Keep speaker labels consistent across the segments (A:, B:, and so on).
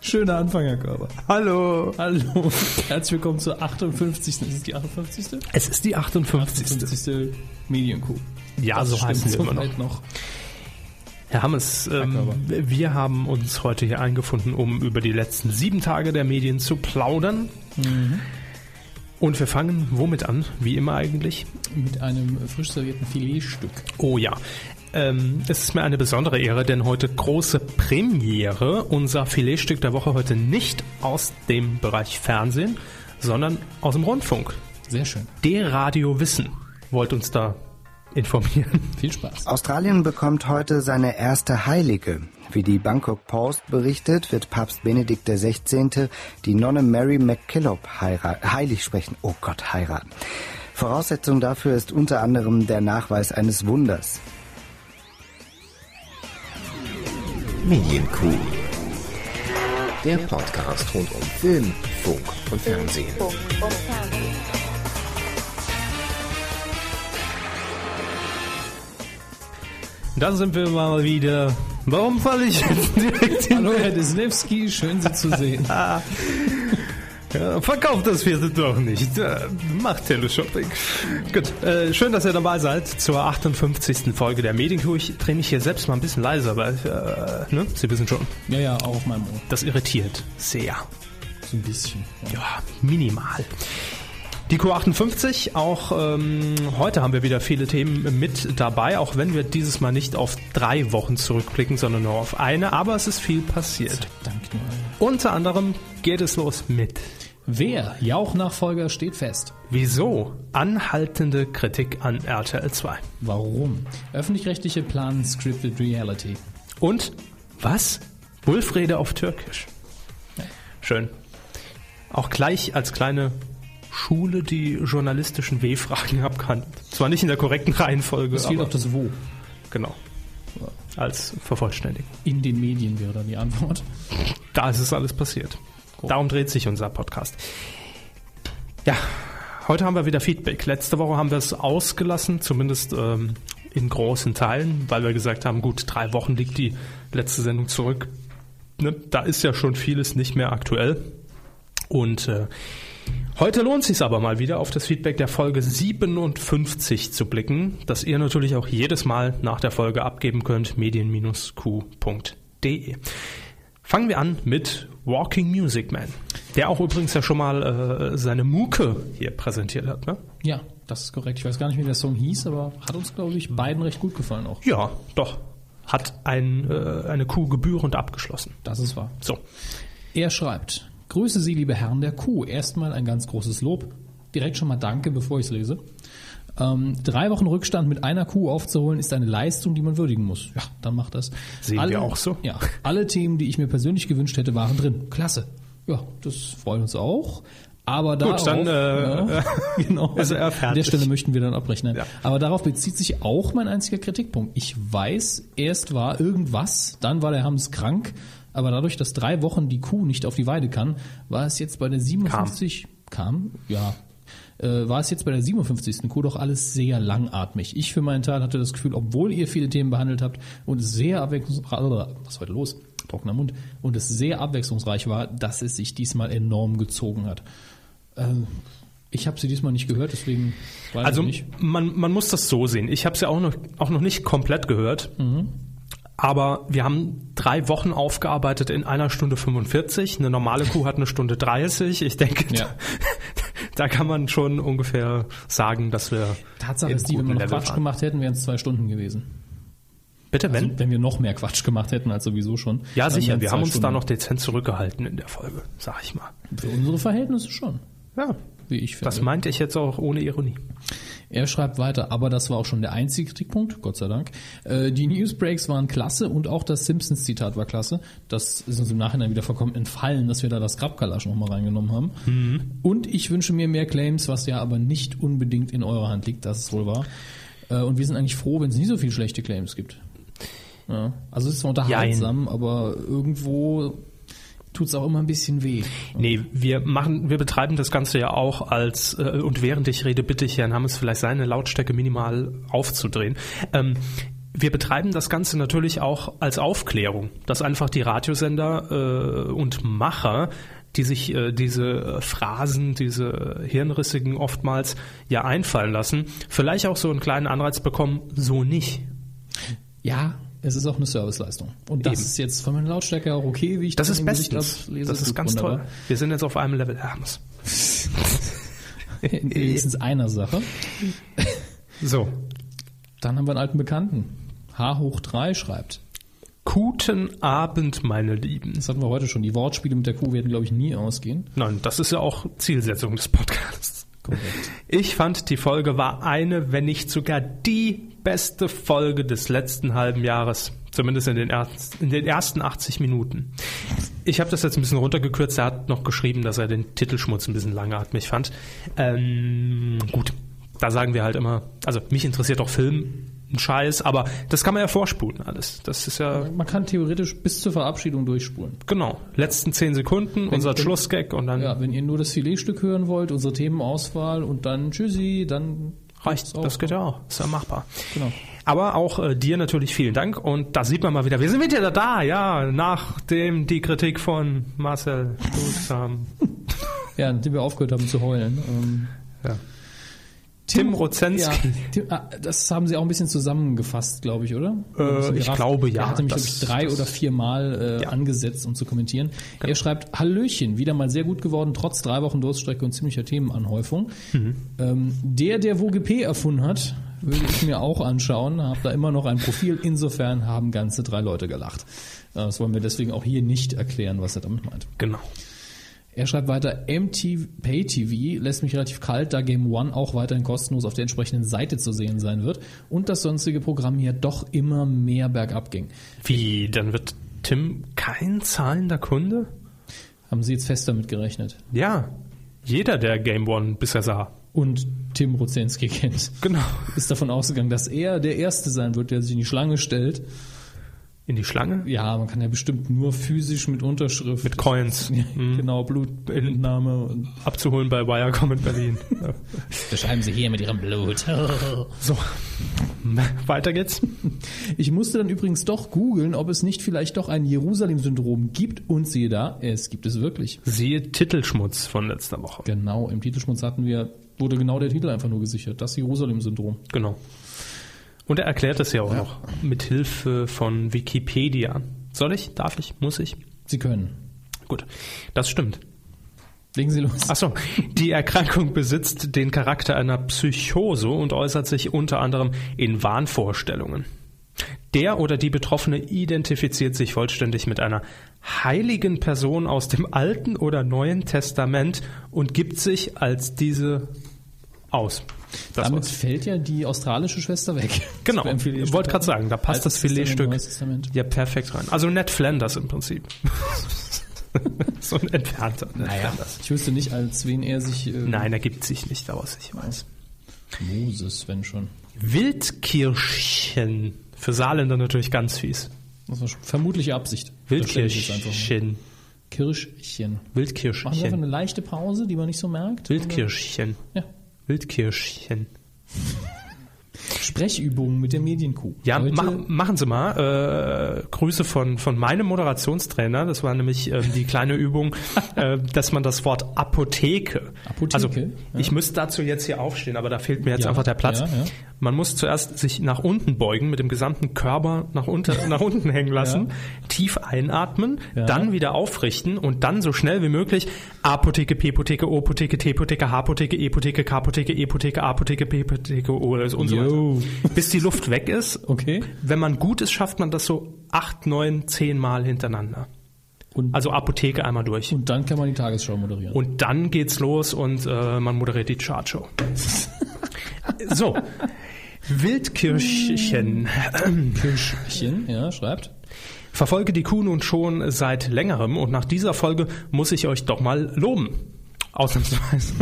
A: schöner Anfang, Herr Körber.
B: Hallo.
A: Hallo. Herzlich willkommen zur 58. Ist es die 58.?
B: Es ist die 58.
A: 58. Medienkuh.
B: Ja,
A: Ah,
B: so heißen wir immer noch.
A: Soweit noch.
B: Herr Hammes, ähm,
A: Körber.
B: wir haben uns heute hier eingefunden, um über die letzten sieben Tage der Medien zu plaudern. Mhm. Und wir fangen womit an? Wie immer eigentlich?
A: Mit einem frisch servierten Filetstück.
B: Oh ja. Ähm, es ist mir eine besondere Ehre, denn heute große Premiere. Unser Filetstück der Woche heute nicht aus dem Bereich Fernsehen, sondern aus dem Rundfunk.
A: Sehr schön.
B: Der Radio Wissen wollte uns da informieren.
A: Viel Spaß.
C: Australien bekommt heute seine erste Heilige. Wie die Bangkok Post berichtet, wird Papst Benedikt XVI. die Nonne Mary MacKillop heira- heilig sprechen. Oh Gott, heiraten. Voraussetzung dafür ist unter anderem der Nachweis eines Wunders.
D: Medienkuh. Der Podcast rund um Film, Funk und Fernsehen.
B: Da sind wir mal wieder. Warum falle ich jetzt direkt hin?
A: Hallo, Herr Deslewski. Schön, Sie zu sehen.
B: Ja, Verkauft das Vierte doch nicht. Äh, Macht Teleshopping. Gut, äh, schön, dass ihr dabei seid zur 58. Folge der Medienkuh. Ich drehe mich hier selbst mal ein bisschen leiser, weil, äh, ne? Sie wissen schon,
A: Ja, ja, auch auf meinem Ohr.
B: das irritiert sehr.
A: So ein bisschen. Ja.
B: Ja, minimal. Die Q58, auch ähm, heute haben wir wieder viele Themen mit dabei, auch wenn wir dieses Mal nicht auf drei Wochen zurückblicken, sondern nur auf eine, aber es ist viel passiert.
A: Dank nur.
B: Unter anderem geht es los mit
A: Wer? Jauch-Nachfolger steht fest.
B: Wieso anhaltende Kritik an RTL 2?
A: Warum? Öffentlich-rechtliche planen Scripted Reality.
B: Und was? Wulfrede auf Türkisch. Schön. Auch gleich als kleine Schule die journalistischen W-Fragen abkannt. Zwar nicht in der korrekten Reihenfolge,
A: Es fehlt
B: aber
A: auch das Wo.
B: genau. Als vervollständigt.
A: In den Medien wäre dann die Antwort.
B: Da ist es alles passiert. Darum dreht sich unser Podcast. Ja, heute haben wir wieder Feedback. Letzte Woche haben wir es ausgelassen, zumindest ähm, in großen Teilen, weil wir gesagt haben, gut, drei Wochen liegt die letzte Sendung zurück. Ne? Da ist ja schon vieles nicht mehr aktuell. Und äh, heute lohnt sich aber mal wieder, auf das Feedback der Folge 57 zu blicken, das ihr natürlich auch jedes Mal nach der Folge abgeben könnt, medien-q.de. Fangen wir an mit Walking Music Man, der auch übrigens ja schon mal äh, seine Muke hier präsentiert hat. Ne?
A: Ja, das ist korrekt. Ich weiß gar nicht, wie der Song hieß, aber hat uns, glaube ich, beiden recht gut gefallen auch.
B: Ja, doch. Hat ein, äh, eine Kuh gebührend abgeschlossen.
A: Das ist wahr.
B: So,
A: Er schreibt, Grüße Sie, liebe Herren der Kuh. Erstmal ein ganz großes Lob. Direkt schon mal Danke, bevor ich es lese. Ähm, drei Wochen Rückstand mit einer Kuh aufzuholen, ist eine Leistung, die man würdigen muss. Ja, dann macht das.
B: Sehen wir auch so.
A: Ja, alle Themen, die ich mir persönlich gewünscht hätte, waren drin. Klasse. Ja, das freut uns auch. Aber darauf,
B: dann, äh,
A: ja, genau,
B: ist er
A: an der
B: fertig.
A: Stelle möchten wir dann abbrechen. ne?
B: Ja.
A: Aber darauf bezieht sich auch mein einziger Kritikpunkt. Ich weiß, erst war irgendwas, dann war der Hams krank, aber dadurch, dass drei Wochen die Kuh nicht auf die Weide kann, war es jetzt bei der 57 kam, ja, äh, war es jetzt bei der 57. Kuh doch alles sehr langatmig. Ich für meinen Teil hatte das Gefühl, obwohl ihr viele Themen behandelt habt und es sehr abwechslungsreich, was ist heute los? Trockener Mund. Und es sehr abwechslungsreich war, dass es sich diesmal enorm gezogen hat. Ähm, ich habe sie diesmal nicht gehört, deswegen weiß
B: also
A: ich nicht.
B: man, man muss das so sehen. Ich habe es ja auch noch, auch noch nicht komplett gehört.
A: Mhm.
B: Aber wir haben drei Wochen aufgearbeitet in einer Stunde 45. Eine normale Kuh hat eine Stunde 30. Ich denke,
A: Ja.
B: da, da kann man schon ungefähr sagen, dass wir
A: Tatsache
B: im
A: ist die, wenn
B: guten
A: wir noch
B: Level
A: Quatsch
B: waren.
A: gemacht hätten, wären es zwei Stunden gewesen. Also,
B: Bitte, wenn?
A: Wenn wir noch mehr Quatsch gemacht hätten als sowieso schon.
B: Ja,
A: dann
B: sicher.
A: wären
B: Wir
A: zwei
B: haben uns da
A: Stunden.
B: noch dezent zurückgehalten in der Folge, sag ich mal.
A: Für unsere Verhältnisse schon,
B: Ja,
A: wie ich finde.
B: das meinte ich jetzt auch ohne Ironie.
A: Er schreibt weiter, aber das war auch schon der einzige Kritikpunkt, Gott sei Dank. Äh, die Newsbreaks waren klasse und auch das Simpsons-Zitat war klasse. Das ist uns im Nachhinein wieder vollkommen entfallen, dass wir da das Grabkalasch nochmal reingenommen haben. Und ich wünsche mir mehr Claims, was ja aber nicht unbedingt in eurer Hand liegt, das ist wohl wahr. Äh, und wir sind eigentlich froh, wenn es nicht so viel schlechte Claims gibt. Ja. Also es ist zwar unterhaltsam, aber irgendwo tut es auch immer ein bisschen weh.
B: Nee, wir machen, wir betreiben das Ganze ja auch als, äh, und während ich rede, bitte ich Herrn Hammes vielleicht seine Lautstärke minimal aufzudrehen. Ähm, Wir betreiben das Ganze natürlich auch als Aufklärung, dass einfach die Radiosender äh, und Macher, die sich äh, diese Phrasen, diese hirnrissigen oftmals ja einfallen lassen, vielleicht auch so einen kleinen Anreiz bekommen, so nicht.
A: Ja, es ist auch eine Serviceleistung. Und das
B: Eben.
A: ist jetzt von meinem Lautstärker auch okay, wie ich
B: Das ist
A: im Gesicht
B: bestens.
A: ablese,
B: Das ist
A: gut,
B: ganz toll.
A: wunderbar.
B: Wir sind jetzt auf einem Level. Hermes.
A: In wenigstens einer Sache.
B: So.
A: Dann haben wir einen alten Bekannten. H hoch 3 schreibt.
B: Guten Abend, meine Lieben.
A: Das hatten wir heute schon. Die Wortspiele mit der Kuh werden, glaube ich, nie ausgehen.
B: Nein, das ist ja auch Zielsetzung des Podcasts. Ich fand, die Folge war eine, wenn nicht sogar die beste Folge des letzten halben Jahres. Zumindest in den, erst, in den ersten 80 Minuten. Ich habe das jetzt ein bisschen runtergekürzt. Er hat noch geschrieben, dass er den Titelschmutz ein bisschen langatmig fand. Ähm, gut, da sagen wir halt immer, also mich interessiert auch Film, ein Scheiß, aber das kann man ja vorspulen alles. Das ist ja,
A: Man kann theoretisch bis zur Verabschiedung durchspulen.
B: genau, letzten 10 Sekunden, unser Schlussgag und dann
A: Ja, wenn ihr nur das Filetstück hören wollt, unsere Themenauswahl und dann Tschüssi, dann
B: reicht Das geht ja auch, ist ja machbar.
A: Genau.
B: Aber auch äh, dir natürlich vielen Dank und da sieht man mal wieder, wir sind wieder da, ja, nachdem die Kritik von Marcel Dutzam,
A: Ja, nachdem wir aufgehört haben zu heulen. Ähm,
B: ja. Tim
A: ja,
B: Rozenski.
A: Tim, ah, das haben sie auch ein bisschen zusammengefasst, glaube ich, oder?
B: Äh, ich glaube, ja.
A: Er hatte mich
B: Das-
A: glaube ich, drei oder viermal äh,
B: Ja. Genau.
A: angesetzt, um zu kommentieren. Er schreibt, Hallöchen, wieder mal sehr gut geworden, trotz drei Wochen Durststrecke und ziemlicher Themenanhäufung.
B: Mhm.
A: Ähm, der, der WGP erfunden hat, würde ich mir auch anschauen, habe da immer noch ein Profil. Insofern haben ganze drei Leute gelacht. Äh, Das wollen wir deswegen auch hier nicht erklären, was er damit meint.
B: Genau.
A: Er schreibt weiter, MTV Pay TV lässt mich relativ kalt, da Game One auch weiterhin kostenlos auf der entsprechenden Seite zu sehen sein wird und das sonstige Programm hier doch immer mehr bergab ging.
B: Wie, dann wird Tim kein zahlender Kunde?
A: Haben Sie jetzt fest damit gerechnet?
B: Ja, jeder, der Game One bisher sah.
A: Und Tim Rozenski kennt.
B: Genau.
A: Ist davon ausgegangen, dass er der Erste sein wird, der sich in die Schlange stellt.
B: In die Schlange?
A: Ja, man kann ja bestimmt nur physisch mit Unterschrift.
B: Mit Coins.
A: Ja, Genau, Blutentnahme. und-
B: Abzuholen bei Wirecom in Berlin. Ja.
A: Beschreiben Sie hier mit Ihrem Blut.
B: so. Weiter geht's.
A: Ich musste dann übrigens doch googeln, ob es nicht vielleicht doch ein Jerusalem-Syndrom gibt und siehe da, es gibt es wirklich.
B: Siehe Titelschmutz von letzter Woche.
A: Genau, im Titelschmutz hatten wir, wurde genau der Titel einfach nur gesichert, das Jerusalem-Syndrom.
B: Genau. Und er erklärt es ja auch noch mit Hilfe von Wikipedia. Soll ich? Darf ich? Muss ich?
A: Sie können.
B: Gut, das stimmt.
A: Legen Sie los.
B: Achso, die Erkrankung besitzt den Charakter einer Psychose und äußert sich unter anderem in Wahnvorstellungen. Der oder die Betroffene identifiziert sich vollständig mit einer heiligen Person aus dem Alten oder Neuen Testament und gibt sich als diese aus. Das
A: Damit
B: war's.
A: fällt ja die australische Schwester weg.
B: Genau,
A: Beim Filetstück.
B: ich wollte gerade sagen, da passt das
A: Altes Testament,
B: Filetstück
A: Neues Testament.
B: ja perfekt rein. Also Ned Flanders im Prinzip. so ein entfernter Ned
A: Naja,
B: Flanders.
A: ich wüsste nicht, als wen er sich... Äh,
B: Nein, er gibt sich nicht aus, ich weiß.
A: Moses, wenn schon.
B: Wildkirschchen. Für Saarländer natürlich ganz fies.
A: Das war schon vermutlich Absicht. Verstelle ich jetzt einfach mal. Kirschchen.
B: Wildkirschchen.
A: Machen wir einfach eine
B: Wildkirschchen.
A: leichte Pause, die man nicht so merkt.
B: Wildkirschchen.
A: Ja.
B: Wildkirschchen.
A: Sprechübungen mit der Medienkuh.
B: Ja,
A: Heute-
B: mach, machen Sie mal. Äh, Grüße von, von meinem Moderationstrainer. Das war nämlich ähm, die kleine Übung, äh, dass man das Wort Apotheke.
A: Apotheke,
B: Also,
A: ja.
B: ich müsste dazu jetzt hier aufstehen, aber da fehlt mir jetzt
A: Ja,
B: einfach der Platz.
A: ja, ja.
B: Man muss zuerst sich nach unten beugen, mit dem gesamten Körper nach, unter, nach unten hängen lassen, tief einatmen, dann wieder aufrichten und dann so schnell wie möglich Apotheke, P-Apotheke, O-Apotheke, T-Apotheke, H-Apotheke, E-Apotheke, K-Apotheke, E-Apotheke, A-Apotheke, P-Apotheke, O und so
A: Yo.
B: weiter. Bis die Luft weg ist
A: Okay.
B: wenn man gut ist, schafft man das so acht, neun, zehn Mal hintereinander.
A: Und,
B: Also Apotheke einmal durch.
A: und dann kann man die Tagesschau moderieren.
B: Und dann geht's los und äh, man moderiert die Chartshow. so. Wildkirschchen.
A: Kirschchen, ja, schreibt.
B: Verfolge die Kuh nun schon seit längerem und nach dieser Folge muss ich euch doch mal loben. Ausnahmsweise.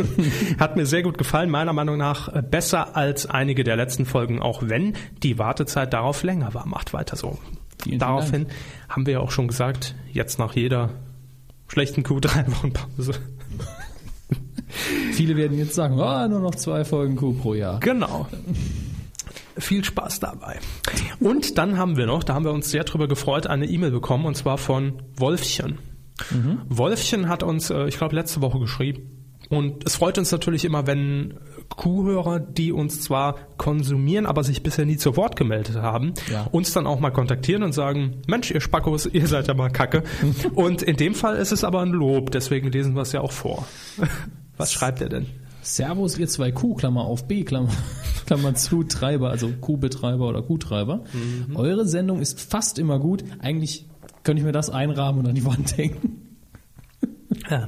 B: Hat mir sehr gut gefallen, meiner Meinung nach besser als einige der letzten Folgen, auch wenn die Wartezeit darauf länger war. Macht weiter so.
A: vielen
B: Daraufhin haben wir ja auch schon gesagt, jetzt nach jeder schlechten Kuh drei Wochen Pause.
A: Viele werden jetzt sagen, ah, nur noch zwei Folgen Kuh pro Jahr.
B: Genau. Viel Spaß dabei. Und dann haben wir noch, da haben wir uns sehr drüber gefreut, eine E-Mail bekommen und zwar von Wolfchen. Wolfchen hat uns, äh, ich glaube, letzte Woche geschrieben. Und es freut uns natürlich immer, wenn Kuhhörer, die uns zwar konsumieren, aber sich bisher nie zu Wort gemeldet haben,
A: Ja.
B: uns dann auch mal kontaktieren und sagen, Mensch, ihr Spackos, ihr seid ja mal Kacke. und in dem Fall ist es aber ein Lob, deswegen lesen wir es ja auch vor. Was schreibt er denn?
A: Servus, ihr zwei Q, Klammer auf B, Klammer, Klammer zu, Treiber, also Q-Betreiber oder Q-Treiber.
B: Mhm.
A: Eure Sendung ist fast immer gut. Eigentlich könnte ich mir das einrahmen und an die Wand hängen.
B: Ja.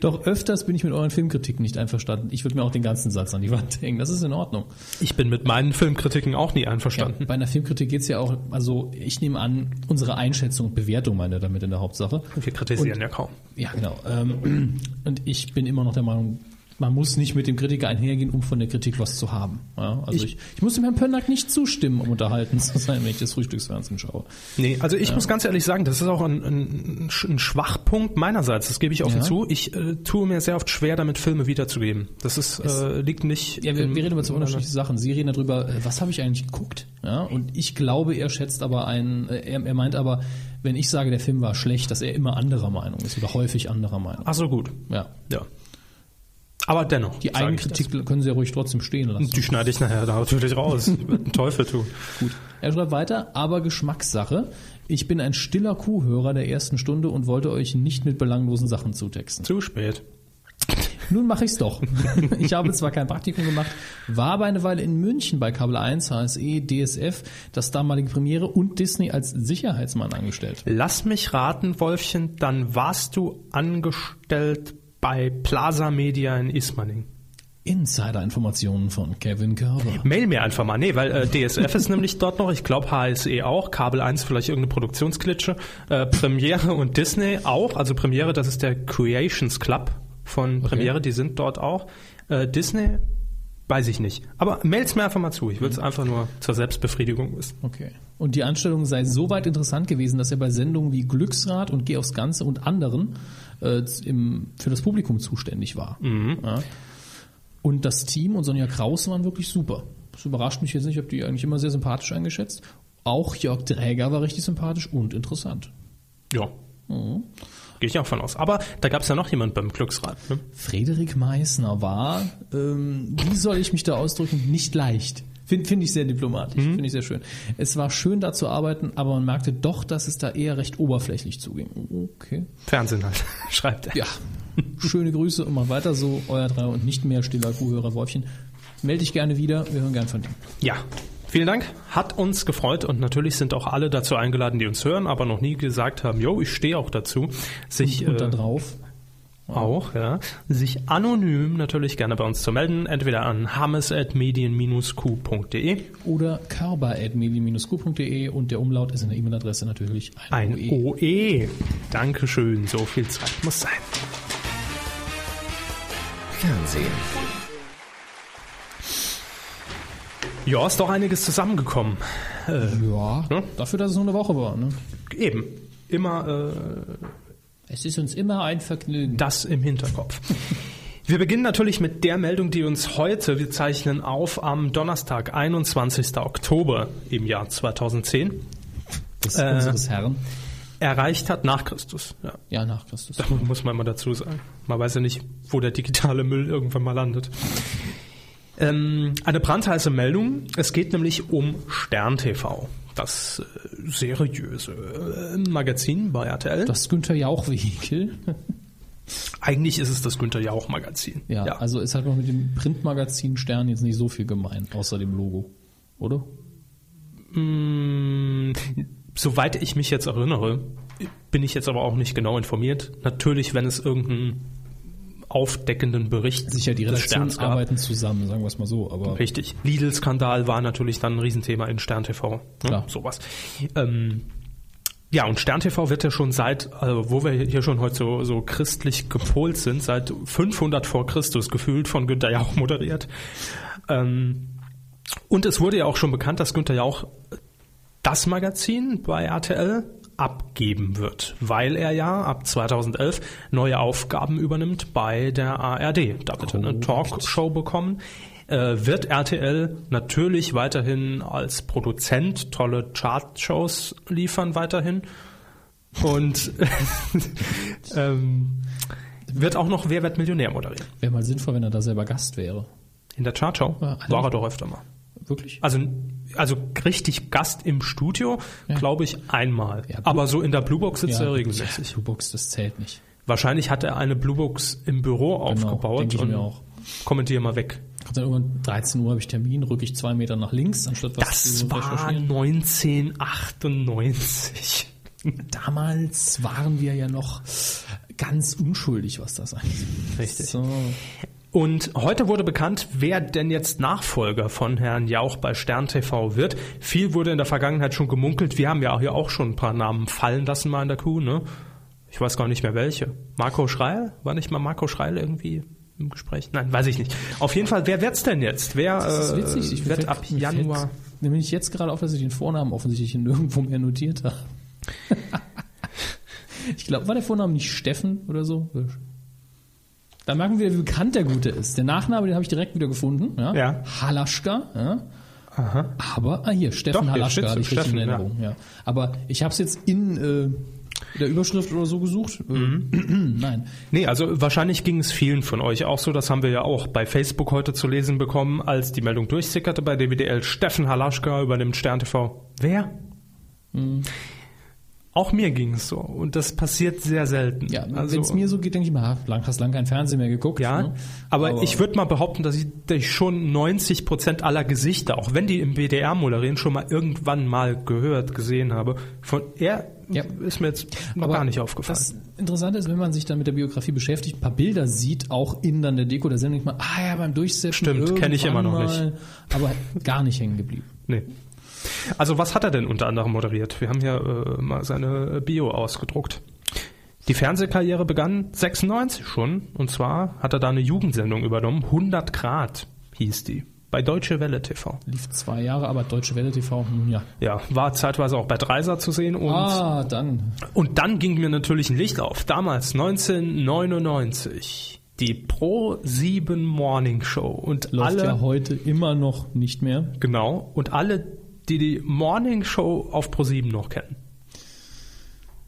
A: Doch öfters bin ich mit euren Filmkritiken nicht einverstanden. Ich würde mir auch den ganzen Satz an die Wand hängen. Das ist in Ordnung.
B: Ich bin mit meinen Filmkritiken auch nie
A: Ja,
B: einverstanden.
A: bei einer Filmkritik geht's ja auch, also ich nehme an, unsere Einschätzung und Bewertung meine damit in der Hauptsache.
B: Wir kritisieren
A: Und-
B: ja kaum.
A: Ja, genau. Ähm, und ich bin immer noch der Meinung, man muss nicht mit dem Kritiker einhergehen, um von der Kritik was zu haben. Ja, also ich, ich, muss dem Herrn Pönnack nicht zustimmen, um unterhalten zu sein, wenn ich das Frühstücksfernsehen schaue.
B: Nee, also ich muss ganz ehrlich sagen, das ist auch ein, ein, ein Schwachpunkt meinerseits, das gebe ich offen
A: Ja.
B: zu. Ich äh, tue mir sehr oft schwer, damit Filme wiederzugeben. Das ist, äh, liegt nicht.
A: Ja, wir,
B: im-
A: wir reden über zwei
B: im-
A: unterschiedliche Sachen. Sie reden darüber, äh, was habe ich eigentlich geguckt? Ja, und ich glaube, er schätzt aber einen, äh, er, er meint aber, wenn ich sage, der Film war schlecht, dass er immer anderer Meinung ist oder häufig anderer Meinung.
B: Ach so, gut.
A: Ja.
B: Ja. Aber dennoch.
A: Die
B: sage ich
A: Eigenkritik können Sie ja ruhig trotzdem stehen
B: das.
A: lassen.
B: Die schneide ich nachher natürlich raus. Ich würde den Teufel tun. Gut.
A: Er schreibt weiter, aber Geschmackssache. Ich bin ein stiller Kuhhörer der ersten Stunde und wollte euch nicht mit belanglosen Sachen zutexten.
B: Zu spät.
A: Nun mache ich's doch. Ich habe zwar kein Praktikum gemacht, war aber eine Weile in München bei Kabel 1, HSE, DSF, das damalige Premiere und Disney als Sicherheitsmann angestellt.
B: Lass mich raten, Wolfchen, dann warst du angestellt bei Plaza Media in Ismaning.
A: Insider-Informationen von Kevin Körber.
B: Mail mir einfach mal. Nee, weil äh, DSF ist nämlich dort noch, ich glaube HSE E auch, Kabel 1 vielleicht irgendeine Produktionsklitsche, äh, Premiere und Disney auch. Also Premiere, das ist der Creations Club von Premiere, die sind dort auch. Äh, Disney, weiß ich nicht. Aber mail's mir einfach mal zu. Ich will es einfach nur zur Selbstbefriedigung wissen.
A: Okay. Und die Anstellung sei soweit interessant gewesen, dass er bei Sendungen wie Glücksrad und Geh aufs Ganze und anderen äh, im, für das Publikum zuständig war. Ja. Und das Team und Sonja Kraus waren wirklich super. Das überrascht mich jetzt nicht, ich habe die eigentlich immer sehr sympathisch eingeschätzt. Auch Jörg Dräger war richtig sympathisch und interessant.
B: Ja. Gehe ich auch von aus. Aber da gab's ja noch jemand beim Glücksrad. Ne?
A: Frederik Meissner war, ähm, wie soll ich mich da ausdrücken, nicht leicht. Finde find ich sehr diplomatisch,
B: Mhm.
A: finde ich sehr schön. Es war schön, da zu arbeiten, aber man merkte doch, dass es da eher recht oberflächlich zuging. Okay.
B: Fernsehen halt, schreibt er.
A: Ja, schöne Grüße und mal weiter so, euer drei und nicht mehr stiller Kuhhörer Wolfchen. Melde dich gerne wieder, wir hören gern von dir.
B: Ja, vielen Dank. Hat uns gefreut und natürlich sind auch alle dazu eingeladen, die uns hören, aber noch nie gesagt haben, yo, ich stehe auch dazu, sich
A: Und dann
B: äh,
A: drauf.
B: auch, ja, sich anonym natürlich gerne bei uns zu melden, entweder an hammes@medien-q.de,
A: Oder körper.medi-q.de und der Umlaut ist in der E-Mail-Adresse natürlich E.
B: ein E. OE. Dankeschön, so viel Zeit muss sein.
D: Fernsehen.
B: Ja, ist doch einiges zusammengekommen.
A: Ja,
B: Ne?
A: dafür, dass es nur eine Woche war. Ne?
B: Eben, immer äh,
A: Es ist uns immer ein Vergnügen.
B: das im Hinterkopf. Wir beginnen natürlich mit der Meldung, die uns heute, wir zeichnen auf am Donnerstag, 21. Oktober im Jahr 2010,
A: Das
B: Äh.
A: unseres Herrn.
B: erreicht hat nach Christus. Ja,
A: Ja, nach Christus.
B: da muss man immer dazu sagen. Man weiß ja nicht, wo der digitale Müll irgendwann mal landet. Ähm, eine brandheiße Meldung. Es geht nämlich um Stern TV, das äh, seriöse äh, Magazin bei RTL.
A: Das Günther Jauch-Vehikel.
B: Eigentlich ist es das Günther Jauch Magazin.
A: Ja, also es hat man mit dem Printmagazin Stern jetzt nicht so viel gemein, außer dem Logo. Oder?
B: Mm, Soweit ich mich jetzt erinnere, bin ich jetzt aber auch nicht genau informiert. Natürlich, wenn es irgendeinen aufdeckenden Bericht
A: Sicher, die
B: des
A: Redaktionen
B: Sterns gab.
A: arbeiten zusammen, sagen wir es mal so. Aber
B: Richtig. Lidl-Skandal war natürlich dann ein Riesenthema in Stern TV. Ne?
A: Klar.
B: Sowas. Ähm, ja, und Stern TV wird ja schon seit, äh, wo wir hier schon heute so, so christlich gepolt sind, seit 500 vor Christus gefühlt von Günter Jauch moderiert. Ähm, und es wurde ja auch schon bekannt, dass Günter Jauch das Magazin bei RTL abgeben wird, weil er ja ab 2011 neue Aufgaben übernimmt bei der ARD. Da wird er eine
A: Korrekt.
B: Talkshow bekommen. äh, wird RTL natürlich weiterhin als Produzent tolle Chart-Shows liefern, weiterhin. Und ähm, wird auch noch Wer wird Millionär moderieren.
A: Wäre mal sinnvoll, wenn er da selber Gast wäre.
B: In der Chartshow
A: Ja,
B: war er doch öfter mal.
A: Wirklich?
B: Also, also richtig Gast im Studio, glaube ich, einmal.
A: Ja, Blue-
B: Aber so in der Bluebox sitzt er regelmäßig.
A: Bluebox, das zählt nicht.
B: Wahrscheinlich hat er eine Bluebox im Büro aufgebaut
A: Genau, denke ich
B: und
A: mir auch.
B: kommentiere mal weg.
A: Kommt dann irgendwann 13 Uhr habe ich Termin, rücke ich zwei Meter nach links, anstatt was
B: Das
A: zu
B: war
A: recherchieren.
B: 1998.
A: Damals waren wir ja noch ganz unschuldig, was das angeht.
B: Richtig.
A: So.
B: Und heute wurde bekannt, wer denn jetzt Nachfolger von Herrn Jauch bei Stern TV wird. Viel wurde in der Vergangenheit schon gemunkelt. Wir haben ja hier auch schon ein paar Namen fallen lassen mal in der Kuh, ne? Ich weiß gar nicht mehr welche. Marco Schreil? War nicht mal Marco Schreil irgendwie im Gespräch? Nein, weiß ich nicht. Auf jeden Fall, wer wird's denn jetzt? Wer
A: Das ist
B: äh,
A: witzig. Ich
B: wird
A: fällt-
B: ab
A: mir fällt-
B: Januar?
A: Mir bin ich jetzt gerade auf, dass ich den Vornamen offensichtlich nirgendwo mehr notiert habe. ich glaube, war der Vorname nicht Steffen oder so? Da merken wir, wie bekannt der Gute ist. Der Nachname, den habe ich direkt wieder gefunden. Ja.
B: Ja.
A: Halaschka. Ja. Aber, ah hier, Steffen
B: Doch, hier
A: Halaschka
B: steht's,
A: hatte ich richtig in
B: Steffen, ja.
A: Erinnerung. Ja. Aber ich habe es jetzt in äh, der Überschrift oder so gesucht. Äh,
B: Mhm.
A: Nein.
B: Nee, also wahrscheinlich ging es vielen von euch auch so. Das haben wir ja auch bei Facebook heute zu lesen bekommen, als die Meldung durchsickerte bei DWDL. Steffen Halaschka übernimmt Stern TV. Wer?
A: Hm.
B: Auch mir ging es so. Und das passiert sehr selten.
A: Ja,
B: also,
A: wenn es mir so geht, denke ich mal, ah, lang, hast lang kein Fernsehen mehr geguckt.
B: ja
A: ne?
B: aber, ich würde mal behaupten, dass ich, dass ich schon 90 Prozent aller Gesichter, auch wenn die im BDR moderieren, schon mal irgendwann mal gehört, gesehen habe. Von er
A: Ja.
B: ist mir jetzt noch
A: Aber
B: gar nicht aufgefallen.
A: Das Interessante ist, wenn man sich dann mit der Biografie beschäftigt, ein paar Bilder sieht, auch in dann der Deko der Sendung, denkt man, ah ja, beim Durchsetzen.
B: Stimmt, kenn ich
A: irgendwann
B: immer noch
A: mal, Aber gar nicht hängen geblieben.
B: Nee. Also was hat er denn unter anderem moderiert? Wir haben hier äh, mal seine Bio ausgedruckt. Die Fernsehkarriere begann 96 schon und zwar hat er da eine Jugendsendung übernommen. 100 Grad hieß die. Bei Deutsche Welle TV.
A: Lief zwei Jahre, aber Deutsche Welle TV, nun ja.
B: Ja, war zeitweise auch bei Dreiser zu sehen und,
A: Ah, dann.
B: und dann ging mir natürlich ein Licht auf. Damals 1999. Die Pro 7 Morning Show und
A: Läuft
B: alle
A: ja heute immer noch nicht mehr.
B: genau und alle die die Morning Show auf Pro 7 noch kennen.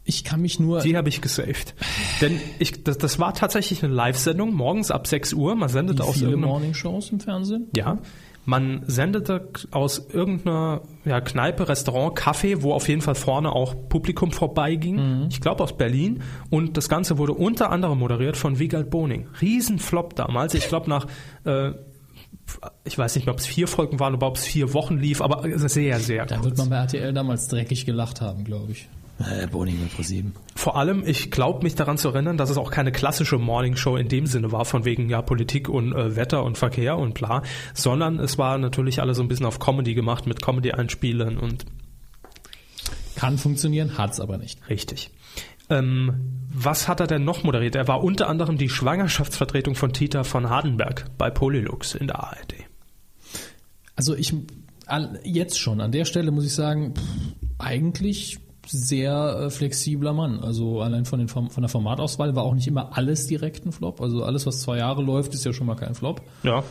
A: Ich kann mich nur.
B: Die habe ich gesaved. Denn ich, das, das war tatsächlich eine Live-Sendung, morgens ab 6 Uhr. Man
A: wie
B: sendete aus
A: viele
B: irgendeinem.
A: Morningshows im Fernsehen?
B: Ja. Man sendete aus irgendeiner ja, Kneipe, Restaurant, Café, wo auf jeden Fall vorne auch Publikum vorbeiging.
A: Mhm.
B: Ich glaube aus Berlin. Und das Ganze wurde unter anderem moderiert von Wiegald Boning. Riesenflop damals. Ich glaube nach, äh, ich weiß nicht mehr, ob es vier Folgen waren oder ob es vier Wochen lief, aber sehr, sehr
A: Da wird man bei RTL damals dreckig gelacht haben, glaube ich. Äh, Boning mit ProSieben.
B: Vor allem, ich glaube mich daran zu erinnern, dass es auch keine klassische Morningshow in dem Sinne war, von wegen ja Politik und äh, Wetter und Verkehr und bla, sondern es war natürlich alles so ein bisschen auf Comedy gemacht mit Comedy-Einspielern und
A: Kann funktionieren, hat's aber nicht.
B: richtig. Ähm, was hat er denn noch moderiert? Er war unter anderem die Schwangerschaftsvertretung von Tita von Hardenberg bei Polylux in der ARD.
A: Also ich all- jetzt schon an der Stelle muss ich sagen, pff, eigentlich sehr äh, flexibler Mann. Also allein von, den, Form- von der Formatauswahl war auch nicht immer alles direkt ein Flop. Also alles, was zwei Jahre läuft, ist ja schon mal kein Flop.
B: Ja.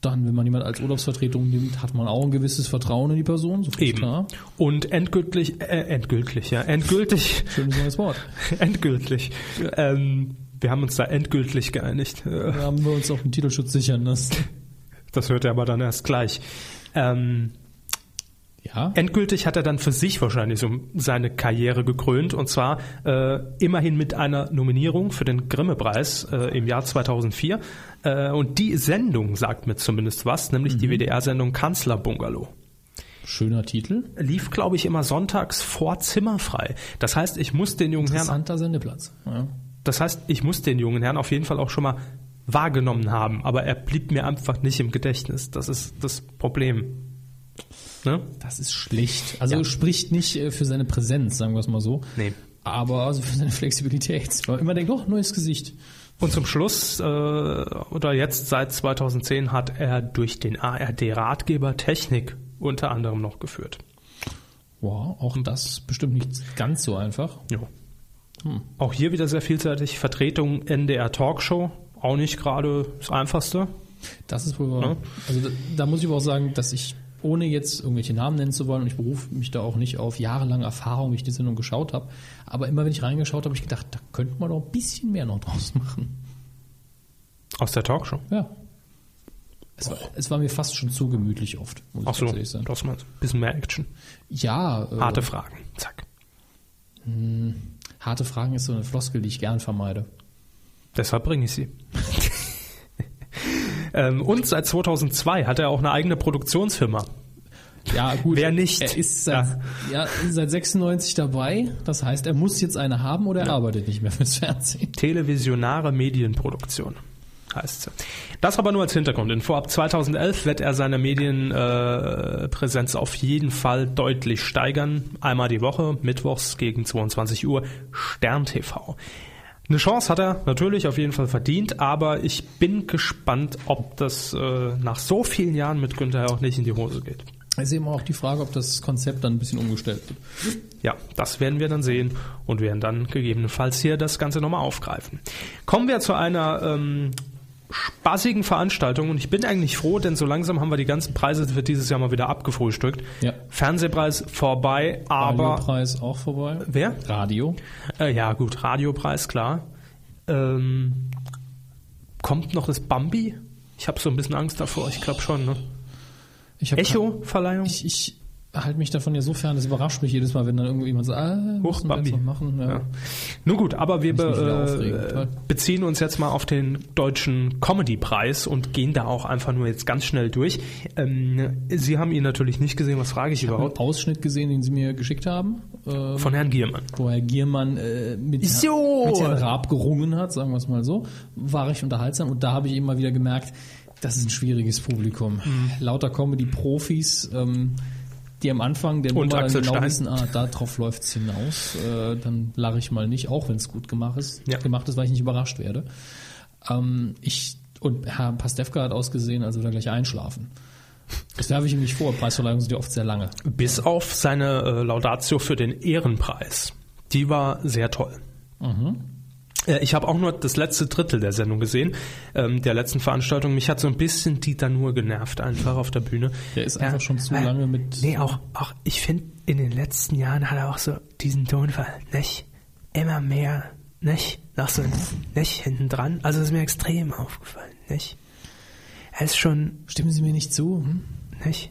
A: Dann, wenn man jemand als Urlaubsvertretung nimmt, hat man auch ein gewisses Vertrauen in die Person. So viel ist
B: Eben.
A: Klar.
B: Und endgültig, äh, endgültig, ja, endgültig
A: Schönes neues Wort.
B: endgültig. Ähm, wir haben uns da endgültig geeinigt. Äh,
A: Da haben wir uns auch den Titelschutz sichern lassen.
B: Das hört er aber dann erst gleich. Ähm,
A: Ja.
B: endgültig hat er dann für sich wahrscheinlich so seine Karriere gekrönt und zwar äh, immerhin mit einer Nominierung für den Grimme-Preis äh, im Jahr 2004. Äh, und die Sendung sagt mir zumindest was, nämlich die WDR-Sendung Kanzler Bungalow.
A: Schöner Titel.
B: Lief, glaube ich, immer sonntags vor Zimmerfrei. Das heißt, ich muss den jungen Herrn
A: Interessanter Sendeplatz. Ja.
B: das heißt, ich muss den jungen Herrn auf jeden Fall auch schon mal wahrgenommen haben, aber er blieb mir einfach nicht im Gedächtnis. Das ist das Problem. Ne?
A: Das ist schlecht. Also spricht nicht äh, für seine Präsenz, sagen wir es mal so.
B: Nee.
A: Aber also für seine Flexibilität. Weil man immer denkt, oh, neues Gesicht.
B: Und zum Schluss, äh, oder jetzt seit 2010, hat er durch den ARD-Ratgeber Technik unter anderem noch geführt.
A: Wow, auch
B: Hm.
A: das bestimmt nicht ganz so einfach.
B: Ja. Auch hier wieder sehr vielseitig. Vertretung NDR Talkshow, auch nicht gerade das einfachste.
A: Das ist wohl wahr.
B: Ja.
A: Also da, da muss ich aber auch sagen, dass ich, ohne jetzt irgendwelche Namen nennen zu wollen, und ich berufe mich da auch nicht auf jahrelange Erfahrung, wie ich die Sendung geschaut habe, aber immer wenn ich reingeschaut habe, habe ich gedacht, da könnte man doch ein bisschen mehr noch draus machen.
B: Aus der Talkshow.
A: Ja. Es war, es war mir fast schon zu gemütlich oft, muss ich
B: Ach so,
A: ganz ehrlich sein.
B: das mal ein bisschen mehr Action.
A: Ja, äh,
B: Harte Fragen. Zack.
A: harte Fragen ist so eine Floskel, die ich gern vermeide.
B: Deshalb bringe ich sie. ähm, und seit 2002 hat er auch eine eigene Produktionsfirma.
A: Ja, gut.
B: Wer nicht?
A: Er ist seit, ja. seit 96 dabei. Das heißt, er muss jetzt eine haben oder er arbeitet nicht mehr fürs Fernsehen.
B: Televisionare Medienproduktion heißt sie. Das aber nur als Hintergrundinfo. Ab 2011 wird er seine Medienpräsenz äh, Präsenz auf jeden Fall deutlich steigern. Einmal die Woche, mittwochs gegen 22 Uhr, Stern TV. Eine Chance hat er natürlich auf jeden Fall verdient, aber ich bin gespannt, ob das äh, nach so vielen Jahren mit Günther auch nicht in die Hose geht.
A: Es ist eben auch die Frage, ob das Konzept dann ein bisschen umgestellt wird.
B: Ja, das werden wir dann sehen und werden dann gegebenenfalls hier das Ganze nochmal aufgreifen. Kommen wir zu einer ähm, spaßigen Veranstaltung und ich bin eigentlich froh, denn so langsam haben wir die ganzen Preise für dieses Jahr mal wieder abgefrühstückt.
A: Ja.
B: Fernsehpreis vorbei, aber
A: Radiopreis auch vorbei.
B: wer?
A: Radio.
B: Äh, ja gut, Radiopreis, klar. Ähm, kommt noch das Bambi? Ich habe so ein bisschen Angst davor, ich glaube schon. Ne?
A: Ich hab-
B: Echo-Verleihung?
A: Ich, ich halte mich davon ja so fern, das überrascht mich jedes Mal, wenn dann irgendjemand sagt, ah, müssen
B: Hoch,
A: wir
B: Bambi.
A: jetzt noch machen. Ja.
B: Ja. Nun gut, aber wir
A: Muss mich wieder
B: be,
A: aufregen,
B: äh,
A: toll.
B: beziehen uns jetzt mal auf den deutschen Comedy-Preis und gehen da auch einfach nur jetzt ganz schnell durch. Ähm, Sie haben ihn natürlich nicht gesehen, was frage ich,
A: Einen
B: überhaupt?
A: Ausschnitt gesehen, den sie mir geschickt haben, äh,
B: Von Herrn Giermann.
A: wo Herr Giermann äh, mit,
B: So.
A: mit Herrn Raab gerungen hat, sagen wir es mal so, war recht unterhaltsam und da habe ich eben mal wieder gemerkt, das ist ein schwieriges Publikum.
B: Mhm.
A: Lauter Comedy-Profis, ähm, die am Anfang der
B: Und
A: Nummer dann
B: Axel
A: genau
B: Stein.
A: wissen, ah, darauf läuft es hinaus, äh, dann lache ich mal nicht, auch wenn es gut gemacht ist,
B: Ja.
A: gemacht ist, weil ich nicht überrascht werde. Ähm, ich und Herr Pastewka hat ausgesehen, als würde er gleich einschlafen. Das werfe ich ihm nicht vor. Preisverleihungen sind ja oft sehr lange.
B: Bis auf seine äh, Laudatio für den Ehrenpreis. Die war sehr toll.
A: Mhm.
B: Äh, Ich habe auch nur das letzte Drittel der Sendung gesehen, ähm, der letzten Veranstaltung. Mich hat so ein bisschen Dieter nur genervt, einfach auf der Bühne. Äh,
A: Der ist einfach schon zu lange mit-
B: Nee, auch, auch ich finde, in den letzten Jahren hat er auch so diesen Tonfall, nicht? Immer mehr, nicht? Noch so, ein nicht? Hinten dran. Also ist mir extrem aufgefallen, nicht? Er ist schon
A: Stimmen Sie mir nicht zu? Hm?
B: nicht?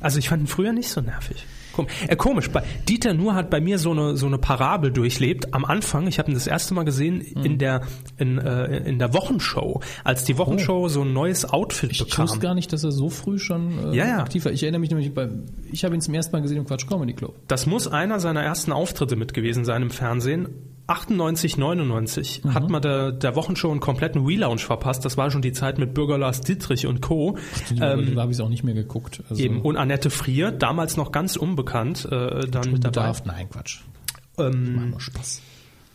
B: Also ich fand ihn früher nicht so nervig. Kom äh, komisch, bei Dieter Nuhr hat bei mir so eine, so eine Parabel durchlebt. Am Anfang, ich habe ihn das erste Mal gesehen
A: Mhm.
B: in der, in, äh, in der Wochenshow, als die Wochenshow so ein neues Outfit
A: Oh. Ich
B: bekam.
A: wusste gar nicht, dass er so früh schon äh,
B: Ja, ja.
A: aktiv war. Ich erinnere mich nämlich, bei, ich habe ihn zum ersten Mal gesehen im Quatsch Comedy Club.
B: Das muss einer seiner ersten Auftritte mit gewesen sein im Fernsehen. 98, 99
A: Mhm.
B: hat man der, der Wochenshow einen kompletten Relaunch verpasst. Das war schon die Zeit mit Bürger Lars Dietrich und Co. Äh,
A: Ähm, da habe ich es auch nicht mehr geguckt. Also,
B: Eben. Und Annette Frier, damals noch ganz unbekannt, äh, dann mit dabei.
A: darf, nein, Quatsch.
B: Ähm,
A: Macht nur Spaß.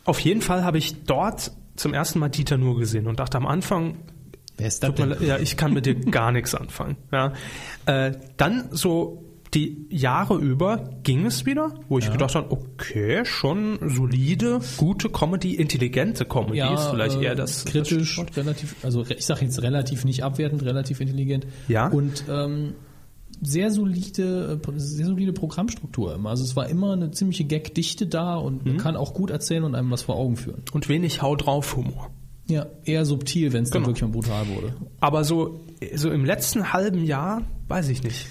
B: Auf jeden Fall habe ich dort zum ersten Mal Dieter Nur gesehen und dachte am Anfang,
A: Wer ist das
B: tut mir,
A: denn?
B: le- ja, ich kann mit dir gar nichts anfangen. Ja. Äh, dann so die Jahre über ging es wieder, wo ich gedacht habe, okay, schon solide, gute Comedy, intelligente Comedy ist vielleicht
A: äh,
B: eher das.
A: kritisch,
B: Das Stichwort.
A: relativ, also re- ich sage jetzt relativ nicht abwertend, relativ intelligent.
B: Ja.
A: Und ähm, sehr solide, äh, sehr solide Programmstruktur immer. Also es war immer eine ziemliche Gagdichte da und
B: Hm.
A: man kann auch gut erzählen und einem was vor Augen führen.
B: und wenig Hau drauf Humor.
A: Ja, eher subtil, wenn es
B: Genau.
A: dann wirklich mal brutal wurde.
B: Aber so, so im letzten halben Jahr weiß ich nicht,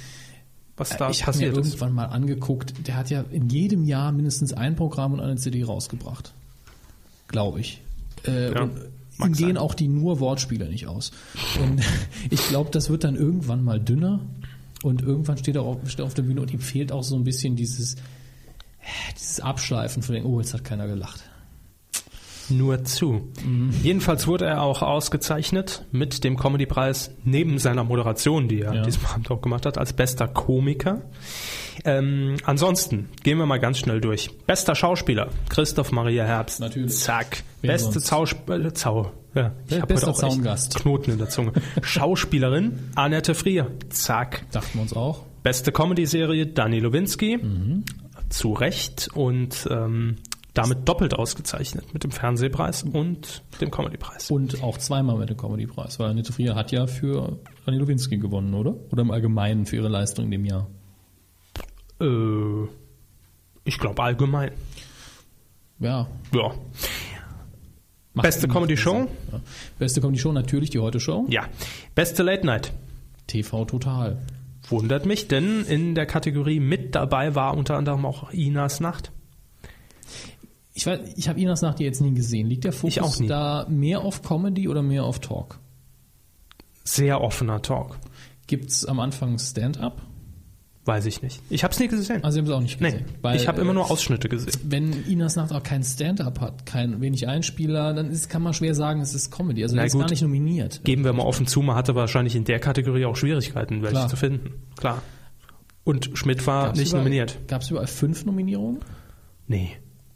B: was da
A: Äh, ich habe mir
B: passiert ist.
A: irgendwann mal angeguckt, der hat ja in jedem Jahr mindestens ein Programm und eine CD rausgebracht. Glaube ich. Äh,
B: Ja,
A: und
B: mag
A: ihm gehen
B: sein.
A: auch die nur Wortspiele nicht aus. Und ich glaube, das wird dann irgendwann mal dünner und irgendwann steht er auf, steht er auf der Bühne und ihm fehlt auch so ein bisschen dieses, äh, dieses Abschleifen von den, oh, jetzt hat keiner gelacht.
B: nur zu.
A: Mhm.
B: Jedenfalls wurde er auch ausgezeichnet mit dem Comedy-Preis neben seiner Moderation, die er
A: Ja.
B: an diesem Abend auch gemacht hat, als bester Komiker. Ähm, ansonsten gehen wir mal ganz schnell durch. Bester Schauspieler, Christoph Maria Herbst.
A: Natürlich.
B: Zack.
A: Wen
B: Beste
A: sonst?
B: Zausp äh, Zau. Ja, ich hab
A: Bester
B: heute auch echt
A: Zaungast.
B: Knoten in der Zunge. Schauspielerin Annette Frier. Zack.
A: Dachten wir uns auch.
B: Beste Comedy-Serie Dani Lowinski, zu Recht. Und ähm, damit doppelt ausgezeichnet mit dem Fernsehpreis und dem Comedypreis.
A: Und auch zweimal mit dem Comedy-Preis, weil Annette Frier hat ja für Annie Lewinsky gewonnen, oder? Oder im Allgemeinen für ihre Leistung in dem Jahr.
B: Äh, ich glaube allgemein.
A: Ja.
B: Ja.
A: macht-
B: Beste
A: macht
B: Comedy Show?
A: Sinn. Ja. Beste Comedy Show natürlich die Heute Show.
B: Ja. Beste Late Night.
A: TV Total.
B: Wundert mich, denn in der Kategorie mit dabei war unter anderem auch Inas Nacht.
A: Ich weiß, ich habe Inas Nacht ja jetzt nie gesehen. Liegt der
B: Ich auch
A: Fokus
B: nie.
A: da mehr auf Comedy oder mehr auf Talk?
B: Sehr offener Talk.
A: Gibt's am Anfang Stand-up?
B: Weiß ich nicht. Ich habe es nie gesehen.
A: Also, Sie haben es auch nicht
B: nee,
A: gesehen. Weil,
B: ich habe immer
A: äh,
B: nur Ausschnitte gesehen.
A: Wenn Inas Nacht auch kein Stand-up hat, kein wenig Einspieler, dann ist, kann man schwer sagen, es ist Comedy. Also,
B: Na
A: er ist
B: gut.
A: gar nicht nominiert.
B: Geben wir mal offen zu, man hatte wahrscheinlich in der Kategorie auch Schwierigkeiten, welche
A: Klar.
B: zu finden. Klar. Und Schmidt war nicht
A: überall,
B: nominiert.
A: Gab es überall fünf Nominierungen?
B: Nee,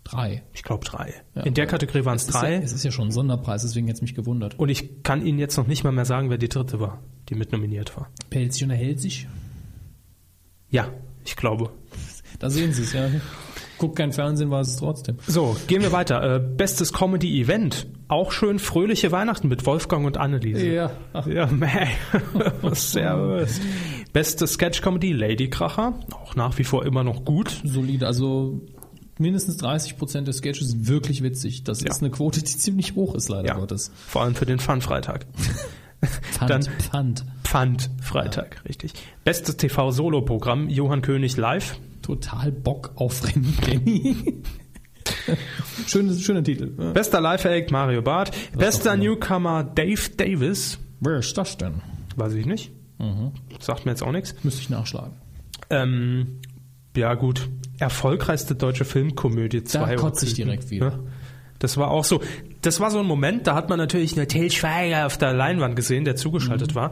A: Drei.
B: ich glaube drei.
A: Ja,
B: in der Kategorie waren es
A: Es
B: drei.
A: ist, ja, es ist ja schon ein Sonderpreis, deswegen hätte es mich gewundert.
B: und ich kann Ihnen jetzt noch nicht mal mehr sagen, wer die dritte war, die mit nominiert war.
A: Pelzchen erhält sich.
B: Ja, ich glaube.
A: Da sehen Sie es, ja. Guckt kein Fernsehen, war es trotzdem.
B: So, gehen wir weiter. Äh, bestes Comedy-Event. Auch schön fröhliche Weihnachten mit Wolfgang und Anneliese. Ja, meh. Servus. Beste Sketch-Comedy, Ladykracher. Auch nach wie vor immer noch gut.
A: Solide, also mindestens 30 Prozent der Sketches sind wirklich witzig. Das ist eine Quote, die ziemlich hoch ist, leider Gottes.
B: Vor allem für den Fun-Freitag.
A: Pfand,
B: Dann-
A: Pfand.
B: Pfand-Freitag, richtig. Bestes TV-Solo-Programm, Johann König live.
A: Total Bock auf Rennen, Danny. Schönes, schöner Titel. Ja.
B: Bester Live-Act, Mario Barth. Bester
A: doch cool.
B: Newcomer, Dave Davis.
A: Wer ist das denn?
B: Weiß ich nicht.
A: Mhm.
B: Sagt mir jetzt auch nichts.
A: Müsste ich nachschlagen.
B: Ähm, ja, gut. Erfolgreichste deutsche Filmkomödie 2.
A: kotze ich direkt wieder.
B: Das war auch so. Das war so ein Moment, da hat man natürlich nur Till Schweiger auf der Leinwand gesehen, der zugeschaltet war.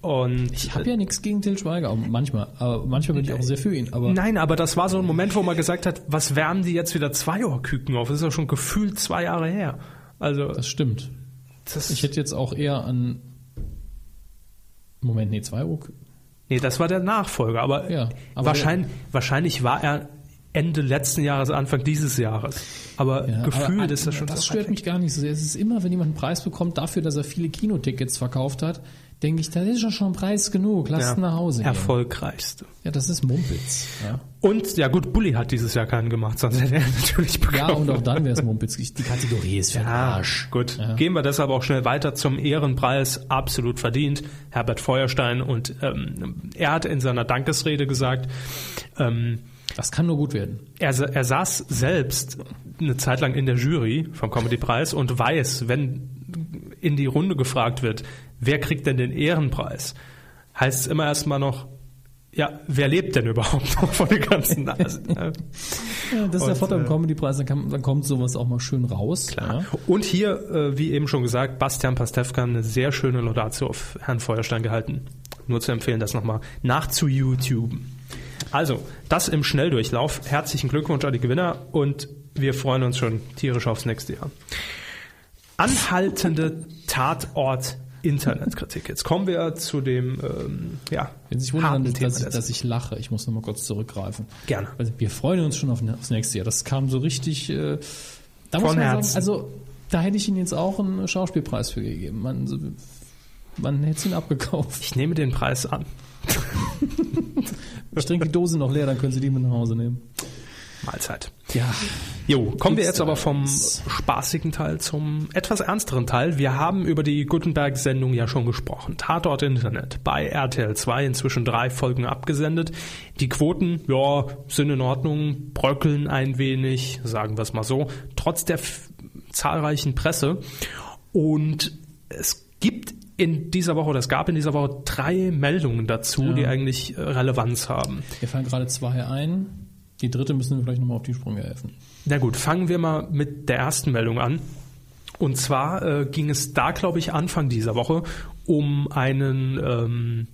B: Und
A: Mhm. Ich habe ja nichts gegen Til Schweiger, aber manchmal. Aber manchmal bin ich auch sehr für ihn. Aber
B: Nein, aber das war so ein Moment, wo man gesagt hat, was wärmen die jetzt wieder zwei Ohrküken auf? Das ist ja schon gefühlt zwei Jahre her. Also,
A: das stimmt.
B: das,
A: Ich hätte jetzt auch eher an. Moment, nee, zwei Uhr.
B: nee, das war der Nachfolger, aber,
A: Ja, aber
B: wahrscheinlich, wahrscheinlich war er Ende letzten Jahres, Anfang dieses Jahres. Aber
A: Ja,
B: gefühlt
A: aber ah,
B: ist das schon
A: Das
B: so
A: stört mich gar nicht so sehr. Es ist immer, wenn jemand einen Preis bekommt dafür, dass er viele Kinotickets verkauft hat, denke ich, das ist ja schon Preis genug. Lass ihn nach Hause gehen.
B: Erfolgreichste.
A: Ja, das ist Mumpitz. Ja,
B: Und ja gut, Bully hat dieses Jahr keinen gemacht, sonst hätte er natürlich bekommen.
A: ja und auch dann wäre es Mumpitz. Ich- Die Kategorie ist für den Arsch.
B: Ah, Gut, gehen wir deshalb auch schnell weiter zum Ehrenpreis. Absolut verdient, Herbert Feuerstein. Und ähm, er hat in seiner Dankesrede gesagt, ähm,
A: Das kann nur gut werden.
B: er, sa- er saß selbst eine Zeit lang in der Jury vom Comedy-Preis und weiß, wenn in die Runde gefragt wird, wer kriegt denn den Ehrenpreis, heißt es immer erstmal noch, ja, wer lebt denn überhaupt noch von den ganzen? Also, äh,
A: das ist der
B: Und,
A: Vorteil im
B: äh,
A: Comedy-Preis, dann, kann- dann kommt sowas auch mal schön raus. Ja.
B: Und hier, äh, wie eben schon gesagt, Bastian Pastewka eine sehr schöne Laudatio auf Herrn Feuerstein gehalten. Nur zu empfehlen, das nochmal nach zu YouTube. Also, das im Schnelldurchlauf. Herzlichen Glückwunsch an die Gewinner und wir freuen uns schon tierisch aufs nächste Jahr. Anhaltende Tatort Internetkritik. Jetzt kommen wir zu dem, ähm, ja,
A: Wenn Sie sich
B: harten
A: wundern,
B: Thema
A: dass ich,
B: des-
A: dass ich lache, ich muss nochmal kurz zurückgreifen.
B: Gerne.
A: Also wir freuen uns schon auf das nächste Jahr. Das kam so richtig. Äh, da muss
B: Von
A: man
B: Herzen.
A: sagen, also da hätte ich Ihnen jetzt auch einen Schauspielpreis für gegeben. Man, man hätte es ihn abgekauft.
B: ich nehme den Preis an.
A: Ich trinke die Dose noch leer, dann können Sie die mit nach Hause nehmen.
B: Mahlzeit.
A: Ja.
B: Jo, kommen wir
A: Gibt's
B: jetzt
A: da
B: aber vom
A: was?
B: spaßigen Teil zum etwas ernsteren Teil. Wir haben über die Gutenberg-Sendung ja schon gesprochen. Tatort Internet bei RTL 2 inzwischen drei Folgen abgesendet. Die Quoten, ja, sind in Ordnung, bröckeln ein wenig, sagen wir es mal so, trotz der f- zahlreichen Presse. Und es gibt in dieser Woche, oder es gab in dieser Woche drei Meldungen dazu, die eigentlich äh, Relevanz haben.
A: Mir fallen gerade zwei ein. Die dritte müssen wir vielleicht nochmal auf die Sprünge helfen.
B: Na gut, fangen wir mal mit der ersten Meldung an. Und zwar äh, ging es da, glaube ich, Anfang dieser Woche um einen ähm,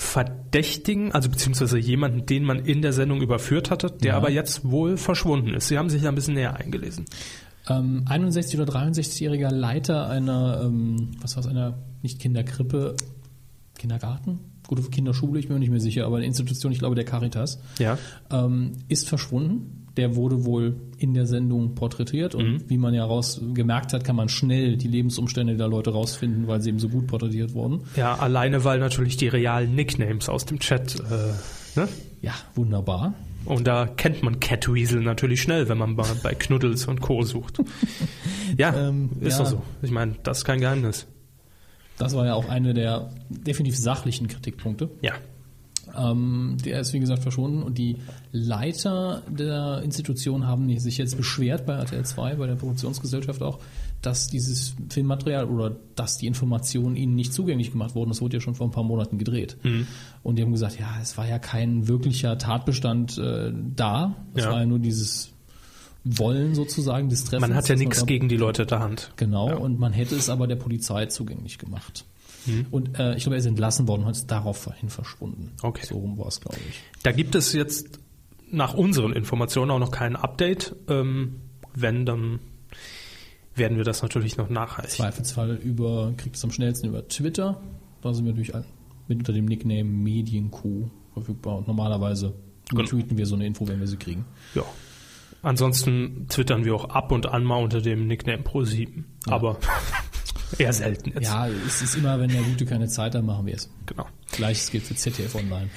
B: Verdächtigen, also beziehungsweise jemanden, den man in der Sendung überführt hatte, der aber jetzt wohl verschwunden ist. Sie haben sich da ein bisschen näher eingelesen.
A: Ähm, 61 oder 63-jähriger Leiter einer, ähm, was war's, einer nicht Kinderkrippe, Kindergarten? Gute Kinderschule, ich bin mir nicht mehr sicher, aber eine Institution, ich glaube der Caritas,
B: Ja.
A: ähm, ist verschwunden. der wurde wohl in der Sendung porträtiert und wie man ja raus gemerkt hat, kann man schnell die Lebensumstände der Leute rausfinden, weil sie eben so gut porträtiert wurden.
B: Ja, alleine weil natürlich die realen Nicknames aus dem Chat. Äh, ne?
A: Ja, wunderbar.
B: Und da kennt man Catweasel natürlich schnell, wenn man bei, bei Knuddels und Co. sucht. Ja,
A: Ähm,
B: ist
A: ja.
B: doch so. Ich meine, das ist kein Geheimnis.
A: Das war ja auch eine der definitiv sachlichen Kritikpunkte.
B: Ja.
A: Ähm, der ist, wie gesagt, verschwunden und die Leiter der Institution haben sich jetzt beschwert bei RTL 2, bei der Produktionsgesellschaft auch, dass dieses Filmmaterial oder dass die Informationen ihnen nicht zugänglich gemacht wurden. Das wurde ja schon vor ein paar Monaten gedreht.
B: Mhm.
A: Und die haben gesagt, ja, es war ja kein wirklicher Tatbestand äh, da. Es
B: Ja.
A: war ja nur dieses Wollen sozusagen des Treffens.
B: Man hat ja
A: dass
B: nichts
A: da-
B: gegen die Leute der Hand.
A: Genau, und man hätte es aber der Polizei zugänglich gemacht.
B: Hm.
A: Und äh, ich glaube, er ist entlassen worden und ist daraufhin verschwunden.
B: Okay.
A: So rum war es, glaube ich.
B: Da gibt es jetzt nach unseren Informationen auch noch kein Update. Ähm, wenn, dann werden wir das natürlich noch nachreichen.
A: Zweifelsfall über, kriegt es am schnellsten über Twitter. Da sind wir natürlich all- mit unter dem Nickname Medienkuh verfügbar. Und normalerweise
B: Genau.
A: tweeten wir so eine Info, wenn wir sie kriegen.
B: Ja. Ansonsten twittern wir auch ab und an mal unter dem Nickname Pro7. Aber eher selten jetzt.
A: Ja, es ist immer, wenn der Gute keine Zeit hat, machen wir es.
B: Genau.
A: Gleiches gilt für ZDF Online.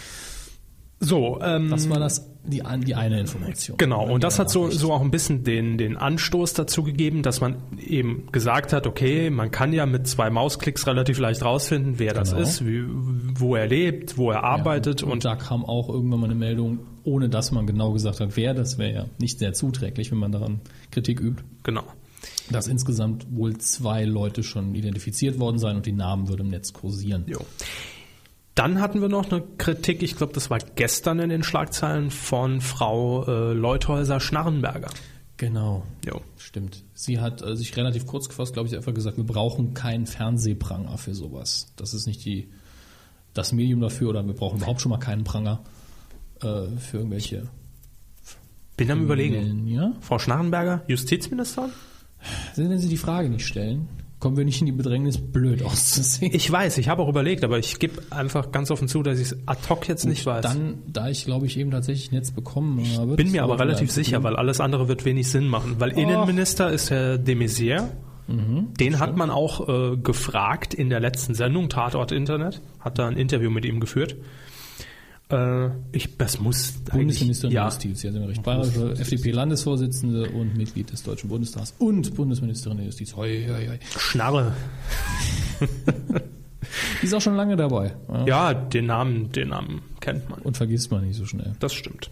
B: So, ähm,
A: Das war das, die, an- die eine Information.
B: Genau, und das hat so, so auch ein bisschen den, den Anstoß dazu gegeben, dass man eben gesagt hat, okay, man kann ja mit zwei Mausklicks relativ leicht rausfinden, wer das
A: Genau.
B: ist, wie, wo er lebt, wo er arbeitet
A: Und
B: und
A: da kam auch irgendwann mal eine Meldung, ohne dass man genau gesagt hat, wer. Das wäre ja nicht sehr zuträglich, wenn man daran Kritik übt.
B: genau.
A: Dass insgesamt wohl zwei Leute schon identifiziert worden seien und die Namen würden im Netz kursieren.
B: Jo. Dann hatten wir noch eine Kritik, ich glaube, das war gestern in den Schlagzeilen von Frau äh, Leuthäuser-Schnarrenberger.
A: Genau.
B: Jo.
A: Stimmt. Sie hat äh, sich relativ kurz gefasst, glaube ich, einfach gesagt, wir brauchen keinen Fernsehpranger für sowas. Das ist nicht die, das Medium dafür oder wir brauchen überhaupt schon mal keinen Pranger äh, für irgendwelche.
B: Bin am Überlegen.
A: Ja?
B: Frau Schnarrenberger, Justizministerin?
A: Wenn Sie die Frage nicht stellen, kommen wir nicht in die Bedrängnis, blöd auszusehen.
B: Ich weiß, ich habe auch überlegt, aber ich gebe einfach ganz offen zu, dass ich es ad hoc jetzt nicht weiß.
A: Dann, da ich, glaube ich, eben tatsächlich Netz bekommen habe.
B: Bin
A: das
B: mir
A: war
B: aber relativ
A: ein- Oh.
B: sicher, weil alles andere wird wenig Sinn machen. Weil Innenminister ist Herr de Maizière.
A: Mhm,
B: Den hat man auch äh, gefragt in der letzten Sendung, Tatort Internet, hat da ein Interview mit ihm geführt. Äh, ich, das muss
A: Bundesministerin
B: eigentlich-
A: der
B: ja,
A: Justiz, ja, sind wir recht. Bayerische FDP-Landesvorsitzende und Mitglied des Deutschen Bundestags und Bundesministerin der Justiz. Hoi, hoi, hoi.
B: Schnarre.
A: Die ist auch schon lange dabei. Ja.
B: Ja, den Namen, den Namen kennt man.
A: Und vergisst man nicht so schnell.
B: Das stimmt.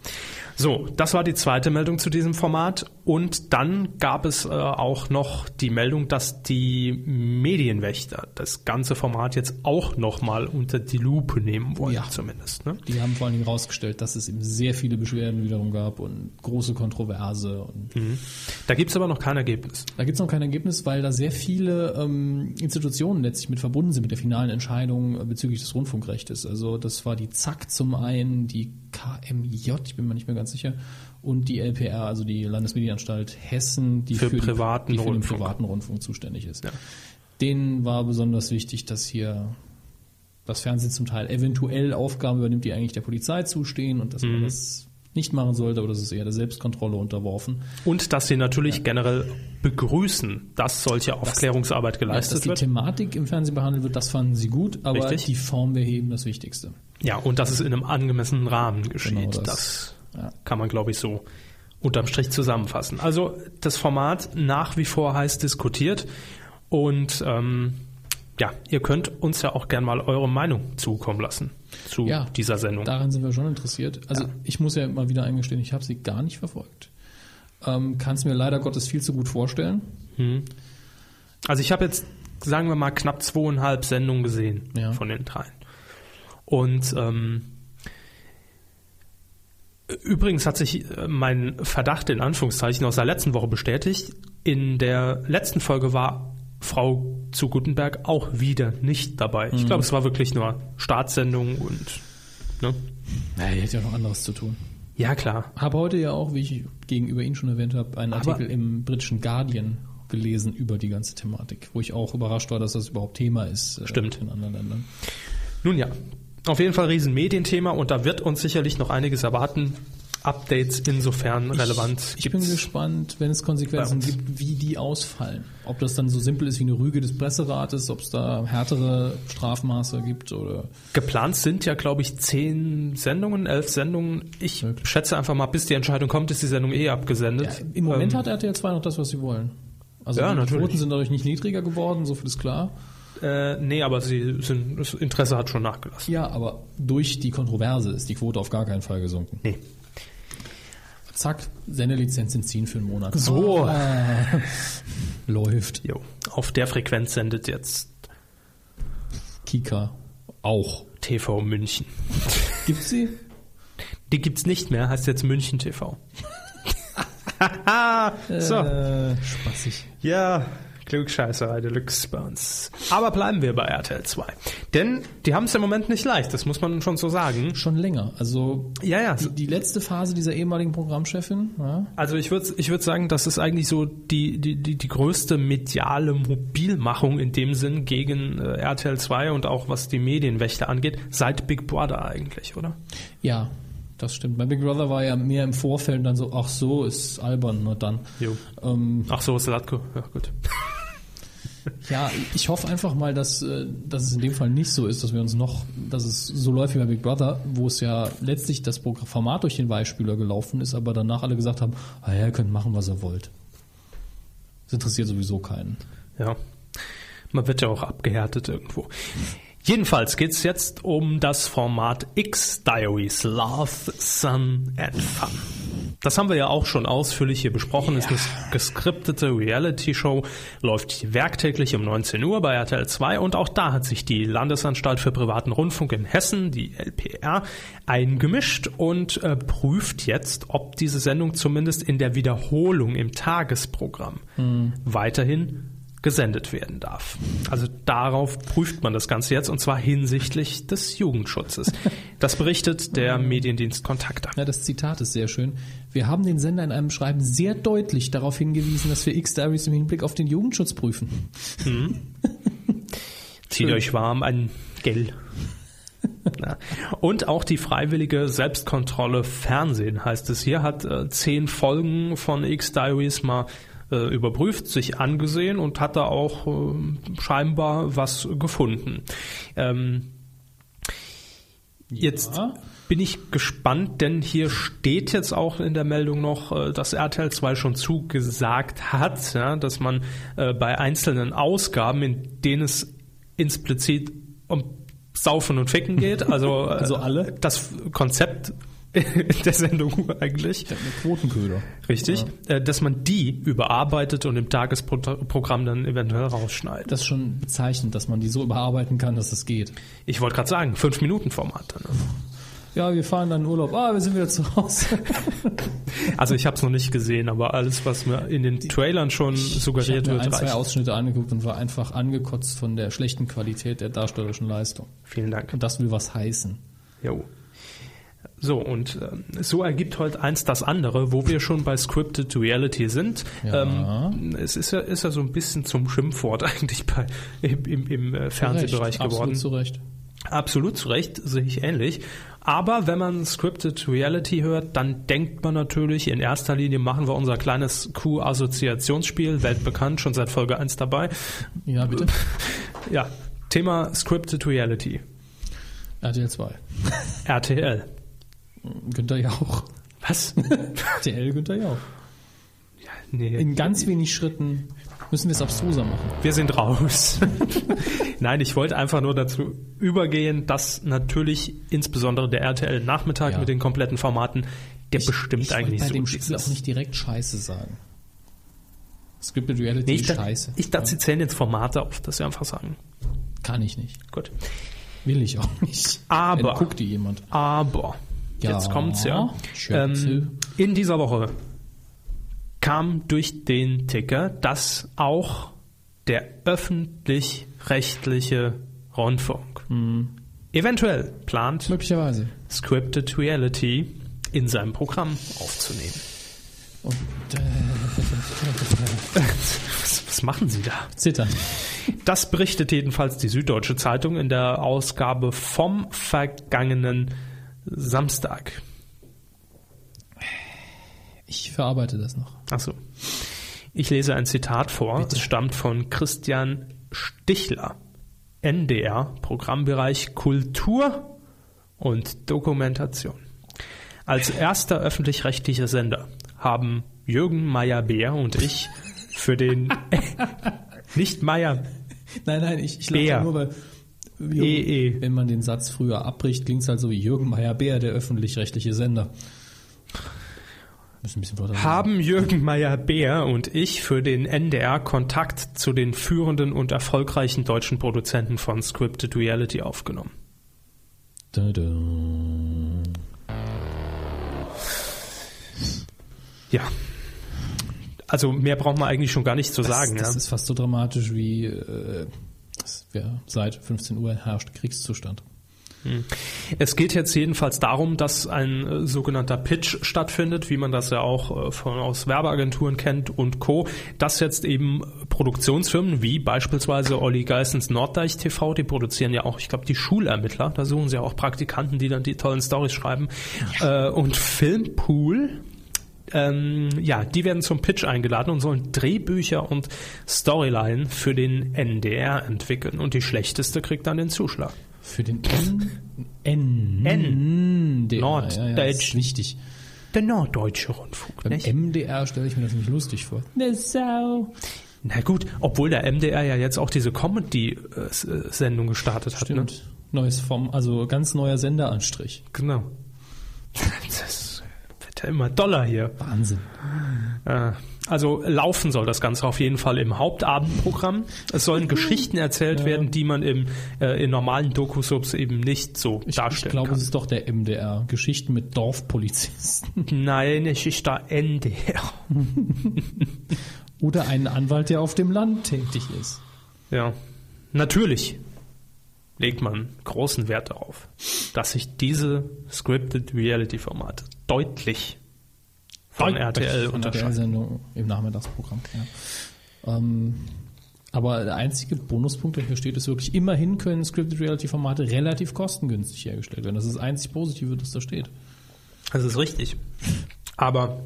B: So, das war die zweite Meldung zu diesem Format. Und dann gab es äh, auch noch die Meldung, dass die Medienwächter das ganze Format jetzt auch nochmal unter die Lupe nehmen wollen,
A: Ja.
B: zumindest. Ne?
A: Die haben vor allen Dingen herausgestellt, dass es eben sehr viele Beschwerden wiederum gab und große Kontroverse. Und
B: Da gibt's aber noch kein Ergebnis.
A: Da gibt es noch kein Ergebnis, weil da sehr viele ähm, Institutionen letztlich mit verbunden sind mit der finalen Entscheidung äh, bezüglich des Rundfunkrechtes. Also das war die ZAK zum einen, die KMJ, ich bin mir nicht mehr ganz sicher, und die LPR, also die Landesmedienanstalt Hessen, die
B: Für
A: die-
B: privaten
A: die für den
B: Rundfunk.
A: privaten Rundfunk zuständig ist.
B: Ja.
A: Denen war besonders wichtig, dass hier das Fernsehen zum Teil eventuell Aufgaben übernimmt, die eigentlich der Polizei zustehen und dass
B: Mhm.
A: man das nicht machen sollte, aber das ist eher der Selbstkontrolle unterworfen.
B: Und dass sie natürlich generell begrüßen, dass solche Aufklärungsarbeit
A: Dass
B: geleistet
A: die
B: wird.
A: Thematik im Fernsehen behandelt wird, das fanden sie gut, aber
B: Richtig.
A: die Form wäre eben das Wichtigste.
B: Ja, und dass es in einem angemessenen Rahmen geschieht.
A: Genau
B: das
A: das. Ja.
B: kann man, glaube ich, so unterm Strich zusammenfassen. Also das Format nach wie vor heiß diskutiert und ähm, ja, ihr könnt uns ja auch gern mal eure Meinung zukommen lassen zu
A: Ja.
B: dieser Sendung.
A: Daran sind wir schon interessiert. Also ich muss ja mal wieder eingestehen, ich habe sie gar nicht verfolgt. Ähm, Kann es mir leider Gottes viel zu gut vorstellen.
B: Also ich habe jetzt, sagen wir mal, knapp zweieinhalb Sendungen gesehen
A: Ja.
B: von den dreien. Und ähm, übrigens hat sich äh, mein Verdacht in Anführungszeichen aus der letzten Woche bestätigt. In der letzten Folge war Frau zu Gutenberg auch wieder nicht dabei.
A: Mhm.
B: Ich glaube, es war wirklich nur Startsendung und ne?
A: Na, ihr hättet ja noch anderes zu tun.
B: ja klar.
A: Habe heute ja auch, wie ich gegenüber Ihnen schon erwähnt habe, einen
B: Aber-
A: Artikel im britischen Guardian gelesen über die ganze Thematik, wo ich auch überrascht war, dass das überhaupt Thema ist äh,
B: Stimmt.
A: in anderen Ländern.
B: Nun ja, auf jeden Fall Riesenmedienthema und da wird uns sicherlich noch einiges erwarten. Updates insofern relevant
A: Ich bin gespannt, wenn es Konsequenzen
B: Bei uns.
A: gibt, wie die ausfallen. Ob das dann so simpel ist wie eine Rüge des Presserates, ob es da härtere Strafmaße gibt oder
B: Geplant sind ja, glaube ich, zehn Sendungen, elf Sendungen. Ich schätze einfach mal, bis die Entscheidung kommt, ist die Sendung eh
A: Ja,
B: abgesendet.
A: Im Moment
B: Ähm,
A: hat RTL 2 noch das, was sie wollen. Also
B: Ja,
A: die
B: natürlich.
A: Quoten sind dadurch nicht niedriger geworden, so viel ist klar.
B: Äh, nee, aber sie sind, das Interesse hat schon nachgelassen.
A: Ja, aber durch die Kontroverse ist die Quote auf gar keinen Fall gesunken.
B: Nee.
A: Zack, Sendelizenz entziehen für einen Monat.
B: So.
A: Ah, läuft.
B: Jo. Auf der Frequenz sendet jetzt
A: Kika auch.
B: TV München.
A: Gibt's sie?
B: Die gibt's nicht mehr, heißt jetzt München TV. so.
A: Äh, spaßig.
B: Ja, Klugscheißerei Deluxe bei uns. Aber bleiben wir bei RTL 2. Denn die haben es im Moment nicht leicht, das muss man schon so sagen.
A: Schon länger. Also
B: Ja, ja.
A: die, die letzte Phase dieser ehemaligen Programmchefin, ja,
B: Also ich würde ich würd sagen, das ist eigentlich so die, die, die, die größte mediale Mobilmachung in dem Sinn gegen äh, RTL 2 und auch was die Medienwächter angeht, seit Big Brother eigentlich, oder?
A: ja, das stimmt. Bei Big Brother war ja mehr im Vorfeld dann so, ach so, ist albern, na dann.
B: Jo.
A: Ähm,
B: Ach so, Salatko. Ja, gut.
A: Ja, ich hoffe einfach mal, dass, äh, dass es in dem Fall nicht so ist, dass wir uns noch, dass es so läuft wie bei Big Brother, wo es ja letztlich das Programm- Format durch den Weichspüler gelaufen ist, aber danach alle gesagt haben, ah ja, ihr könnt machen, was ihr wollt. Das interessiert sowieso keinen.
B: Ja. Man wird ja auch abgehärtet irgendwo. Jedenfalls geht's jetzt um das Format X-Diaries, Love, Sun and Fun. Das haben wir ja auch schon ausführlich hier besprochen. Ist eine geskriptete Reality-Show, läuft werktäglich um 19 Uhr bei RTL 2 und auch da hat sich die Landesanstalt für privaten Rundfunk in Hessen, die LPR, eingemischt und äh, prüft jetzt, ob diese Sendung zumindest in der Wiederholung im Tagesprogramm weiterhin gesendet werden darf. Also darauf prüft man das Ganze jetzt und zwar hinsichtlich des Jugendschutzes. Das berichtet der Mediendienst Kontakt an.
A: Ja, das Zitat ist sehr schön. Wir haben den Sender in einem Schreiben sehr deutlich darauf hingewiesen, dass wir X-Diaries im Hinblick auf den Jugendschutz prüfen.
B: Zieht euch warm an, gell. Na. Und auch die freiwillige Selbstkontrolle Fernsehen heißt es hier, hat äh, zehn Folgen von X-Diaries mal äh, überprüft, sich angesehen und hat da auch äh, scheinbar was gefunden. Ähm, jetzt
A: Ja.
B: bin ich gespannt, denn hier steht jetzt auch in der Meldung noch, äh, dass RTL 2 schon zugesagt hat, ja, dass man äh, bei einzelnen Ausgaben, in denen es implizit um Saufen und Ficken geht, also, äh,
A: Also alle?
B: das Konzept der Sendung eigentlich,
A: Eine Quotenköder.
B: richtig, äh, dass man die überarbeitet und im Tagesprogramm dann eventuell rausschneidet.
A: Das ist schon bezeichnend, dass man die so überarbeiten kann, dass das geht.
B: Ich wollte gerade sagen, 5-Minuten-Format. Dann. ne?
A: Ja, wir fahren dann in Urlaub. Ah, wir sind wieder zu Hause.
B: Also ich habe es noch nicht gesehen, aber alles, was mir in den Trailern schon
A: Ich
B: suggeriert
A: habe mir ein,
B: wird,
A: zwei
B: reicht.
A: Ausschnitte angeguckt und war einfach angekotzt von der schlechten Qualität der darstellerischen Leistung.
B: Vielen Dank.
A: Und das will was heißen.
B: Jo. So, und ähm, so ergibt heute eins das andere, wo wir schon bei Scripted Reality sind.
A: Ja.
B: Ähm, es ist ja, ist ja so ein bisschen zum Schimpfwort eigentlich bei, im, im, im äh, Fernsehbereich
A: Zu Recht,
B: geworden.
A: Absolut zu Recht.
B: Absolut zu Recht, sehe ich ähnlich. Aber wenn man Scripted Reality hört, dann denkt man natürlich, in erster Linie machen wir unser kleines Q-Assoziationsspiel, weltbekannt, schon seit Folge 1 dabei.
A: Ja, bitte.
B: Ja, Thema Scripted Reality,
A: RTL 2.
B: RTL.
A: Günther Jauch.
B: Was?
A: RTL Günther Jauch.
B: nee,
A: In ganz wenig Schritten müssen wir es abstruser machen.
B: wir sind raus. Nein, ich wollte einfach nur dazu übergehen, dass natürlich insbesondere der RTL-Nachmittag
A: Ja.
B: mit den kompletten Formaten, der bestimmt
A: ich
B: eigentlich
A: wollte bei dem
B: so dieses-
A: Spiel auch nicht direkt Scheiße sagen. Scripted Reality
B: Nee,
A: ist
B: ich, dachte,
A: Scheiße.
B: ich dachte, sie zählen jetzt Formate auf, dass sie einfach sagen.
A: Kann ich nicht.
B: Gut.
A: Will ich auch nicht.
B: Aber-
A: Guckt die jemand.
B: Aber,
A: Ja,
B: jetzt kommt's ja.
A: Schätze.
B: Ähm, in dieser Woche kam durch den Ticker, dass auch der öffentlich-rechtliche Rundfunk eventuell plant,
A: Möglicherweise.
B: Scripted Reality in seinem Programm aufzunehmen.
A: Und, äh,
B: Was, was machen Sie da?
A: zittern.
B: Das berichtet jedenfalls die Süddeutsche Zeitung in der Ausgabe vom vergangenen Samstag.
A: Ich verarbeite das noch.
B: Achso. Ich lese ein Zitat vor. Es stammt von Christian Stichler, NDR, Programmbereich Kultur und Dokumentation. Als erster öffentlich-rechtlicher Sender haben Jürgen Meyer-Beer und ich für den nicht Meyer
A: Nein, nein, ich, ich lache
B: Bär.
A: nur, weil Jürgen,
B: E, E.
A: wenn man den Satz früher abbricht, klingt es halt so wie Jürgen Meyer Bär, der öffentlich-rechtliche Sender. Müssen ein bisschen weiter.
B: haben Jürgen Meyer-Beer und ich für den NDR Kontakt zu den führenden und erfolgreichen deutschen Produzenten von Scripted Reality aufgenommen.
A: Tada.
B: Ja. Also mehr braucht man eigentlich schon gar nicht zu sagen.
A: Das, das
B: ja.
A: ist fast so dramatisch wie äh, es wär- seit 15 Uhr herrscht Kriegszustand.
B: Hm. Es geht jetzt jedenfalls darum, dass ein äh, sogenannter Pitch stattfindet, wie man das ja auch äh, von, aus Werbeagenturen kennt und Co., dass jetzt eben Produktionsfirmen wie beispielsweise Olli Geissens Norddeich TV, die produzieren ja auch, ich glaube, die Schulermittler, da suchen sie ja auch Praktikanten, die dann die tollen Stories schreiben, äh, und Filmpool, ähm, ja, die werden zum Pitch eingeladen und sollen Drehbücher und Storyline für den NDR entwickeln. Und die schlechteste kriegt dann den Zuschlag.
A: Für den N. N. Der,
B: Norddeutsch.
A: Ja, ja, das ist wichtig.
B: Der norddeutsche Rundfunk,
A: Beim
B: nicht?
A: MDR stelle ich mir das nicht lustig vor. Ne Sau.
B: Na gut, obwohl der MDR ja jetzt auch diese Comedy-Sendung gestartet hat. Ne?
A: Stimmt. Neues Form, also ganz neuer Senderanstrich.
B: Genau. Das wird ja immer doller hier.
A: Wahnsinn.
B: Äh, Also laufen soll das Ganze auf jeden Fall im Hauptabendprogramm. Es
A: Mhm.
B: sollen Geschichten erzählt werden, die man im, äh, in normalen Dokusubs eben nicht so
A: Ich, ich
B: darstellen
A: glaube,
B: kann.
A: es ist doch der MDR. Geschichten mit Dorfpolizisten.
B: Nein, es ist da NDR.
A: Oder einen Anwalt, der auf dem Land tätig ist.
B: Ja, natürlich legt man großen Wert darauf, dass sich diese Scripted Reality Formate deutlich von RTL
A: Von
B: unterscheiden.
A: RTL-Sendung im Nachmittagsprogramm. Ja. Ähm, aber der einzige Bonuspunkt, der hier steht, ist wirklich, immerhin können Scripted Reality-Formate relativ kostengünstig hergestellt werden. Das ist das einzig Positive, das da steht.
B: Das ist richtig. Aber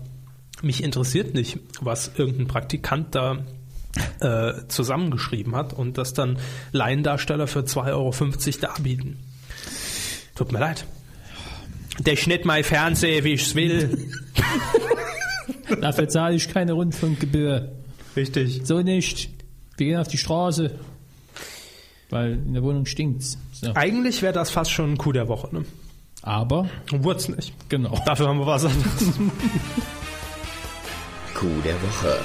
B: mich interessiert nicht, was irgendein Praktikant da äh, zusammengeschrieben hat und das dann Laiendarsteller für 2,50 Euro darbieten. Tut mir leid. Der Schnitt mein Fernseher, wie ich's will.
A: Dafür zahle ich keine Rundfunkgebühr.
B: Richtig.
A: So nicht. Wir gehen auf die Straße. Weil in der Wohnung stinkt's. So.
B: Eigentlich wäre das fast schon ein Coup der Woche. Ne?
A: Aber,
B: Wurz nicht.
A: genau.
B: Dafür haben wir was anderes.
D: Kuh der Woche.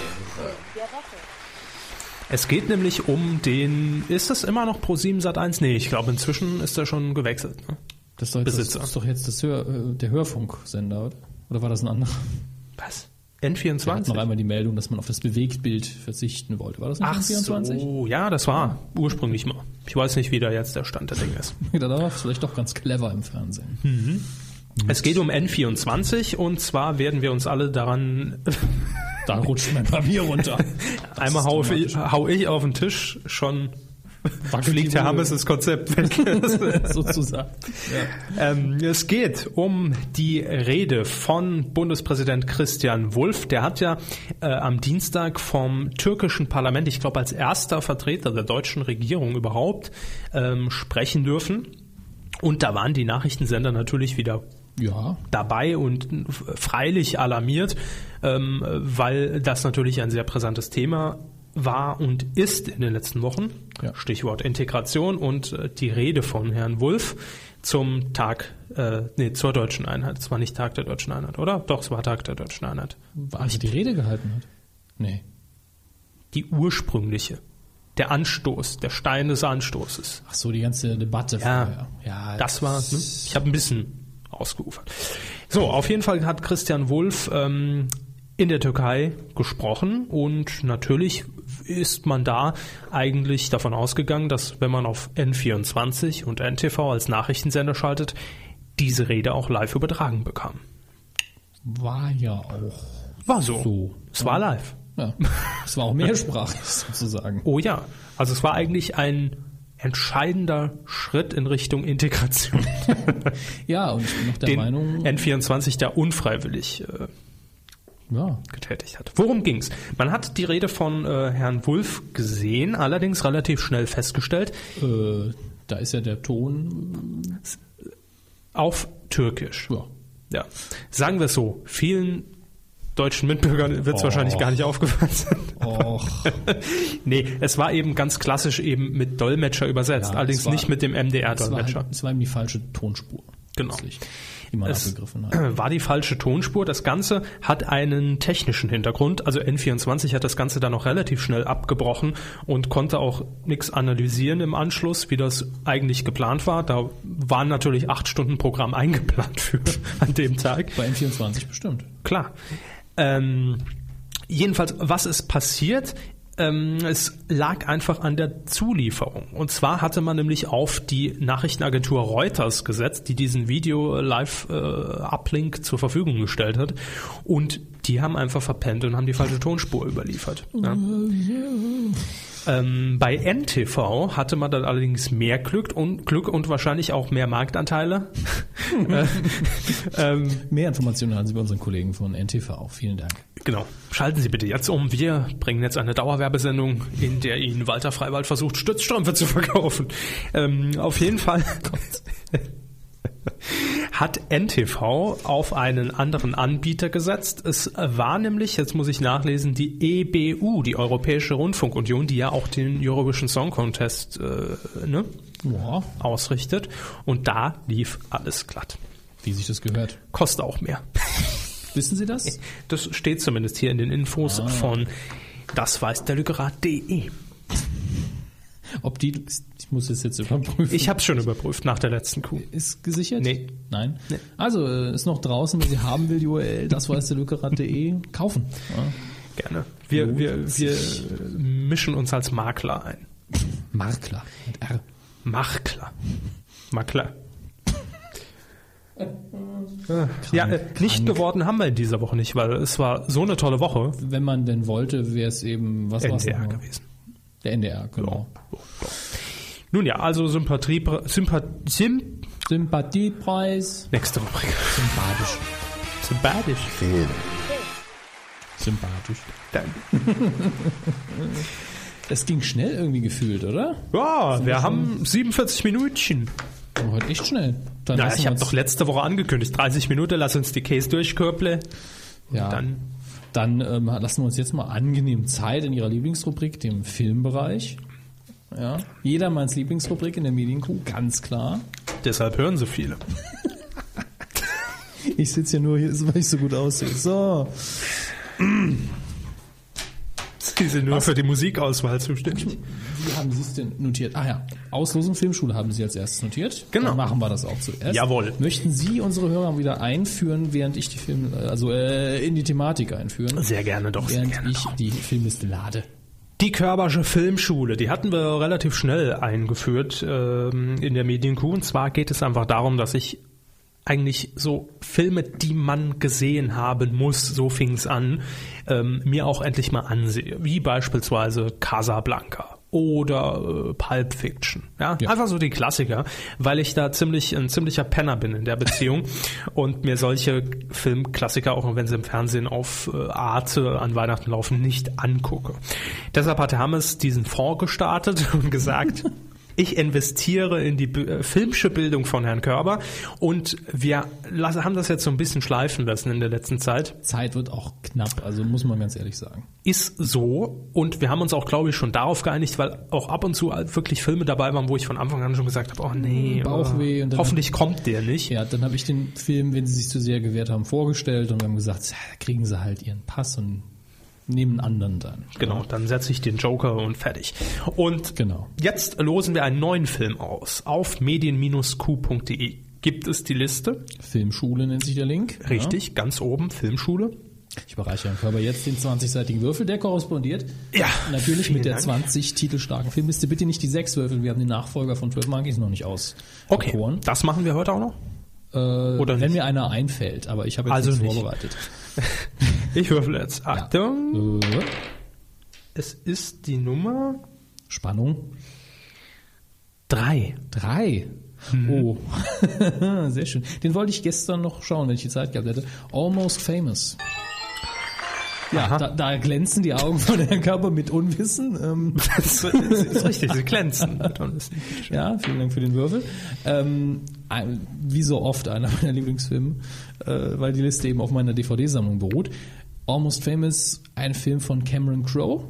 B: Es geht nämlich um den. Ist das immer noch Pro7 Sat1? Nee, ich glaube, inzwischen ist er schon gewechselt. Ne?
A: Das ist doch jetzt, das,
B: Besitzer.
A: das ist doch jetzt das Hör, äh, der Hörfunksender, oder? Oder war das ein anderer?
B: Was?
A: Wir hatten noch
B: N24?
A: einmal die Meldung, dass man auf das Bewegtbild verzichten wollte. War das nicht
B: Ach
A: N24?
B: so, ja, das war ursprünglich mal. Ich weiß nicht, wie da jetzt der Stand der Dinge ist.
A: Da war es vielleicht doch ganz clever im Fernsehen.
B: Hm. Es geht um N24 und zwar werden wir uns alle daran.
A: Da rutscht mein Papier runter.
B: einmal hau, ich- hau ich auf den Tisch, schon fliegt Herr Hammes das Konzept weg.
A: sozusagen.
B: Ähm, es geht um die Rede von Bundespräsident Christian Wulff. Der hat ja äh, am Dienstag vom türkischen Parlament, ich glaube als erster Vertreter der deutschen Regierung überhaupt, ähm, sprechen dürfen. Und da waren die Nachrichtensender natürlich wieder
A: Ja.
B: dabei und freilich alarmiert, ähm, weil das natürlich ein sehr brisantes Thema war und ist in den letzten Wochen.
A: Ja.
B: Stichwort Integration und äh, die Rede von Herrn Wulff zum Tag, äh, nee, zur deutschen Einheit. Es war nicht Tag der deutschen Einheit, oder? Doch, es war Tag der deutschen Einheit.
A: War also die Rede gehalten hat. Nee.
B: Die ursprüngliche. Der Anstoß, der Stein des Anstoßes.
A: Ach so, die ganze Debatte
B: Ja,
A: ja
B: das war. Ne? Ich habe ein bisschen ausgeufert. So, auf jeden Fall hat Christian Wulff ähm, in der Türkei gesprochen und natürlich ist man da eigentlich davon ausgegangen, dass wenn man auf N24 und NTV als Nachrichtensender schaltet, diese Rede auch live übertragen bekam.
A: war ja auch.
B: War so.
A: So.
B: Es war live.
A: Ja. Es war auch mehrsprachig sozusagen.
B: Oh ja, also es war eigentlich ein entscheidender Schritt in Richtung Integration.
A: Ja, und ich bin noch der
B: den
A: Meinung,
B: N24 da unfreiwillig äh, ja. getätigt hat. Worum ging's? Man hat die Rede von äh, Herrn Wulff gesehen, allerdings relativ schnell festgestellt.
A: Äh, da ist ja der Ton.
B: Auf Türkisch.
A: Ja.
B: ja. Sagen wir es so, vielen deutschen Mitbürgern wird es
A: Och.
B: wahrscheinlich gar nicht aufgefallen sein.
A: Och.
B: nee, es war eben ganz klassisch eben mit Dolmetscher übersetzt,
A: Ja,
B: allerdings
A: es war-
B: nicht mit dem
A: Es war,
B: MDR-Dolmetscher.
A: halt, es war eben die falsche Tonspur.
B: Genau.
A: letztlich, Die man
B: Es-
A: abgegriffen hat.
B: war die falsche Tonspur. Das Ganze hat einen technischen Hintergrund. Also N24 hat das Ganze dann noch relativ schnell abgebrochen und konnte auch nichts analysieren im Anschluss, wie das eigentlich geplant war. Da waren natürlich acht Stunden Programm eingeplant für an dem Tag.
A: Bei M24 bestimmt.
B: Klar. Ähm, jedenfalls, was ist passiert? Ähm, es lag einfach an der Zulieferung. Und zwar hatte man nämlich auf die Nachrichtenagentur Reuters gesetzt, die diesen Video-Live-Uplink zur Verfügung gestellt hat. Und die haben einfach verpennt und haben die falsche Tonspur überliefert. Ja. Ähm, bei NTV hatte man dann allerdings mehr Glück und, Glück und wahrscheinlich auch mehr Marktanteile. Äh, ähm,
A: Mehr Informationen haben Sie bei unseren Kollegen von NTV auch. Vielen Dank.
B: Genau. Schalten Sie bitte jetzt um. Wir bringen jetzt eine Dauerwerbesendung, in der Ihnen Walter Freiwald versucht, Stützstrümpfe zu verkaufen. Ähm, auf jeden Fall hat NTV auf einen anderen Anbieter gesetzt. Es war nämlich, jetzt muss ich nachlesen, die EBU, die Europäische Rundfunkunion, die ja auch den Eurovision Song Contest äh, ne,
A: Ja,
B: ausrichtet. Und da lief alles glatt.
A: wie sich das gehört.
B: Kostet auch mehr.
A: Wissen Sie das?
B: Das steht zumindest hier in den Infos von dasweißderlückerat.de.
A: Ob die. Ich muss das jetzt überprüfen.
B: Ich habe es schon überprüft nach der letzten Kuh.
A: Ist gesichert?
B: Nee.
A: Nein. Also, äh, ist noch draußen, wenn sie haben will, die URL, das weiß der Lückerat.de, E. kaufen. Ja.
B: Gerne. Wir, wir, wir mischen uns als Makler ein.
A: Makler mit R.
B: Makler. Makler. ja, äh, nicht geworden haben wir in dieser Woche nicht, weil es war so eine tolle Woche.
A: Wenn man denn wollte, wäre es eben, was war's
B: NDR
A: nochmal?
B: gewesen.
A: Der NDR, genau.
B: Nun ja, also Sympathie, Sympathie, Symp
A: Sympathiepreis.
B: nächste Rubrik.
A: Sympathisch.
B: Sympathisch.
D: Film.
A: Sympathisch.
B: Danke.
A: Es ging schnell irgendwie gefühlt, oder?
B: Ja, wir haben 47 Minütchen.
A: War Heute echt schnell. Dann
B: Na,
A: lassen
B: ich habe
A: wir's-
B: doch letzte Woche angekündigt, 30 Minuten, lass uns die Case durchkörple.
A: ja.
B: dann-
A: Dann, dann ähm, lassen wir uns jetzt mal angenehm Zeit in Ihrer Lieblingsrubrik, dem Filmbereich. Ja. Jedermanns Lieblingsrubrik in der Medienkuh, ganz klar.
B: Deshalb hören so viele.
A: Ich sitze ja nur hier, weil ich so gut aussehe. So.
B: Sie sind nur für die Musikauswahl zuständig.
A: Wie haben Sie es denn notiert? Ah ja, Auslosung Filmschule haben Sie als erstes notiert.
B: Genau.
A: Dann machen wir das auch zuerst.
B: Jawohl.
A: Möchten Sie unsere Hörer wieder einführen, während ich die Film, also äh, in die Thematik einführen,
B: Sehr gerne doch. Sehr
A: während
B: gerne
A: ich
B: doch.
A: die Filmliste lade?
B: Die Körbersche Filmschule, die hatten wir relativ schnell eingeführt ähm, in der Medienkuh. Und zwar geht es einfach darum, dass ich eigentlich so Filme, die man gesehen haben muss, so fing es an, ähm, mir auch endlich mal ansehe. Wie beispielsweise Casablanca oder äh, Pulp Fiction. Ja?
A: Ja.
B: Einfach so die Klassiker, weil ich da ziemlich ein ziemlicher Penner bin in der Beziehung und mir solche Filmklassiker, auch wenn sie im Fernsehen auf äh, Arte an Weihnachten laufen, nicht angucke. Deshalb hat Hermes diesen Fonds gestartet und gesagt, ich investiere in die B- äh, filmische Bildung von Herrn Körber und wir lassen, haben das jetzt so ein bisschen schleifen lassen in der letzten Zeit.
A: Zeit wird auch knapp, also muss man ganz ehrlich sagen.
B: Ist so und wir haben uns auch, glaube ich, schon darauf geeinigt, weil auch ab und zu wirklich Filme dabei waren, wo ich von Anfang an schon gesagt habe, oh nee,
A: Hm, Bauchweh
B: oh,
A: und dann-
B: hoffentlich kommt der nicht.
A: Ja, dann habe ich den Film, wenn sie sich zu sehr gewehrt haben, vorgestellt und wir haben gesagt, ja, da kriegen sie halt ihren Pass und nehmen einen anderen dann.
B: Genau, dann setze ich den Joker und fertig. Und
A: Genau.
B: jetzt losen wir einen neuen Film aus. Auf medien-q.de gibt es die Liste.
A: Filmschule nennt sich der Link.
B: Richtig, ganz oben, Filmschule.
A: Ja. Ich bereiche Herrn Körber jetzt den 20-seitigen Würfel, der korrespondiert
B: Ja,
A: Natürlich
B: vielen
A: mit der
B: Dank.
A: 20 titelstarken Filmliste. Bitte nicht die 6 Würfel. Wir haben den Nachfolger von 12 Monkeys noch nicht aus.
B: Okay,
A: erkoren.
B: das machen wir heute auch noch.
A: Äh,
B: oder
A: Oder wenn
B: nicht.
A: mir einer einfällt, aber ich habe jetzt
B: Also
A: nichts
B: nicht.
A: vorbereitet.
B: Ich würfel jetzt. Achtung,
A: Äh,
B: es ist die Nummer
A: Spannung.
B: 3.
A: 3. Oh, sehr schön. Den wollte ich gestern noch schauen, wenn ich die Zeit gehabt hätte. Almost Famous. Ja, da, da glänzen die Augen von Herrn Körper mit Unwissen. Ähm,
B: Das ist richtig, sie glänzen.
A: ja, vielen Dank für den Würfel. Ähm, ein- wie so oft einer meiner Lieblingsfilme, äh, weil die Liste eben auf meiner DVD-Sammlung beruht. Almost Famous, ein Film von Cameron Crowe.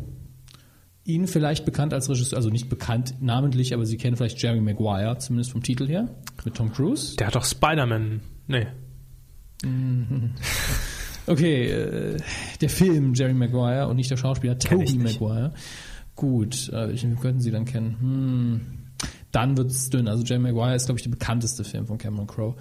A: Ihnen vielleicht bekannt als Regisseur, also nicht bekannt namentlich, aber Sie kennen vielleicht Jeremy Maguire, zumindest vom Titel her, mit Tom Cruise.
B: Der hat doch Spider-Man. Nee.
A: Okay, äh, der Film Jerry Maguire und nicht der Schauspieler
B: Kenn ich
A: Toby
B: nicht.
A: Maguire. Gut, äh, ich- wen könnten Sie dann kennen? Hm. Dann wird's dünn. Also Jerry Maguire ist, glaube ich, der bekannteste Film von Cameron Crowe.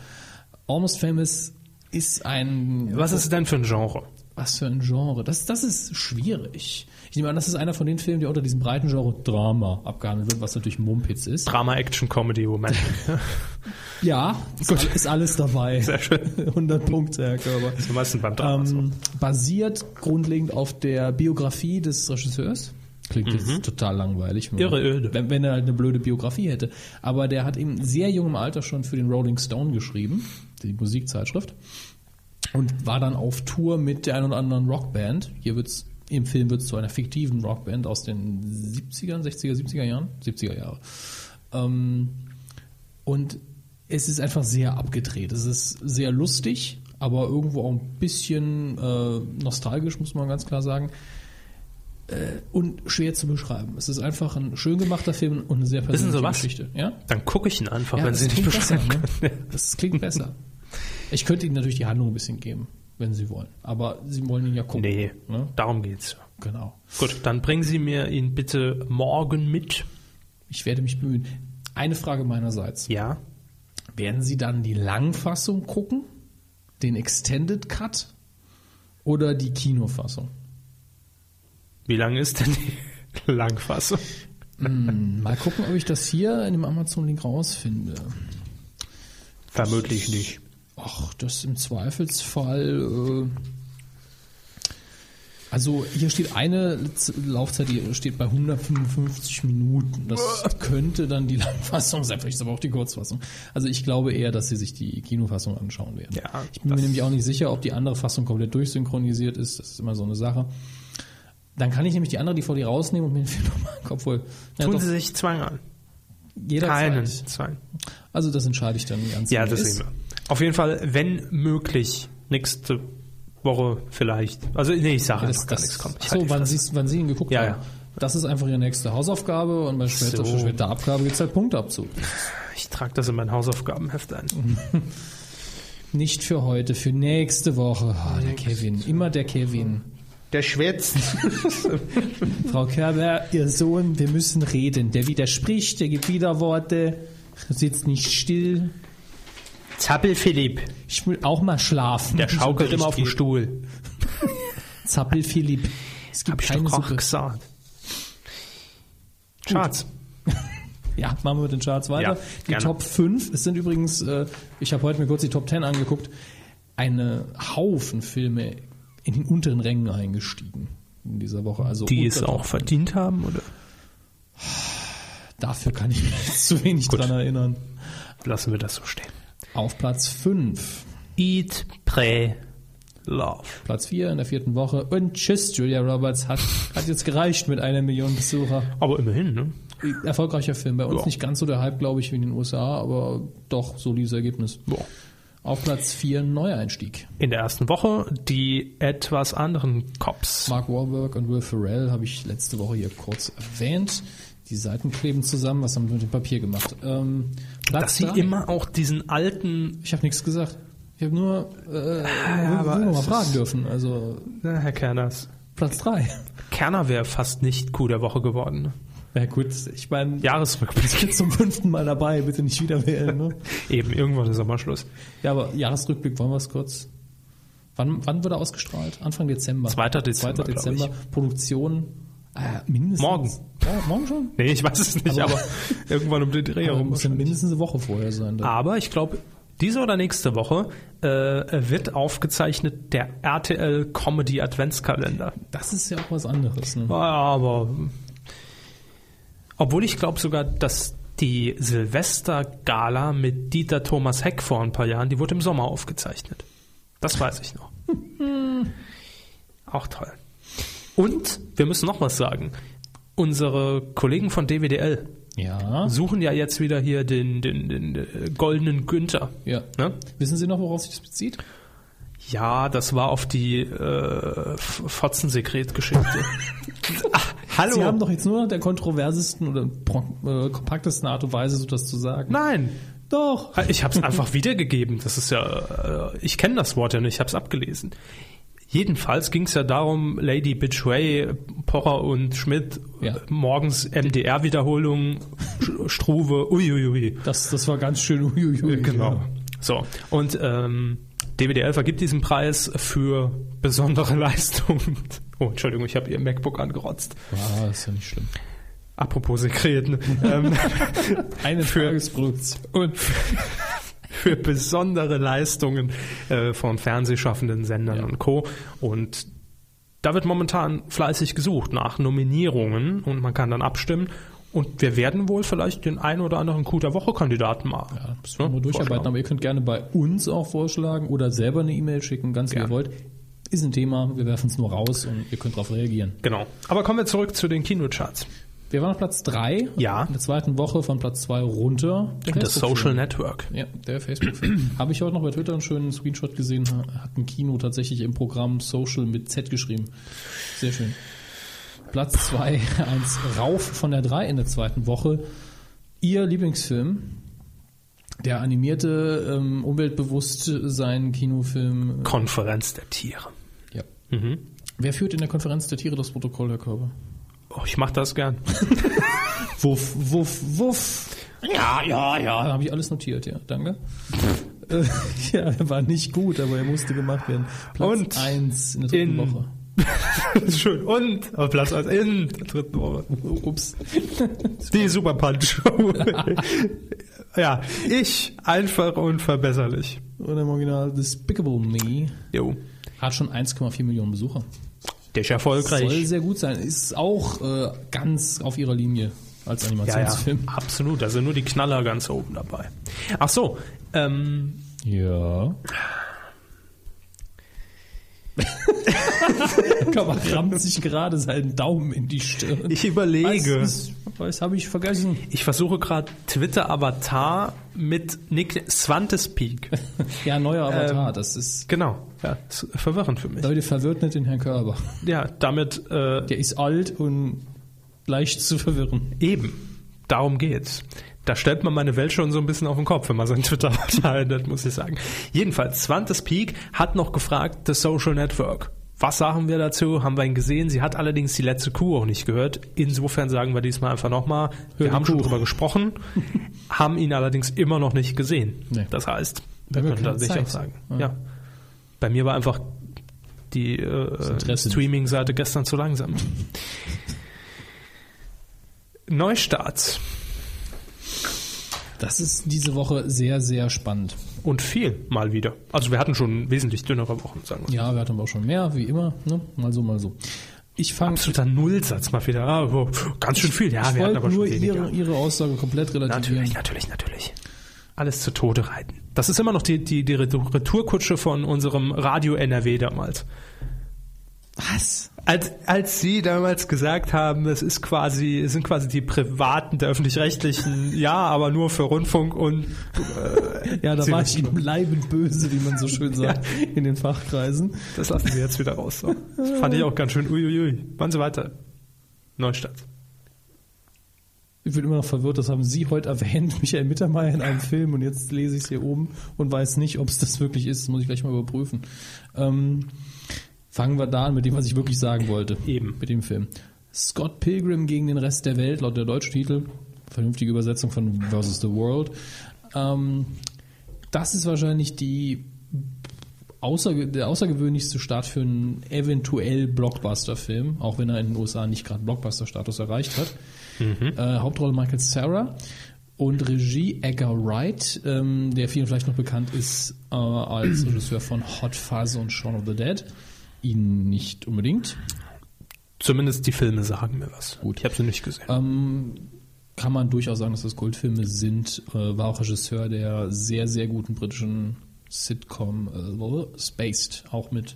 A: Almost Famous ist ein...
B: Was ist denn für ein Genre?
A: Was für ein Genre? Das, das ist schwierig. Ich nehme an, das ist einer von den Filmen, der unter diesem breiten Genre Drama abgehandelt wird, was natürlich Mumpitz ist.
B: Drama, Action, Comedy, Moment.
A: Ja, ist, al- ist alles dabei.
B: Sehr schön.
A: 100 Punkte, Herr Körber.
B: Ist meistens beim Drama so.
A: ähm, basiert grundlegend auf der Biografie des Regisseurs. Klingt jetzt total langweilig. Wenn man-
B: Mhm. Irre öde.
A: Wenn, wenn er halt eine blöde Biografie hätte. Aber der hat in sehr jungem Alter schon für den Rolling Stone geschrieben, die Musikzeitschrift. Und war dann auf Tour mit der ein oder anderen Rockband. Hier wird's, im Film wird es zu einer fiktiven Rockband aus den 70ern, 60er, 70er Jahren? 70er Jahre. Ähm, und es ist einfach sehr abgedreht. Es ist sehr lustig, aber irgendwo auch ein bisschen äh, nostalgisch, muss man ganz klar sagen. Äh, und schwer zu beschreiben. Es ist einfach ein schön gemachter Film und eine sehr persönliche
B: Wissen Sie was?
A: Geschichte. Ja?
B: Dann gucke ich ihn einfach,
A: Ja,
B: wenn
A: das
B: sie nicht
A: klingt besser,
B: beschreiben können.
A: ne? Das klingt besser. Ich könnte Ihnen natürlich die Handlung ein bisschen geben, wenn Sie wollen. Aber Sie wollen ihn ja gucken.
B: Nee,
A: Ne?
B: darum geht's.
A: Genau.
B: Gut, dann bringen Sie mir ihn bitte morgen mit.
A: Ich werde mich bemühen. Eine Frage meinerseits.
B: Ja.
A: Werden Sie dann die Langfassung gucken, den Extended Cut oder die Kinofassung?
B: Wie lang ist denn die Langfassung?
A: Mal gucken, ob ich das hier in dem Amazon-Link rausfinde.
B: Vermutlich nicht.
A: Ach, das im Zweifelsfall. Äh also hier steht eine Laufzeit, die steht bei 155 Minuten. Das könnte dann die Langfassung sein, vielleicht ist aber auch die Kurzfassung. Also ich glaube eher, dass sie sich die Kinofassung anschauen werden.
B: Ja,
A: ich bin mir
B: das-
A: nämlich auch nicht sicher, ob die andere Fassung komplett durchsynchronisiert ist. Das ist immer so eine Sache. Dann kann ich nämlich die andere DVD rausnehmen und mir den Film nochmal im Kopf holen. Ja,
B: Tun
A: doch,
B: Sie sich Zwang an.
A: jederzeit.
B: Keinen Zwang.
A: Also das entscheide ich dann ganz genau.
B: Ja, das sehen wir. Auf jeden Fall, wenn möglich, nächste Woche vielleicht. Also, nee, ich sage
A: Das,
B: einfach gar
A: das,
B: nichts. Komm, ich
A: ach
B: halt
A: so,
B: die
A: wann
B: Fresse.
A: Sie, wann Sie ihn geguckt
B: Ja,
A: haben.
B: ja.
A: Das ist einfach Ihre nächste Hausaufgabe und bei später,
B: So.
A: verspäteter Abgabe gibt es halt Punktabzug.
B: ich trage das in mein Hausaufgabenheft ein.
A: Nicht für heute, für nächste Woche. Ah, der Kevin, immer der Kevin.
D: Der schwätzt.
A: Frau Kerber, Ihr Sohn, wir müssen reden. Der widerspricht, der gibt Widerworte, sitzt nicht still.
B: Zappel Philipp.
A: Ich will auch mal schlafen.
B: Der schaukelt immer auf dem
A: Stuhl.
B: Stuhl.
A: Zappel Philipp. Es
B: Hab
A: gibt
B: ich
A: keine
B: doch auch
A: Suppe.
B: gesagt. Schatz.
A: Ja, machen wir mit den Charts weiter.
B: Ja,
A: die
B: gerne.
A: Top 5, es sind übrigens, äh, ich habe heute mir kurz die Top 10 angeguckt, eine Haufen Filme in den unteren Rängen eingestiegen in dieser Woche. Also
B: Die
A: unter-
B: es auch verdient haben, oder?
A: Dafür kann ich mich zu wenig
B: Gut.
A: dran erinnern.
B: Lassen wir das so stehen.
A: Auf Platz 5,
B: Eat, pray, love.
A: Platz 4 in der vierten Woche. Und tschüss, Julia Roberts hat, hat jetzt gereicht mit einer Million Besucher.
B: Aber immerhin, ne?
A: Erfolgreicher Film. Bei uns
B: Ja.
A: nicht ganz so der Hype, glaube ich, wie in den USA, aber doch solides Ergebnis.
B: Boah.
A: Auf Platz 4 Neueinstieg.
B: In der ersten Woche die etwas anderen Cops.
A: Mark Wahlberg und Will Ferrell habe ich letzte Woche hier kurz erwähnt. Die Seiten kleben zusammen. Was haben wir mit dem Papier gemacht? Ähm, Platz
B: Dass sie
A: drei.
B: immer auch diesen alten.
A: Ich habe nichts gesagt. Ich habe nur, äh,
B: Ah, aber
A: nur
B: es
A: mal
B: ist-
A: fragen dürfen. Also
B: Na, Herr Kerners.
A: Platz 3.
B: Kerner wäre fast nicht Coup der Woche geworden. ne?
A: Na gut, ich meine, ich bin
B: Jahresrückblick.
A: zum fünften Mal dabei. Bitte nicht wieder wählen. Ne?
B: Eben, irgendwann ist aber Schluss.
A: Ja, aber Jahresrückblick, wollen wir es kurz? Wann, wann wurde ausgestrahlt? Anfang Dezember.
B: 2.
A: 2.
B: Dezember,
A: Dezember.
B: glaub
A: Produktion äh, mindestens.
B: Morgen.
A: Ja, morgen schon?
B: Nee, ich weiß es nicht, aber,
A: Aber-
B: irgendwann um den Dreh
A: Ja,
B: herum.
A: muss ja mindestens eine Woche vorher sein. dann.
B: Aber ich glaube, diese oder nächste Woche äh, wird aufgezeichnet der RTL Comedy Adventskalender.
A: Das ist ja auch was anderes. Ne?
B: Aber obwohl ich glaube sogar, dass die Silvester-Gala mit Dieter Thomas Heck vor ein paar Jahren, die wurde im Sommer aufgezeichnet. Das weiß ich noch. Auch toll. Und wir müssen noch was sagen. Unsere Kollegen von DWDL
A: Ja.
B: suchen ja jetzt wieder hier den, den, den äh, goldenen Günther.
A: ja.
B: Ne?
A: Wissen Sie noch, worauf sich das bezieht?
B: Ja, das war auf die äh, Fotzen-Sekret-Geschichte.
A: Sie haben doch jetzt nur nach der kontroversesten oder pro- äh, kompaktesten Art und Weise, so das zu sagen.
B: Nein,
A: Doch.
B: Äh, Ich habe es einfach wiedergegeben. Das ist ja, äh, ich kenne das Wort ja nicht, ich habe es abgelesen. Jedenfalls ging es ja darum, Lady Bitchway, Pocher und Schmidt,
A: Ja.
B: äh, morgens MDR-Wiederholung, Sch- Struve, uiuiui. Genau.
A: Das, das war ganz schön. Uiuiui. Ja.
B: So, und ähm, DWDL vergibt diesen Preis für besondere Leistungen. Oh, Entschuldigung, ich habe ihr MacBook angerotzt.
A: Ah, ist ja nicht schlimm.
B: Apropos Sekreten. ähm,
A: Eine
B: Für-
A: Tagesproduktion.
B: und für besondere Leistungen äh, von fernsehschaffenden Sendern und Co. Und da wird momentan fleißig gesucht nach Nominierungen und man kann dann abstimmen. Und wir werden wohl vielleicht den einen oder anderen Coup der Woche-Kandidaten mal. Ja,
A: Müssen wir mal durcharbeiten, aber ihr könnt gerne bei uns auch vorschlagen oder selber eine E-Mail schicken, ganz wie
B: Gerne.
A: ihr wollt. Ist ein Thema, wir werfen es nur raus und ihr könnt darauf reagieren.
B: Genau. Aber kommen wir zurück zu den Kinocharts.
A: Wir waren auf Platz 3.
B: Ja.
A: In der zweiten Woche von Platz 2 runter. Der
B: Das
A: Facebook-Film.
B: Social Network.
A: Ja, der Facebook-Film. Habe ich heute noch bei Twitter einen schönen Screenshot gesehen. Hat ein Kino tatsächlich im Programm Social mit Z geschrieben. Sehr schön. Platz 2, 1 rauf von der 3 in der zweiten Woche. Ihr Lieblingsfilm, der animierte, ähm, umweltbewusst sein Kinofilm.
B: Konferenz der Tiere. Mhm.
A: Ja. Wer führt in der Konferenz der Tiere das Protokoll, Herr Körber?
B: Oh, ich mache das gern.
A: Wuff, wuff, wuff. Ja, ja, ja. Habe Ah, ich alles notiert, ja. Danke. Äh, ja, war nicht gut, aber er musste gemacht werden.
B: Und
A: Platz 1 in der dritten
B: in-
A: Woche.
B: das ist schön. Und auf Platz als in der dritten Woche.
A: Ups.
B: Die Super Punch Show. ja, ich einfach unverbesserlich.
A: Und im Original Despicable Me
B: Jo.
A: hat schon 1,4 Millionen Besucher.
B: Der ist
A: Soll
B: erfolgreich.
A: sehr gut sein. Ist auch äh, ganz auf ihrer Linie als
B: Ja, ja,
A: Animationsfilm.
B: absolut. Da sind nur die Knaller ganz oben dabei. Ach so, ähm,
A: Ja. Komm, er rammt sich gerade seinen Daumen in die Stirn.
B: ich überlege.
A: Was, was, was habe ich vergessen?
B: Ich versuche gerade Twitter-Avatar mit Nick Swantespeak.
A: Ja, neuer Avatar, das ist.
B: genau. Ja, ist verwirrend für mich.
A: Leute, verwirrt nicht den Herrn Körber.
B: Ja, damit äh,
A: Der ist alt und leicht zu verwirren.
B: eben. Darum geht's. Da stellt man meine Welt schon so ein bisschen auf den Kopf, wenn man sein Twitter-Avatar ändert, muss ich sagen. Jedenfalls, Swantespeak hat noch gefragt, das Social Network. Was sagen wir dazu? Haben wir ihn gesehen? Sie hat allerdings die letzte Kuh auch nicht gehört. Insofern sagen wir diesmal einfach nochmal, wir
A: die
B: haben schon
A: Kuh.
B: drüber gesprochen, haben ihn allerdings immer noch nicht gesehen.
A: Nee.
B: Das heißt,
A: haben
B: wir
A: ja
B: können
A: keine
B: tatsächlich auch
A: Zeit.
B: sagen. Ja.
A: Ja.
B: Bei mir war einfach die äh,
A: Interesse nicht.
B: Streaming-Seite gestern zu langsam. Neustarts.
A: Das ist diese Woche sehr, sehr spannend.
B: Und viel mal wieder. Also wir hatten schon wesentlich dünnere Wochen, sagen wir.
A: Ja, wir hatten aber auch schon mehr, wie immer. Ne? Mal so, mal so. Ich fange.
B: Absoluter Nullsatz mal wieder. Ah, wow, ganz schön viel. Ja,
A: Ich
B: Ah, wir hatten
A: wollte
B: aber
A: nur
B: schon weniger.
A: ihre, ihre Aussage komplett relativieren.
B: Natürlich, natürlich, natürlich. Mhm. Alles zu Tode reiten. Das ist immer noch die, die, die Retour- Retourkutsche von unserem Radio NRW damals.
A: Was?
B: Als, als Sie damals gesagt haben, es ist quasi, es sind quasi die privaten der öffentlich-rechtlichen, ja, aber nur für Rundfunk und
A: Ja, da
B: Sie
A: war ich
B: wissen
A: ihm bleibend böse, wie man so schön sagt, in den Fachkreisen.
B: das lassen wir jetzt wieder raus. So. Das fand ich auch ganz schön. Uiuiui. Machen Sie weiter. Neustadt.
A: Ich bin immer noch verwirrt, das haben Sie heute erwähnt, Michael Mittermeier in einem Film und jetzt lese ich es hier oben und weiß nicht, ob es das wirklich ist. Das muss ich gleich mal überprüfen. Ähm, fangen wir da an mit dem, was ich wirklich sagen wollte.
B: Eben.
A: Mit dem Film. Scott Pilgrim gegen den Rest der Welt, laut der deutsche Titel. Vernünftige Übersetzung von Versus the World. Ähm, das ist wahrscheinlich die außerge der außergewöhnlichste Start für einen eventuell Blockbuster-Film, auch wenn er in den USA nicht gerade Blockbuster-Status erreicht hat. Äh, Hauptrolle Michael Sarah und Regie Edgar Wright, ähm, der vielen vielleicht noch bekannt ist äh, als Regisseur von Hot Fuzz und Shaun of the Dead. Ihnen nicht unbedingt.
B: Zumindest die Filme sagen mir was. Gut. Ich habe sie nicht gesehen.
A: Ähm, Kann man durchaus sagen, dass das Kultfilme sind. Äh, war auch Regisseur der sehr, sehr guten britischen Sitcom äh, Spaced, auch mit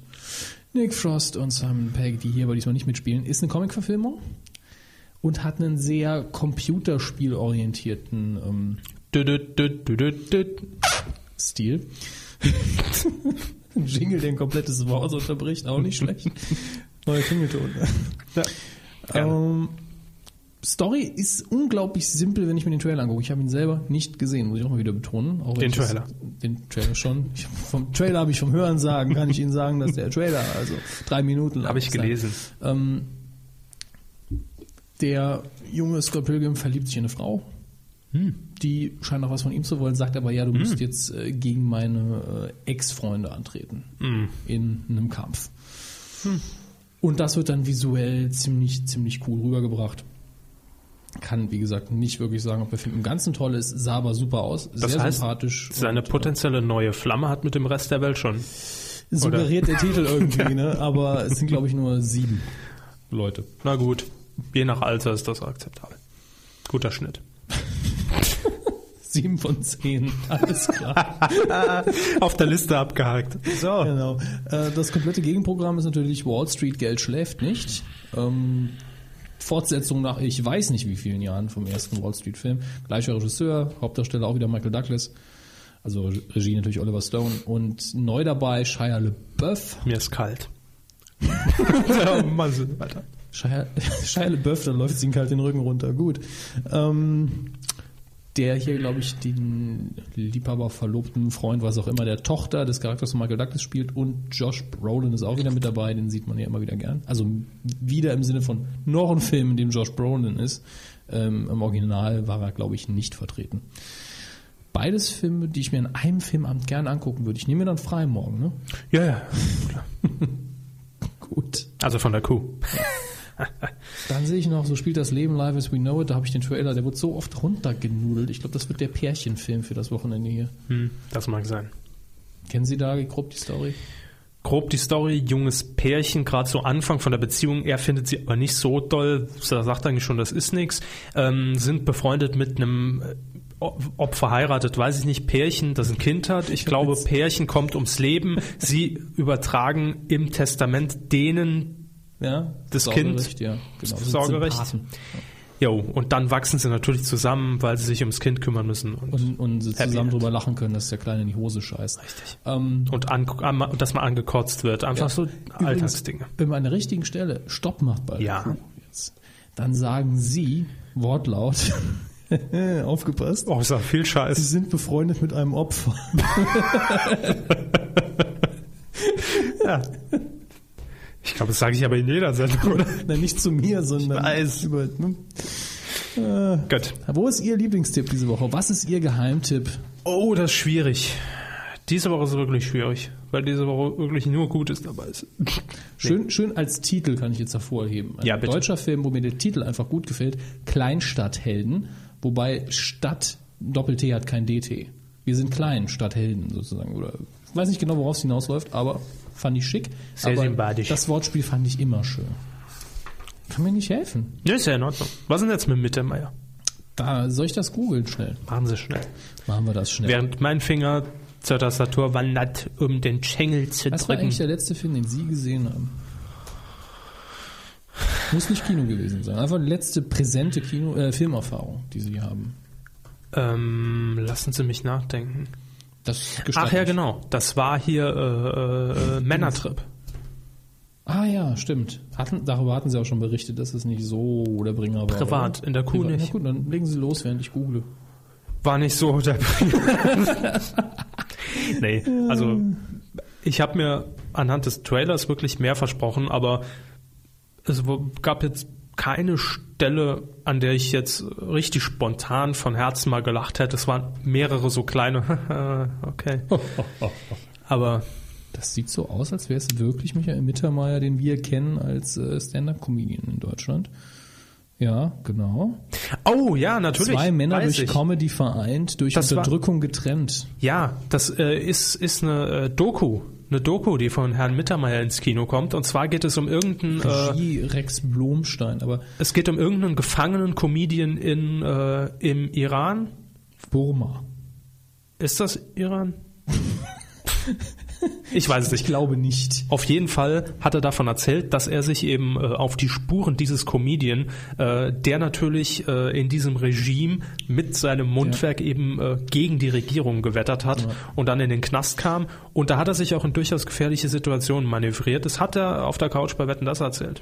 A: Nick Frost und Simon Pegg, die hier aber diesmal nicht mitspielen, ist eine Comic-Verfilmung und hat einen sehr computerspielorientierten ähm,
B: Dü, dü, dü, dü, dü, dü.
A: Stil. Ein Jingle, der ein komplettes Wort unterbricht, auch nicht schlecht. Neue Klingelton.
B: Gerne.
A: Ähm, Story ist unglaublich simpel, wenn ich mir den Trailer angucke. Ich habe ihn selber nicht gesehen, muss ich auch mal wieder betonen. Auch wenn
B: Den
A: ich das-
B: Trailer.
A: Den Trailer schon. Ich, vom Trailer habe ich vom Hören sagen, kann ich Ihnen sagen, dass der Trailer, also drei Minuten lang
B: Habe ich
A: ist dann.
B: gelesen.
A: Ähm, der junge Scott Pilgrim verliebt sich in eine Frau.
B: Hm.
A: Die scheint auch was von ihm zu wollen, sagt aber, ja, du musst jetzt äh, gegen meine äh, Ex-Freunde antreten.
B: Hm.
A: In einem Kampf. Und das wird dann visuell ziemlich, ziemlich cool rübergebracht. Kann, wie gesagt, nicht wirklich sagen, ob der Film im Ganzen toll ist, sah aber super aus,
B: Das
A: sehr
B: heißt,
A: sympathisch.
B: seine
A: und, äh,
B: potenzielle neue Flamme hat mit dem Rest der Welt schon.
A: Suggeriert der Titel irgendwie, ne? Aber es sind, glaube ich, nur sieben Leute.
B: Na gut, je nach Alter ist das akzeptabel. Guter Schnitt.
A: Sieben von zehn, alles klar.
B: Auf der Liste abgehakt. So.
A: genau. Äh, Das komplette Gegenprogramm ist natürlich Wall Street Geld schläft nicht. Ähm, Fortsetzung nach ich weiß nicht wie vielen Jahren vom ersten Wall Street Film. Gleicher Regisseur, Hauptdarsteller auch wieder Michael Douglas. Also Re- Regie natürlich Oliver Stone und neu dabei Shia LeBeouf.
B: Mir ist kalt. ja, Mann, weiter.
A: Shia, Shia LeBeouf, da läuft es ihm kalt den Rücken runter. Gut. Ähm, der hier, glaube ich, den Liebhaber, Verlobten, Freund, was auch immer, der Tochter des Charakters von Michael Douglas spielt und Josh Brolin ist auch wieder mit dabei, den sieht man ja immer wieder gern. Also wieder im Sinne von noch ein Film, in dem Josh Brolin ist. Ähm, Im Original war er, glaube ich, nicht vertreten. Beides Filme, die ich mir in einem Filmabend gern angucken würde. Ich nehme mir dann frei morgen, ne?
B: Ja, ja.
A: Gut.
B: Also von der Kuh.
A: Dann sehe ich noch, so spielt das Leben live as we know it. Da habe ich den Trailer, der wird so oft runtergenudelt. Ich glaube, das wird der Pärchenfilm für das Wochenende hier.
B: Hm, das mag sein.
A: Kennen Sie da grob die Story?
B: Grob die Story, junges Pärchen, gerade so Anfang von der Beziehung, er findet sie aber nicht so doll, er sagt eigentlich schon, das ist nix, ähm, sind befreundet mit einem, äh, ob ob verheiratet, weiß ich nicht, Pärchen, das ein Kind hat. Ich glaube, Pärchen kommt ums Leben. Sie übertragen im Testament denen,
A: Ja,
B: Das
A: Sorgerecht,
B: Kind.
A: ja. Genau.
B: Das Sorgerecht.
A: Sympathen.
B: jo, und dann wachsen sie natürlich zusammen, weil sie sich ums Kind kümmern müssen. Und, und,
A: Und, und sie
B: Happy
A: zusammen
B: End.
A: drüber lachen können, dass der Kleine in die Hose scheißt.
B: Richtig.
A: Ähm,
B: an, am- dass man angekotzt wird. Einfach so
A: Übrigens,
B: Alltagsdinge.
A: Wenn man an der richtigen Stelle Stopp macht bei der
B: Ja.
A: Kuh jetzt, dann sagen Sie wortlaut, aufgepasst,
B: Oh, ist ja viel
A: Sie
B: Scheiß.
A: sind befreundet mit einem Opfer.
B: Ich glaube, das sage ich aber in jeder Sendung, oder?
A: Nein, nicht zu mir, sondern
B: weiß.
A: über. Ne?
B: Gut.
A: Wo ist Ihr Lieblingstipp diese Woche? Was ist Ihr Geheimtipp?
B: Oh, das ist schwierig. Diese Woche ist wirklich schwierig, weil diese Woche wirklich nur Gutes dabei ist.
A: Schön, schön als Titel kann ich jetzt hervorheben. Ein
B: Ja, bitte.
A: deutscher Film, wo mir der Titel einfach gut gefällt. Kleinstadthelden, wobei Stadt Doppel-T hat kein DT. Wir sind klein, Stadthelden sozusagen. Oder ich weiß nicht genau, worauf es hinausläuft, aber fand ich schick.
B: Sehr
A: aber
B: sympathisch.
A: Das Wortspiel fand ich immer schön. Kann mir nicht helfen.
B: Ja, ist ja in Ordnung. Was ist denn jetzt mit Mittermeier?
A: Da soll ich das googeln schnell.
B: Machen Sie schnell.
A: Machen wir das schnell.
B: Während mein Finger zur Tastatur wandert, um den Schengel zu
A: Was war
B: drücken.
A: eigentlich der letzte Film, den Sie gesehen haben? Muss nicht Kino gewesen sein. Einfach die letzte präsente Kino, äh, Filmerfahrung, die Sie haben.
B: Ähm, lassen Sie mich nachdenken.
A: Das
B: Ach
A: gestatte
B: ja,
A: ich.
B: genau. Das war hier äh, äh, äh, Männertrip.
A: Ah ja, stimmt. Hatten, darüber hatten Sie auch schon berichtet, dass es nicht so der Bringer war.
B: Privat,
A: oder?
B: in der Kuh
A: Privat.
B: nicht.
A: Na gut, dann legen Sie los, während ich google.
B: War nicht so der Nee, also ich habe mir anhand des Trailers wirklich mehr versprochen, aber es wo- gab jetzt keine Stelle, an der ich jetzt richtig spontan von Herzen mal gelacht hätte. Es waren mehrere so kleine, okay. Aber
A: Das sieht so aus, als wäre es wirklich Michael Mittermeier, den wir kennen als äh, Stand-Up-Comedian in Deutschland. Ja, genau.
B: oh ja, natürlich.
A: Zwei Männer
B: weiß
A: durch
B: ich.
A: Comedy vereint, durch
B: Das war-
A: Unterdrückung getrennt.
B: Ja, das äh, ist, ist eine äh, Doku. Eine Doku, die von Herrn Mittermeier ins Kino kommt. Und zwar geht es um irgendeinen. Äh,
A: Regie Rex Blomstein, aber
B: Es geht um irgendeinen gefangenen Comedian in, äh, im Iran.
A: Burma.
B: Ist das Iran? Ich weiß es nicht.
A: Ich glaube nicht.
B: Auf jeden Fall hat er davon erzählt, dass er sich eben äh, auf die Spuren dieses Comedian, äh, der natürlich äh, in diesem Regime mit seinem Mundwerk eben äh, gegen die Regierung gewettert hat und dann in den Knast kam. Und da hat er sich auch in durchaus gefährliche Situationen manövriert. Das hat er auf der Couch bei Wetten das erzählt.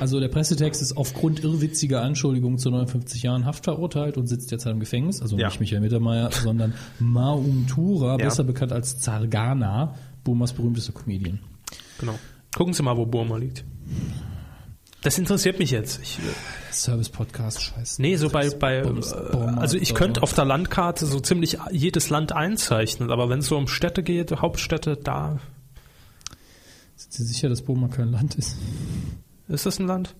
A: Also der Pressetext ist aufgrund irrwitziger Anschuldigungen zu 59 Jahren Haft verurteilt und sitzt derzeit im Gefängnis. Also
B: Ja.
A: nicht Michael Mittermeier, sondern Maum Tura,
B: Ja.
A: besser bekannt als Zargana, Burmas berühmtester Comedian.
B: Genau. Gucken Sie mal, wo Burma liegt. Das interessiert mich jetzt. Ich, äh,
A: Service-Podcast, scheiß.
B: Nee, so bei, bei
A: Bums,
B: äh,
A: Burma,
B: also ich
A: Burma.
B: könnte auf der Landkarte so ziemlich jedes Land einzeichnen, aber wenn es so um Städte geht, Hauptstädte, da
A: Sind Sie sicher, dass Burma kein Land ist?
B: ist das ein Land?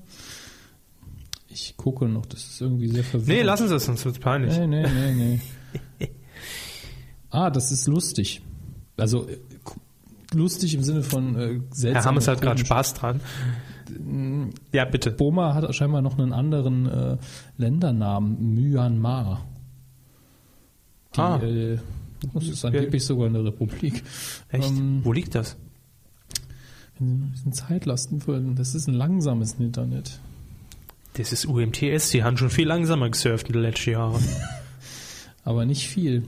A: Ich gucke noch, das ist irgendwie sehr verwirrend.
B: Nee, lassen Sie es, sonst wird's peinlich.
A: Nee, nee, nee, nee. ah, das ist lustig. Also äh, ku- lustig im Sinne von äh, seltsam.
B: Herr Hammes
A: und
B: hat gerade
A: komisch.
B: Spaß dran. Ja, bitte.
A: Burma hat scheinbar noch einen anderen äh, Ländernamen, Myanmar. Die,
B: Ah.
A: äh, das ist angeblich sogar eine Republik.
B: Echt?
A: Ähm,
B: Wo liegt das?
A: wenn Sie ein bisschen Zeit lassen würden, das ist ein langsames Internet.
B: Das ist UMTS, die haben schon viel langsamer gesurft in den letzten Jahren.
A: aber nicht viel.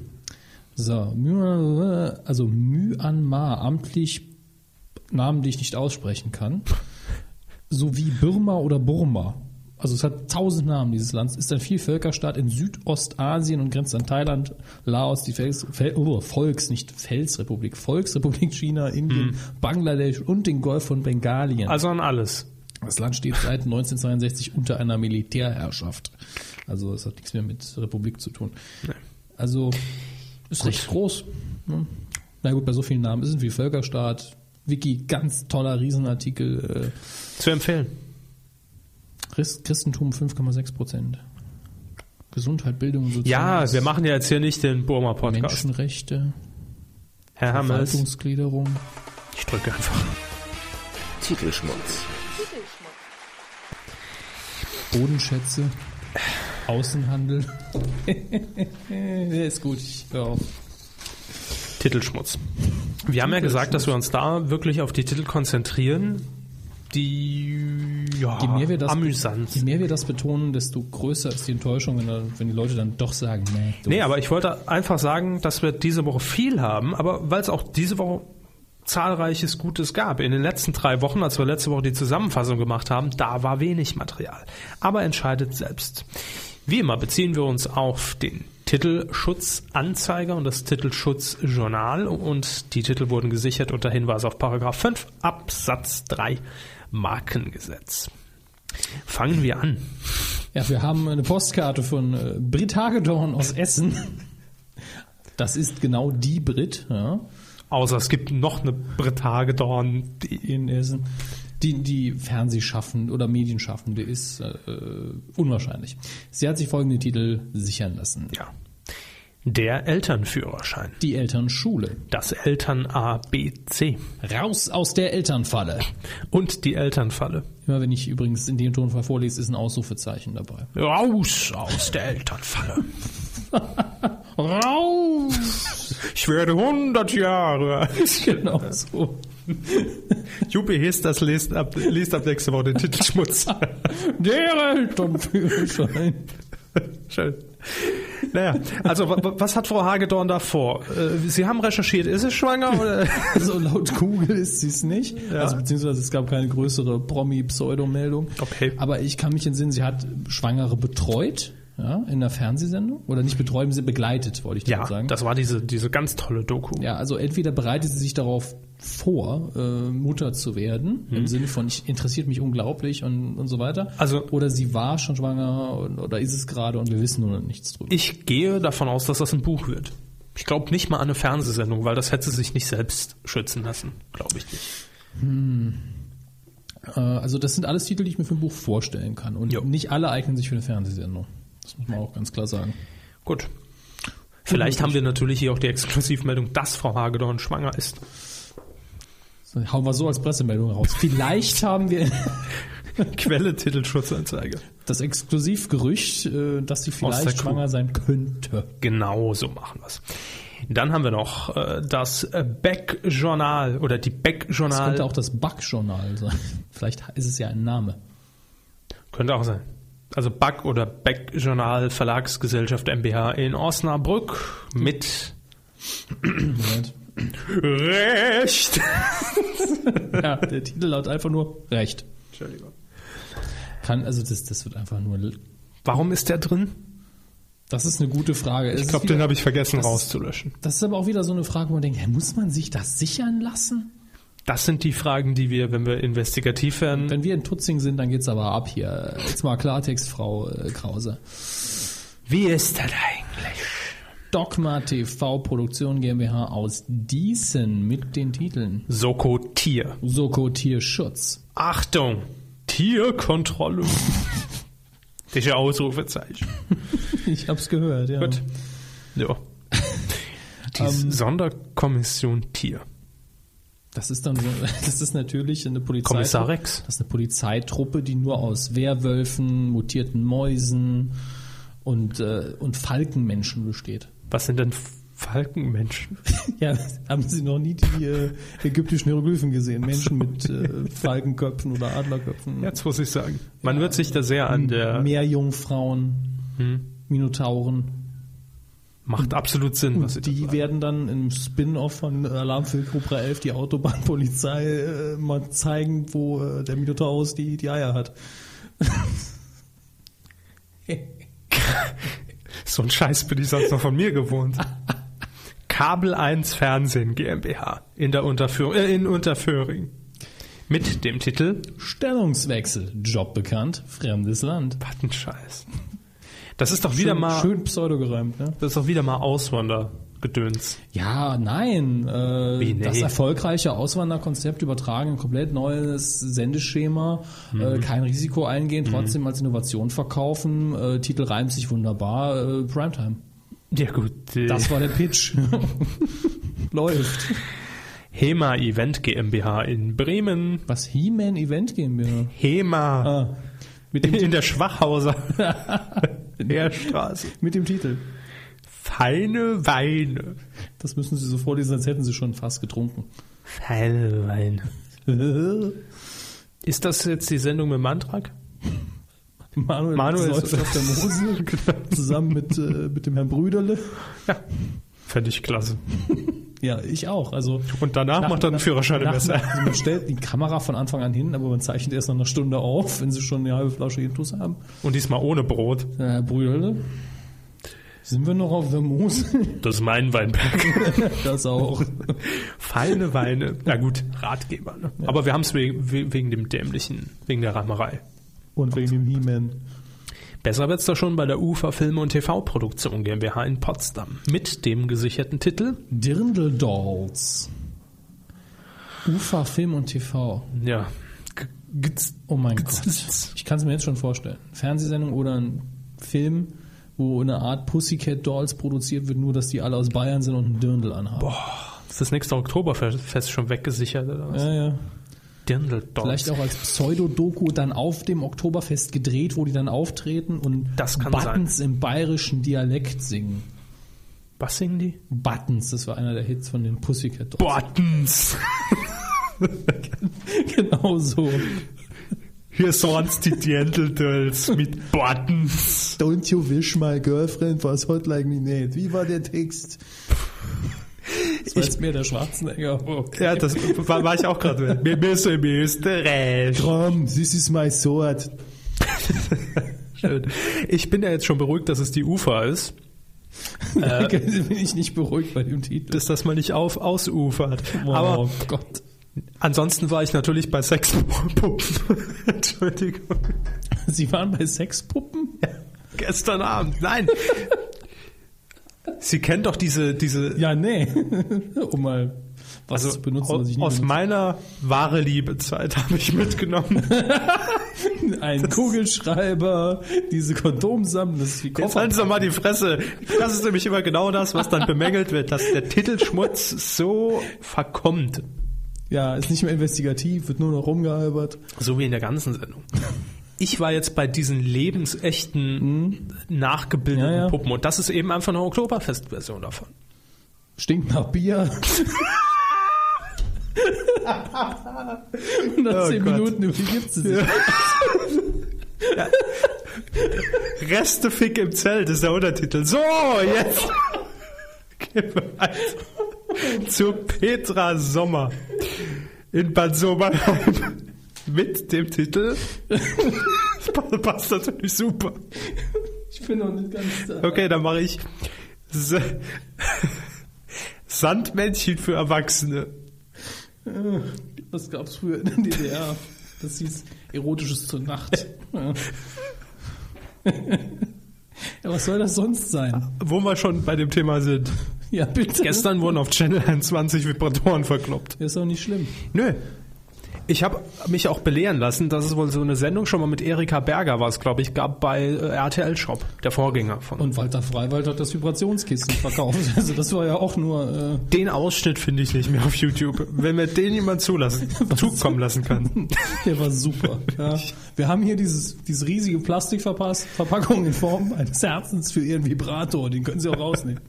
A: So, Myanmar, also Myanmar, amtlich Namen, die ich nicht aussprechen kann, sowie Birma oder Burma. Also es hat tausend Namen dieses Landes. Ist ein Vielvölkerstaat in Südostasien und grenzt an Thailand, Laos, die Fels, Fel, oh, Volks, nicht Felsrepublik, Volksrepublik China, Indien, Bangladesch und den Golf von Bengalien.
B: Also an alles.
A: Das Land steht seit 1962 unter einer Militärherrschaft. Also es hat nichts mehr mit Republik zu tun. Also ist recht groß. Ne? Na gut, bei so vielen Namen ist es wie Völkerstaat. Wiki, ganz toller Riesenartikel.
B: Zu empfehlen.
A: äh, Christ- Christentum 5,6 Prozent. Gesundheit, Bildung und
B: Ja,
A: Soziales.
B: wir machen ja jetzt hier nicht den Burma-Podcast.
A: Menschenrechte,
B: Herr Hammes,
A: Verwaltungsgliederung.
B: ich drücke einfach.
D: Titelschmutz.
A: Bodenschätze, Außenhandel. Der ist gut, ich hör auf.
B: Titelschmutz. Wir haben ja gesagt, dass wir uns da wirklich auf die Titel konzentrieren, die ja,
A: Je mehr wir das,
B: amüsant
A: Je
B: sind.
A: mehr wir das betonen, desto größer ist die Enttäuschung, wenn, dann- wenn die Leute dann doch sagen, nee, du-
B: Nee, aber ich wollte einfach sagen, dass wir diese Woche viel haben, aber weil es auch diese Woche zahlreiches Gutes gab. In den letzten drei Wochen, als wir letzte Woche die Zusammenfassung gemacht haben, da war wenig Material. Aber entscheidet selbst. Wie immer beziehen wir uns auf den Titelschutzanzeiger und das Titelschutzjournal und die Titel wurden gesichert unter Hinweis auf Paragraph 5 Absatz 3 Markengesetz. Fangen wir an.
A: Ja, wir haben eine Postkarte von äh, Brit Hagedorn aus Essen. Das ist genau die Brit, ja,
B: Außer es gibt noch eine Brit Hagedorn, die
A: in Essen, die, die Fernsehschaffende oder Medienschaffende ist, äh, äh, unwahrscheinlich. Sie hat sich folgenden Titel sichern lassen.
B: Ja. Der Elternführerschein.
A: Die Elternschule.
B: Das Eltern ABC.
A: Raus aus der Elternfalle.
B: Und die Elternfalle.
A: Immer wenn ich übrigens in dem Tonfall vorlese, ist ein Ausrufezeichen dabei.
B: Raus aus der Elternfalle.
A: Raus!
B: Ich werde 100 Jahre.
A: genau so.
B: Juppie hieß das, liest ab, liest ab nächste Woche den Titelschmutz.
A: Der Elternführerschein.
B: Schön. Naja, also wa- wa- was hat Frau Hagedorn da vor? Äh, Sie haben recherchiert, ist sie schwanger? Oder?
A: Also laut Google ist sie es nicht. Also beziehungsweise es gab keine größere Promi-Pseudomeldung.
B: Okay.
A: Aber ich kann mich entsinnen, sie hat Schwangere betreut. Ja, in einer Fernsehsendung? Oder nicht betreuen, sie begleitet, wollte ich damit
B: Ja,
A: sagen.
B: das war diese, diese ganz tolle Doku.
A: Ja, also entweder bereitet sie sich darauf vor, äh, Mutter zu werden,
B: Mhm.
A: im Sinne von, ich interessiert mich unglaublich und, und so weiter.
B: Also-
A: oder sie war schon schwanger und, oder ist es gerade und wir wissen nur noch nichts drüber.
B: Ich gehe davon aus, dass das ein Buch wird. Ich glaube nicht mal an eine Fernsehsendung, weil das hätte sie sich nicht selbst schützen lassen, glaube ich nicht.
A: Äh, also das sind alles Titel, die ich mir für ein Buch vorstellen kann. Und
B: Jo.
A: nicht alle eignen sich für eine Fernsehsendung. Das muss man auch ganz klar sagen.
B: Gut. Vielleicht haben wir natürlich hier auch die Exklusivmeldung, dass Frau Hagedorn schwanger ist.
A: So, hauen wir so als Pressemeldung raus. Vielleicht haben wir
B: Quelle Titelschutzanzeige.
A: das Exklusivgerücht, äh, dass sie
B: Aus der
A: vielleicht
B: Kuh.
A: schwanger sein könnte.
B: Genau so machen wir es. Dann haben wir noch äh, das äh, Beck-Journal oder die
A: Das
B: Beck-Journal.
A: könnte auch das Backjournal sein. Vielleicht ist es ja ein Name.
B: Könnte auch sein. Also Back oder Beck Journal Verlagsgesellschaft MBH in Osnabrück mit
A: Moment.
B: Recht.
A: Ja, der Titel lautet einfach nur Recht. Kann, also das, das wird einfach nur.
B: Warum ist der drin?
A: Das ist eine gute Frage. Es
B: Ich
A: ist
B: glaube,
A: wieder-
B: den habe ich vergessen
A: das ist-
B: rauszulöschen.
A: Das ist aber auch wieder so eine Frage, wo man denkt, hä, muss man sich das sichern lassen?
B: Das sind die Fragen, die wir, wenn wir investigativ werden.
A: Wenn wir in Tutzing sind, dann geht's aber ab hier. Jetzt mal Klartext, Frau äh, Krause.
B: Wie ist das eigentlich?
A: Dogma TV Produktion GmbH aus Gießen mit den Titeln
B: Soko Tier.
A: Soko Tierschutz,
B: Achtung! Tierkontrolle. das ist ja Ausrufezeichen.
A: Ich hab's gehört, ja.
B: Gut. Ja. Ähm. Die Sonderkommission Tier.
A: Das ist dann so, das ist natürlich eine Polizei.
B: Kommissar Rex.
A: Das ist eine Polizeitruppe, die nur aus Werwölfen, mutierten Mäusen und, äh, und Falkenmenschen besteht.
B: Was sind denn Falkenmenschen?
A: Ja, haben Sie noch nie die äh, ägyptischen Hieroglyphen gesehen? Menschen mit äh, Falkenköpfen oder Adlerköpfen.
B: Jetzt muss ich sagen. Man wird sich da sehr an der. Hm.
A: Meerjungfrauen, Minotauren.
B: Macht absolut Sinn, was sie da
A: Die
B: sagen.
A: werden dann im Spin-off von Alarm für Cobra 11 die Autobahnpolizei äh, mal zeigen, wo äh, der Minotaurus die, die Eier hat.
B: So ein Scheiß bin ich sonst noch von mir gewohnt. Kabel 1 Fernsehen GmbH in der Unterföhring, äh, in Unterföhring. Mit dem Titel
A: Stellungswechsel, Job bekannt, fremdes Land.
B: Wattenscheiß. Das ist doch wieder
A: schön,
B: mal,
A: schön pseudogeräumt, ne?
B: das ist doch wieder mal Auswandergedöns.
A: Ja, nein. Äh,
B: Wie, nee?
A: Das erfolgreiche Auswanderkonzept übertragen, ein komplett neues Sendeschema, äh,
B: Mhm.
A: kein Risiko eingehen, trotzdem als Innovation verkaufen. Äh, Titel reimt sich wunderbar, äh, Primetime.
B: Ja gut. äh,
A: Das war der Pitch. Läuft.
B: HEMA Event GmbH in Bremen.
A: Was He-Man Event GmbH?
B: HEMA
A: Ah, mit, dem,
B: in der Schwachhauser Heerstraße.
A: mit dem Titel.
B: Feine Weine.
A: Das müssen Sie so vorlesen, als hätten Sie schon fast getrunken.
B: Feine Weine. Ist das jetzt die Sendung mit dem Antrag?
A: Manuel,
B: Manuel ist-
A: seufzt auf der Mosel
B: Genau.
A: zusammen mit, äh, mit dem Herrn Brüderle.
B: Ja. Fände ich klasse.
A: Ja, ich auch. Also
B: Und danach macht er einen Führerschein im
A: nach,
B: Messer.
A: also man stellt die Kamera von Anfang an hin, aber man zeichnet erst nach einer Stunde auf, wenn sie schon eine halbe Flasche Intus haben.
B: Und diesmal ohne Brot.
A: Äh, Herr Brüderle, sind wir noch auf der Mosel?
B: Das ist mein Weinberg.
A: Das auch.
B: Feine Weine. Na gut, Ratgeber. Ne? Aber wir haben es wegen, we- wegen dem dämlichen, wegen der Rahmerei.
A: Und wegen dem He-Man.
B: Besser wird's doch schon bei der UFA Filme und TV-Produktion GmbH in Potsdam. Mit dem gesicherten Titel.
A: Dirndl-Dolls. Ufa, Film und TV.
B: Ja. G- gitz-
A: Oh mein Gott. Ich kann es mir jetzt schon vorstellen. Fernsehsendung oder ein Film, wo eine Art Pussycat-Dolls produziert wird, nur dass die alle aus Bayern sind und einen Dirndl anhaben. Boah.
B: Ist das nächste Oktoberfest schon weggesichert oder was?
A: Ja, ja.
B: Dirndl
A: Vielleicht auch als Pseudodoku dann auf dem Oktoberfest gedreht, wo die dann auftreten und
B: Das kann
A: Buttons im bayerischen Dialekt singen.
B: Was singen die?
A: Buttons, das war einer der Hits von den Pussycat Dolls.
B: Buttons!
A: Genau so.
B: Hier sonst die Dirndl-Dölls mit Buttons.
A: Don't you wish my girlfriend was hot like me? Nee, wie war der Text? Das war jetzt mehr der Schwarzenegger. Oh.
B: Ja, das war, war ich auch gerade. Wir müssen im Österreich.
A: Komm, this is my sword.
B: Schön. Ich bin ja jetzt schon beruhigt, dass es die UFA ist,
A: Danke,
B: Äh.
A: bin ich nicht beruhigt bei dem Titel.
B: dass das mal nicht auf ausufert.
A: Wow, oh
B: Aber
A: Gott.
B: ansonsten war ich natürlich bei Sexpuppen. Entschuldigung.
A: Sie waren bei Sexpuppen?
B: Gestern Abend. Nein. Sie kennen doch diese, diese
A: Ja, nee. um mal was
B: also
A: zu benutzen, was ich nicht
B: aus
A: benutze.
B: meiner wahre Liebe Zeit habe ich mitgenommen.
A: Ein Kugelschreiber, diese Kondomsammlung, das ist wie
B: Jetzt also-
A: Koffer.
B: halten Sie doch mal die Fresse. Das ist nämlich immer genau das, was dann bemängelt wird, dass der Titelschmutz so verkommt.
A: Ja, ist nicht mehr investigativ, wird nur noch rumgealbert.
B: So wie in der ganzen Sendung. Ich war jetzt bei diesen lebensechten, nachgebildeten
A: Ja, ja.
B: Puppen und das ist eben einfach eine Oktoberfest-Version davon.
A: stinkt nach Bier. Und nach
B: Oh
A: zehn
B: Gott.
A: Minuten übergibt sie sich.
B: Restefick im Zelt ist der Untertitel. So, jetzt gehen wir weiter zu Petra Sommer in Bad Sobernheim mit dem Titel. Das pa- passt natürlich super.
A: Ich bin noch nicht ganz da.
B: Okay, dann mache ich S Sandmännchen für Erwachsene.
A: Das gab's früher in der DDR. Das hieß Erotisches zur Nacht. Ja. ja, was soll das sonst sein?
B: Wo wir schon bei dem Thema sind.
A: Ja, bitte.
B: Gestern wurden auf Channel 21 Vibratoren verkloppt.
A: Ist doch nicht schlimm.
B: Nö. Ich habe mich auch belehren lassen, dass es wohl so eine Sendung schon mal mit Erika Berger war, es glaube ich, gab bei äh, RTL Shop, der Vorgänger von.
A: Und Walter Freiwald hat das Vibrationskissen verkauft. Also das war ja auch nur äh,
B: den Ausschnitt finde ich nicht mehr auf YouTube. Wenn mir den jemand zulassen, zukommen lassen kann.
A: äh, der war super. Ja. Wir haben hier dieses, diese riesige Plastikverpackung in Form eines Herzens für Ihren Vibrator. Den können Sie auch rausnehmen.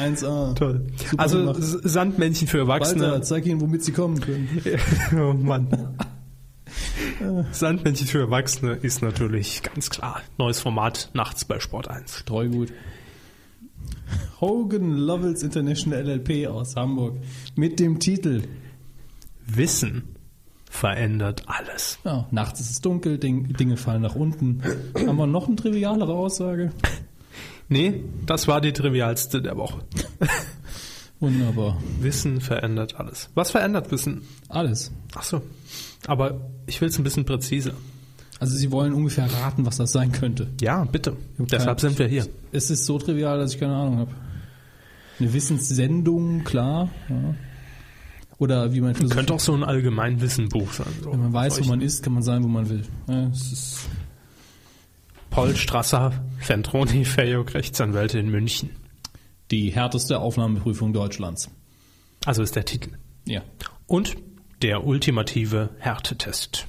A: 1A.
B: Toll.
A: Super
B: also
A: gemacht.
B: S- Sandmännchen für
A: Walter,
B: Erwachsene.
A: zeig Ihnen, womit Sie kommen können.
B: oh Mann. Sandmännchen für Erwachsene ist natürlich ganz klar. Neues Format nachts bei Sport 1.
A: Streugut. Hogan Lovells International LLP aus Hamburg mit dem Titel
B: Wissen verändert alles.
A: ja, Nachts ist es dunkel, Ding, Dinge fallen nach unten. Haben wir noch eine trivialere Aussage?
B: Nee, das war die trivialste der Woche.
A: Wunderbar.
B: Wissen verändert alles. Was verändert Wissen?
A: Alles.
B: Ach so. Aber ich will es ein bisschen präziser.
A: Also Sie wollen ungefähr raten, was das sein könnte.
B: Ja, bitte. Deshalb
A: Keine-
B: sind wir hier.
A: Es ist so trivial, dass ich keine Ahnung habe. Eine Wissenssendung, klar. Ja. Oder wie man für
B: Könnte auch so ein Allgemeinwissenbuch sein. So.
A: wenn man weiß, wo man ist, kann man sein, wo man will. Ja, es ist
B: Paul Strasser, Fentroni, Fayok, Rechtsanwälte in München.
A: die härteste Aufnahmeprüfung Deutschlands.
B: Also ist der Titel.
A: Ja.
B: Und der ultimative Härtetest.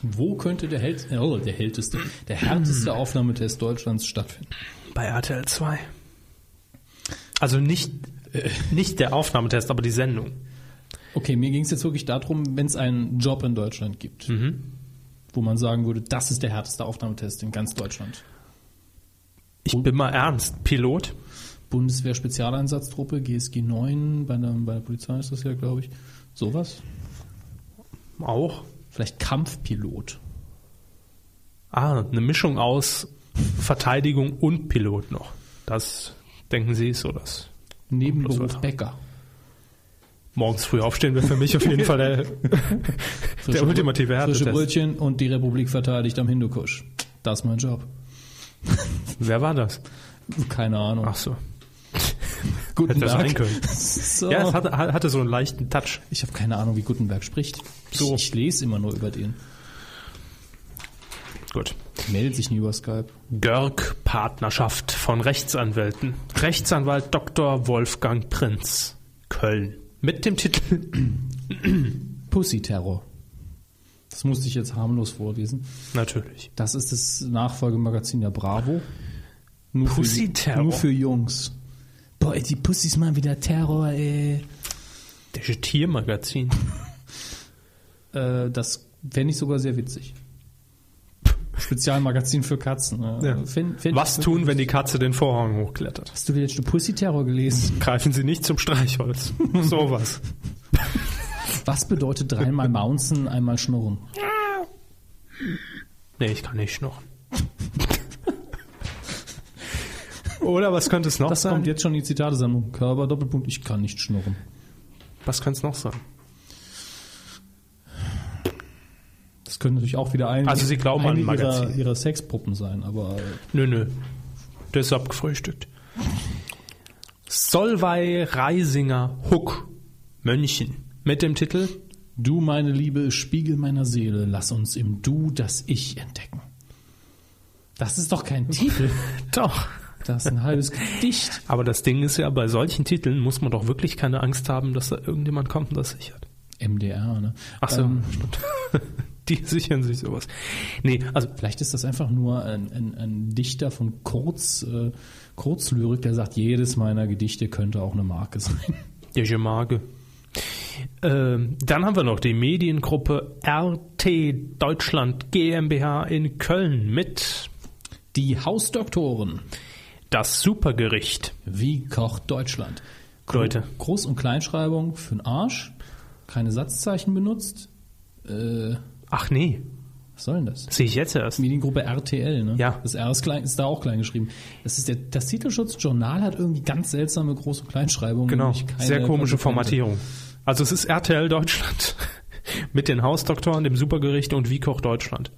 A: Wo könnte der, Held, äh, oh, der hälteste, der härteste Aufnahmetest Deutschlands stattfinden?
B: Bei RTL 2. Also nicht,
A: Äh.
B: nicht der Aufnahmetest, aber die Sendung.
A: Okay, mir ging es jetzt wirklich darum, wenn es einen Job in Deutschland gibt, wo man sagen würde, das ist der härteste Aufnahmetest in ganz Deutschland.
B: Ich bin mal ernst. Pilot?
A: Bundeswehr-Spezialeinsatztruppe, GSG 9, bei der, bei der Polizei ist das ja, glaube ich. Sowas.
B: Auch.
A: Vielleicht Kampfpilot.
B: Ah, eine Mischung aus Verteidigung und Pilot noch. Das denken Sie ist so das.
A: Nebenberuf Bäcker.
B: Morgens früh aufstehen wäre für mich auf jeden Fall der, der
A: Brö-
B: ultimative
A: Frische
B: Härtetest.
A: Brötchen und die Republik verteidigt am Hindukusch. Das ist mein Job.
B: Wer war das?
A: Keine Ahnung.
B: Ach so.
A: Guten
B: Hätte sein
A: Tag.
B: können.
A: So.
B: Ja, es hatte, hatte so einen leichten Touch.
A: Ich habe keine Ahnung, wie Gutenberg spricht.
B: So.
A: Ich, ich lese immer nur über den.
B: Gut.
A: Meldet sich nie über Skype.
B: Görg Partnerschaft von Rechtsanwälten. Rechtsanwalt Dr. Wolfgang Prinz, Köln. Mit dem Titel
A: Pussy-Terror. Das musste ich jetzt harmlos vorlesen.
B: natürlich.
A: Das ist das Nachfolgemagazin der Bravo. Nur für-
B: Pussy-Terror?
A: Nur für Jungs. Boah, ey, die Pussys machen wieder Terror, ey.
B: Der Tiermagazin.
A: Äh, das fände ich sogar sehr witzig. Spezialmagazin für Katzen. äh,
B: Ja.
A: fänd- fänd
B: Was
A: ich-
B: tun, wenn die Katze den Vorhang hochklettert?
A: Hast du wieder schon Pussy-Terror gelesen?
B: Greifen Sie nicht zum Streichholz. Sowas.
A: Was bedeutet dreimal Mounzen, einmal Schnurren?
B: Nee, ich kann nicht schnurren. Oder was könnte es noch
A: Das
B: sein?
A: kommt jetzt schon in die Zitatesammlung. Körper, Doppelpunkt, ich kann nicht schnurren.
B: Was könnte es noch sein?
A: Das können natürlich auch wieder ein,
B: Also Sie glauben an
A: einige ihrer,
B: Magazin.
A: ihrer Sexpuppen sein, aber äh,
B: Nö, nö. Der ist abgefrühstückt. Solvay Reisinger Huck, München. Mit dem Titel
A: du, meine Liebe, Spiegel meiner Seele, lass uns im Du das Ich entdecken. Das ist doch kein Titel.
B: Doch.
A: Das ist ein halbes Gedicht.
B: Aber das Ding ist ja, bei solchen Titeln muss man doch wirklich keine Angst haben, dass da irgendjemand kommt und das sichert.
A: MDR, ne?
B: Ach so,
A: Ähm,
B: stimmt. Die sichern sich sowas. Nee, also
A: Vielleicht ist das einfach nur ein, ein, ein Dichter von Kurz, äh, Kurzlyrik, der sagt, jedes meiner Gedichte könnte auch eine Marke sein.
B: ich Marke. Ähm, dann haben wir noch die Mediengruppe RT Deutschland GmbH in Köln mit
A: Die Hausdoktoren.
B: das Supergericht.
A: Wie kocht Deutschland?
B: Leute,
A: Groß- und Kleinschreibung für den Arsch. Keine Satzzeichen benutzt. Äh,
B: ach nee,
A: was soll denn das?
B: sehe ich jetzt erst.
A: Mediengruppe RTL, ne?
B: Ja.
A: Das R ist, klein, ist da auch klein geschrieben. Das, ist der, das Titelschutzjournal hat irgendwie ganz seltsame Groß- und Kleinschreibungen.
B: Genau,
A: die ich keine
B: sehr komische
A: Konsequenz-
B: Formatierung. Also es ist RTL Deutschland mit den Hausdoktoren, dem Supergericht und Wie kocht Deutschland.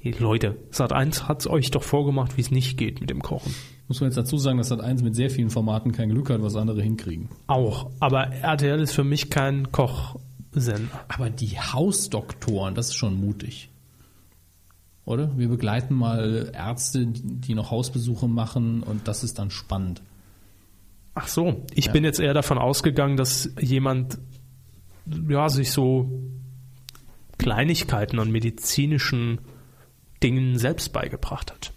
B: Hey, Leute, Sat1 hat's euch doch vorgemacht, wie es nicht geht mit dem Kochen.
A: Muss man jetzt dazu sagen, dass das eins mit sehr vielen Formaten kein Glück hat, was andere hinkriegen.
B: Auch, aber RTL ist für mich kein Kochsender.
A: Aber die Hausdoktoren, das ist schon mutig. Oder? Wir begleiten mal Ärzte, die noch Hausbesuche machen und das ist dann spannend.
B: Ach so, ich bin jetzt eher davon ausgegangen, dass jemand ja sich so Kleinigkeiten an medizinischen Dingen selbst beigebracht hat.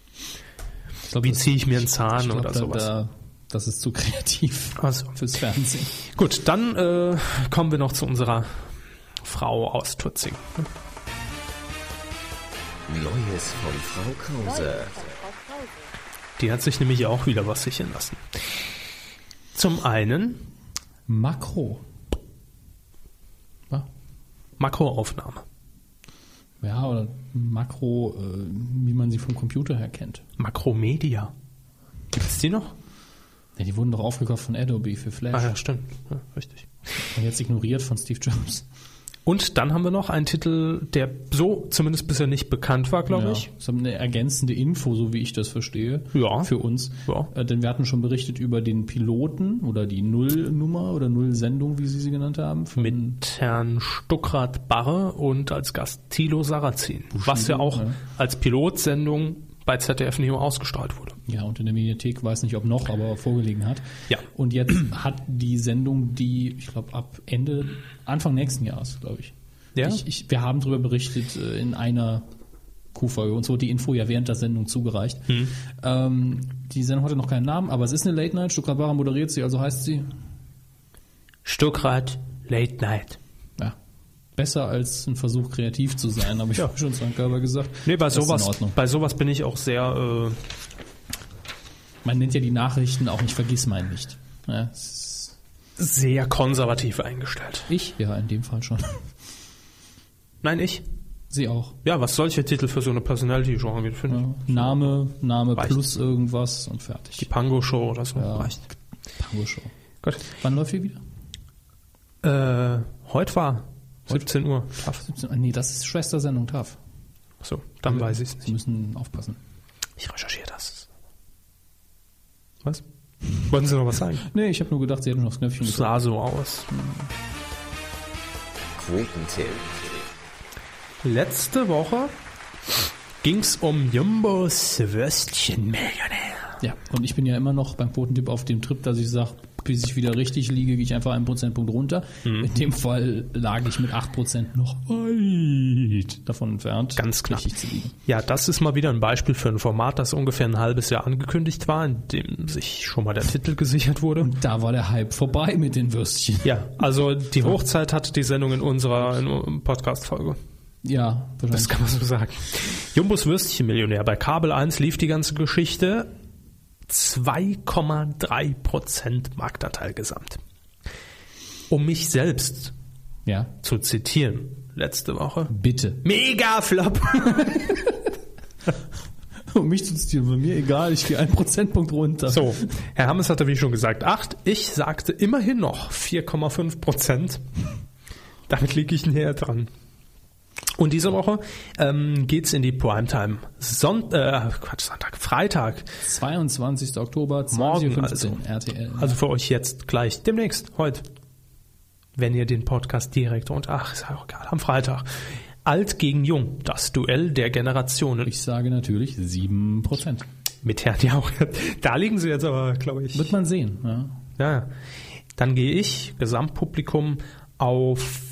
A: Ich glaub,
B: Wie
A: das-
B: ziehe ich mir einen Zahn
A: ich glaub,
B: oder
A: da,
B: sowas?
A: Da, das ist zu kreativ
B: Also.
A: fürs Fernsehen.
B: Gut, dann äh, kommen wir noch zu unserer Frau aus Tutzing.
D: Neues von Frau Krause.
B: Die hat sich nämlich auch wieder was sichern lassen. Zum einen
A: Makro. Ja.
B: Makroaufnahme.
A: Ja, oder Makro, äh, wie man sie vom Computer her kennt.
B: Makromedia. Gibt es die noch?
A: Ja, die wurden doch aufgekauft von Adobe für Flash
B: Ah ja, stimmt. Ja, richtig.
A: und jetzt ignoriert von Steve Jobs.
B: Und dann haben wir noch einen Titel, der so zumindest bisher nicht bekannt war, glaube
A: ja,
B: ich.
A: Das ist eine ergänzende Info, so wie ich das verstehe,
B: Ja.
A: für uns.
B: Ja.
A: Äh, denn wir hatten schon berichtet über den Piloten oder die Nullnummer oder Nullsendung, wie Sie sie genannt haben. von-
B: Mit Herrn Stuckrad Barre und als Gast Thilo Sarrazin, was ja auch
A: ja.
B: als Pilotsendung bei ZDF Neo ausgestrahlt wurde.
A: Ja, und in der Mediathek weiß nicht, ob noch, aber vorgelegen hat.
B: Ja.
A: Und jetzt hat die Sendung, die, ich glaube, ab Ende, Anfang nächsten Jahres, glaube ich.
B: Ja.
A: Ich, ich, wir haben darüber berichtet äh, in einer Q-Folge. Uns wurde die Info ja während der Sendung zugereicht.
B: Hm.
A: Ähm, die Sendung hatte noch keinen Namen, aber es ist eine Late Night. Stuttgart Barre moderiert sie, also heißt sie.
B: Stuckrad Late Night.
A: Ja. Besser als ein Versuch, kreativ zu sein, habe ich
B: Ja.
A: ja. schon Körper gesagt.
B: Nee, bei
A: Das ist
B: sowas,
A: In Ordnung.
B: bei sowas bin ich auch sehr. äh,
A: Man nennt ja die Nachrichten auch nicht, vergiss mein nicht. Ja, es ist
B: sehr konservativ eingestellt.
A: ich? Ja, in dem Fall schon.
B: Nein, ich?
A: Sie auch.
B: Ja, was solche Titel für so eine Personality-Genre angeht, finde
A: Ja.
B: ich.
A: Name, Name
B: Reicht.
A: plus irgendwas und
B: Die
A: fertig.
B: Pango-Show oder so. Reicht.
A: Pango Show.
B: Gut.
A: Wann läuft ihr wieder?
B: Äh, heute war 17 Uhr. Schlaf.
A: 17 Uhr. Nee, das ist Schwestersendung TAF.
B: So, dann weiß ich es
A: Sie
B: nicht.
A: müssen aufpassen.
B: Ich recherchiere das. Was? Wollten Sie noch was sagen?
A: Nee, ich habe nur gedacht, sie hätten schon aufs Knöpfchen
B: Das
A: gedrückt.
B: sah so aus.
D: Quotentipp.
B: Letzte Woche ging's um Jumbos Würstchen-Millionär.
A: Ja, und ich bin ja immer noch beim Quotentipp auf dem Trip, dass ich sage, bis ich wieder richtig liege, gehe ich einfach einen Prozentpunkt runter.
B: Mhm.
A: In dem Fall lag ich mit 8% noch weit davon entfernt,
B: Ganz knapp.
A: richtig zu liegen.
B: Ja, das ist mal wieder ein Beispiel für ein Format, das ungefähr ein halbes Jahr angekündigt war, in dem sich schon mal der Titel gesichert wurde.
A: Und da war der Hype vorbei mit den Würstchen.
B: Ja, also die Hochzeit hatte die Sendung in unserer in unserer Podcast-Folge.
A: Ja,
B: Das
A: wahrscheinlich.
B: kann man so sagen. Jumbos Würstchenmillionär. Bei Kabel 1 lief die ganze Geschichte 2,3% Marktanteil gesamt. Um mich selbst
A: Ja,
B: zu zitieren, letzte Woche.
A: bitte.
B: Mega Flop!
A: Um mich zu zitieren, bei mir egal, ich gehe einen Prozentpunkt runter.
B: So, Herr Hammes hatte wie schon gesagt 8. Ich sagte immerhin noch 4,5 Prozent. Damit liege ich näher dran. Und diese Woche ähm, geht's in die Primetime. Sonnt äh, Quatsch, Sonntag, Freitag.
A: 22. Oktober,
B: Morgen
A: 20.15 Uhr, RTL.
B: Also für euch jetzt gleich, demnächst, heute. Wenn ihr den Podcast direkt und ach, ist ja auch egal, am Freitag. Alt gegen Jung, das Duell der Generationen.
A: ich sage natürlich 7%.
B: mit Herrn Jauch. Da liegen sie jetzt aber, glaube ich.
A: Wird man sehen. Ja.
B: Ja, ja. Dann gehe ich, Gesamtpublikum, auf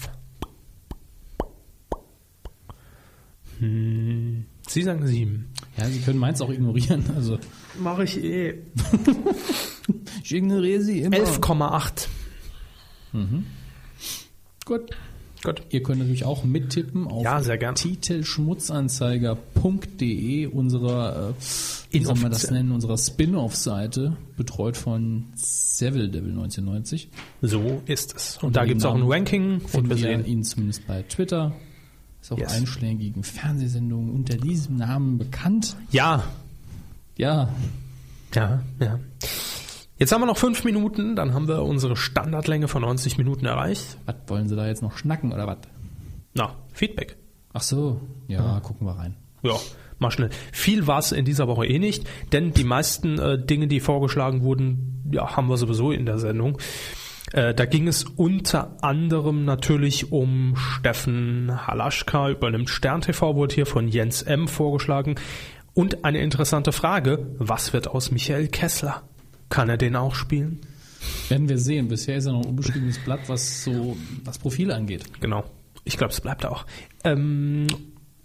B: hm, Sie sagen sieben.
A: Ja, Sie können meins auch ignorieren. Also
B: Mache ich eh.
A: ich ignoriere Sie immer.
B: 11,8.
A: Gut.
B: Gut.
A: Ihr könnt natürlich auch mittippen auf
B: Ja, sehr gern.
A: titelschmutzanzeiger.de, unserer, äh, wie soll man das
B: Inoffiziell.
A: nennen, unserer Spin-off-Seite, betreut von Seville Devil 1990.
B: So ist es. Und,
A: Und
B: da
A: den
B: gibt es auch ein
A: Namen
B: Ranking und
A: Finden
B: wir
A: wir
B: sehen.
A: ihn zumindest bei Twitter. Ist auch
B: Yes.
A: einschlägigen Fernsehsendungen unter diesem Namen bekannt.
B: Ja,
A: Ja,
B: ja, ja. Jetzt haben wir noch fünf Minuten, dann haben wir unsere Standardlänge von 90 Minuten erreicht.
A: was wollen Sie da jetzt noch schnacken oder was?
B: Na, Feedback.
A: Ach so, ja,
B: Ah.
A: gucken wir rein.
B: Ja, mal schnell. Viel war es in dieser Woche eh nicht, denn die meisten äh, Dinge, die vorgeschlagen wurden, ja, haben wir sowieso in der Sendung. Äh, da ging es unter anderem natürlich um Steffen Halaschka, übernimmt Stern TV, wurde hier von Jens M. vorgeschlagen. Und eine interessante Frage, was wird aus Michael Kessler? Kann er den auch spielen?
A: Werden wir sehen. Bisher ist er noch ein unbeschriebenes Blatt, was so das Profil angeht.
B: Genau. Ich glaube, es bleibt auch. Ähm,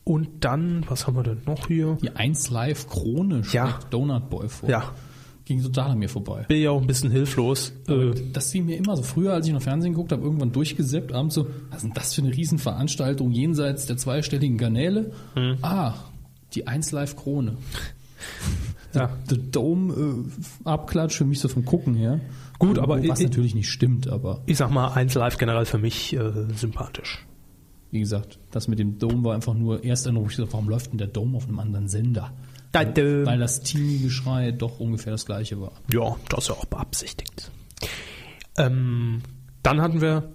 B: und dann, was haben wir denn noch hier?
A: Die 1 Live Krone
B: Ja.
A: schlägt Donut Boy vor.
B: Ja.
A: Ging total an mir vorbei.
B: Bin ja auch ein bisschen hilflos. Äh,
A: Das fiel mir immer so. Früher, als ich noch Fernsehen geguckt habe, irgendwann durchgesippt, abends so, was ist denn das für eine Riesenveranstaltung jenseits der zweistelligen Garnele?
B: Hm.
A: Ah, die 1 Live Krone.
B: ja.
A: The Dome äh, Abklatsch für mich so vom Gucken her.
B: Gut, aber
A: was
B: i- i-
A: natürlich nicht stimmt, aber
B: ich sag mal, 1 live generell für mich äh, sympathisch.
A: wie gesagt, das mit dem Dome war einfach nur erst ein Ruf, ich so, warum läuft denn der Dome auf einem anderen Sender?
B: Da-
A: weil,
B: dö.
A: weil das Teenie-Geschrei doch ungefähr das gleiche war.
B: Ja, das ist ja auch beabsichtigt. Ähm, dann hatten wir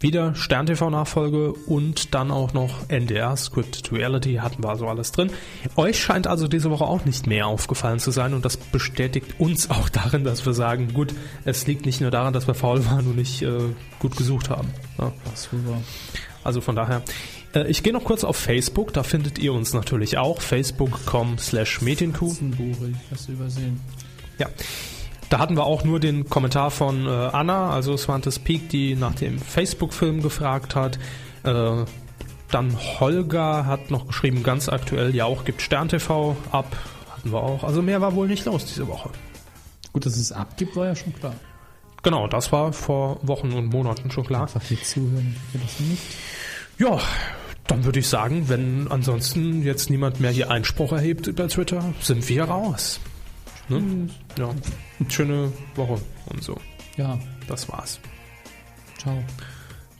B: wieder Stern TV-Nachfolge und dann auch noch NDR, Scripted Reality, hatten wir also alles drin. Euch scheint also diese Woche auch nicht mehr aufgefallen zu sein und das bestätigt uns auch darin, dass wir sagen, gut, es liegt nicht nur daran, dass wir faul waren und nicht äh, gut gesucht haben. Ja.
A: Was für war.
B: Also von daher, äh, ich gehe noch kurz auf Facebook, da findet ihr uns natürlich auch, facebook.com slash medienkuh.
A: Katzenbuche, ich hast du übersehen.
B: Ja. Da hatten wir auch nur den Kommentar von äh, Anna, also Svantes Peak, die nach dem Facebook-Film gefragt hat. Äh, dann Holger hat noch geschrieben, ganz aktuell, ja auch gibt Stern TV ab. Hatten wir auch. Also mehr war wohl nicht los diese Woche.
A: Gut, dass es abgibt, war ja schon klar.
B: Genau, das war vor Wochen und Monaten schon klar.
A: Einfach hier zuhören, ich will das nicht.
B: Ja, dann würde ich sagen, wenn ansonsten jetzt niemand mehr hier Einspruch erhebt über Twitter, sind wir raus. Ne? Ja, schöne Woche und so.
A: Ja,
B: Das war's.
A: ciao.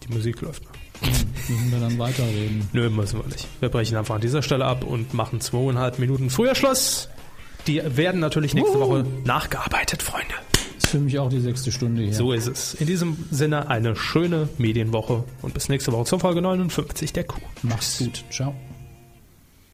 B: Die Musik läuft. noch.
A: Müssen wir dann weiterreden.
B: Nö, müssen wir nicht. Wir brechen einfach an dieser Stelle ab und machen zweieinhalb Minuten früher Schluss. Die werden natürlich nächste Woche nachgearbeitet, Freunde.
A: Ist für mich auch die sechste Stunde hier.
B: So ist es. In diesem Sinne eine schöne Medienwoche und bis nächste Woche zur Folge 59 der Kuh.
A: Mach's gut. Ciao.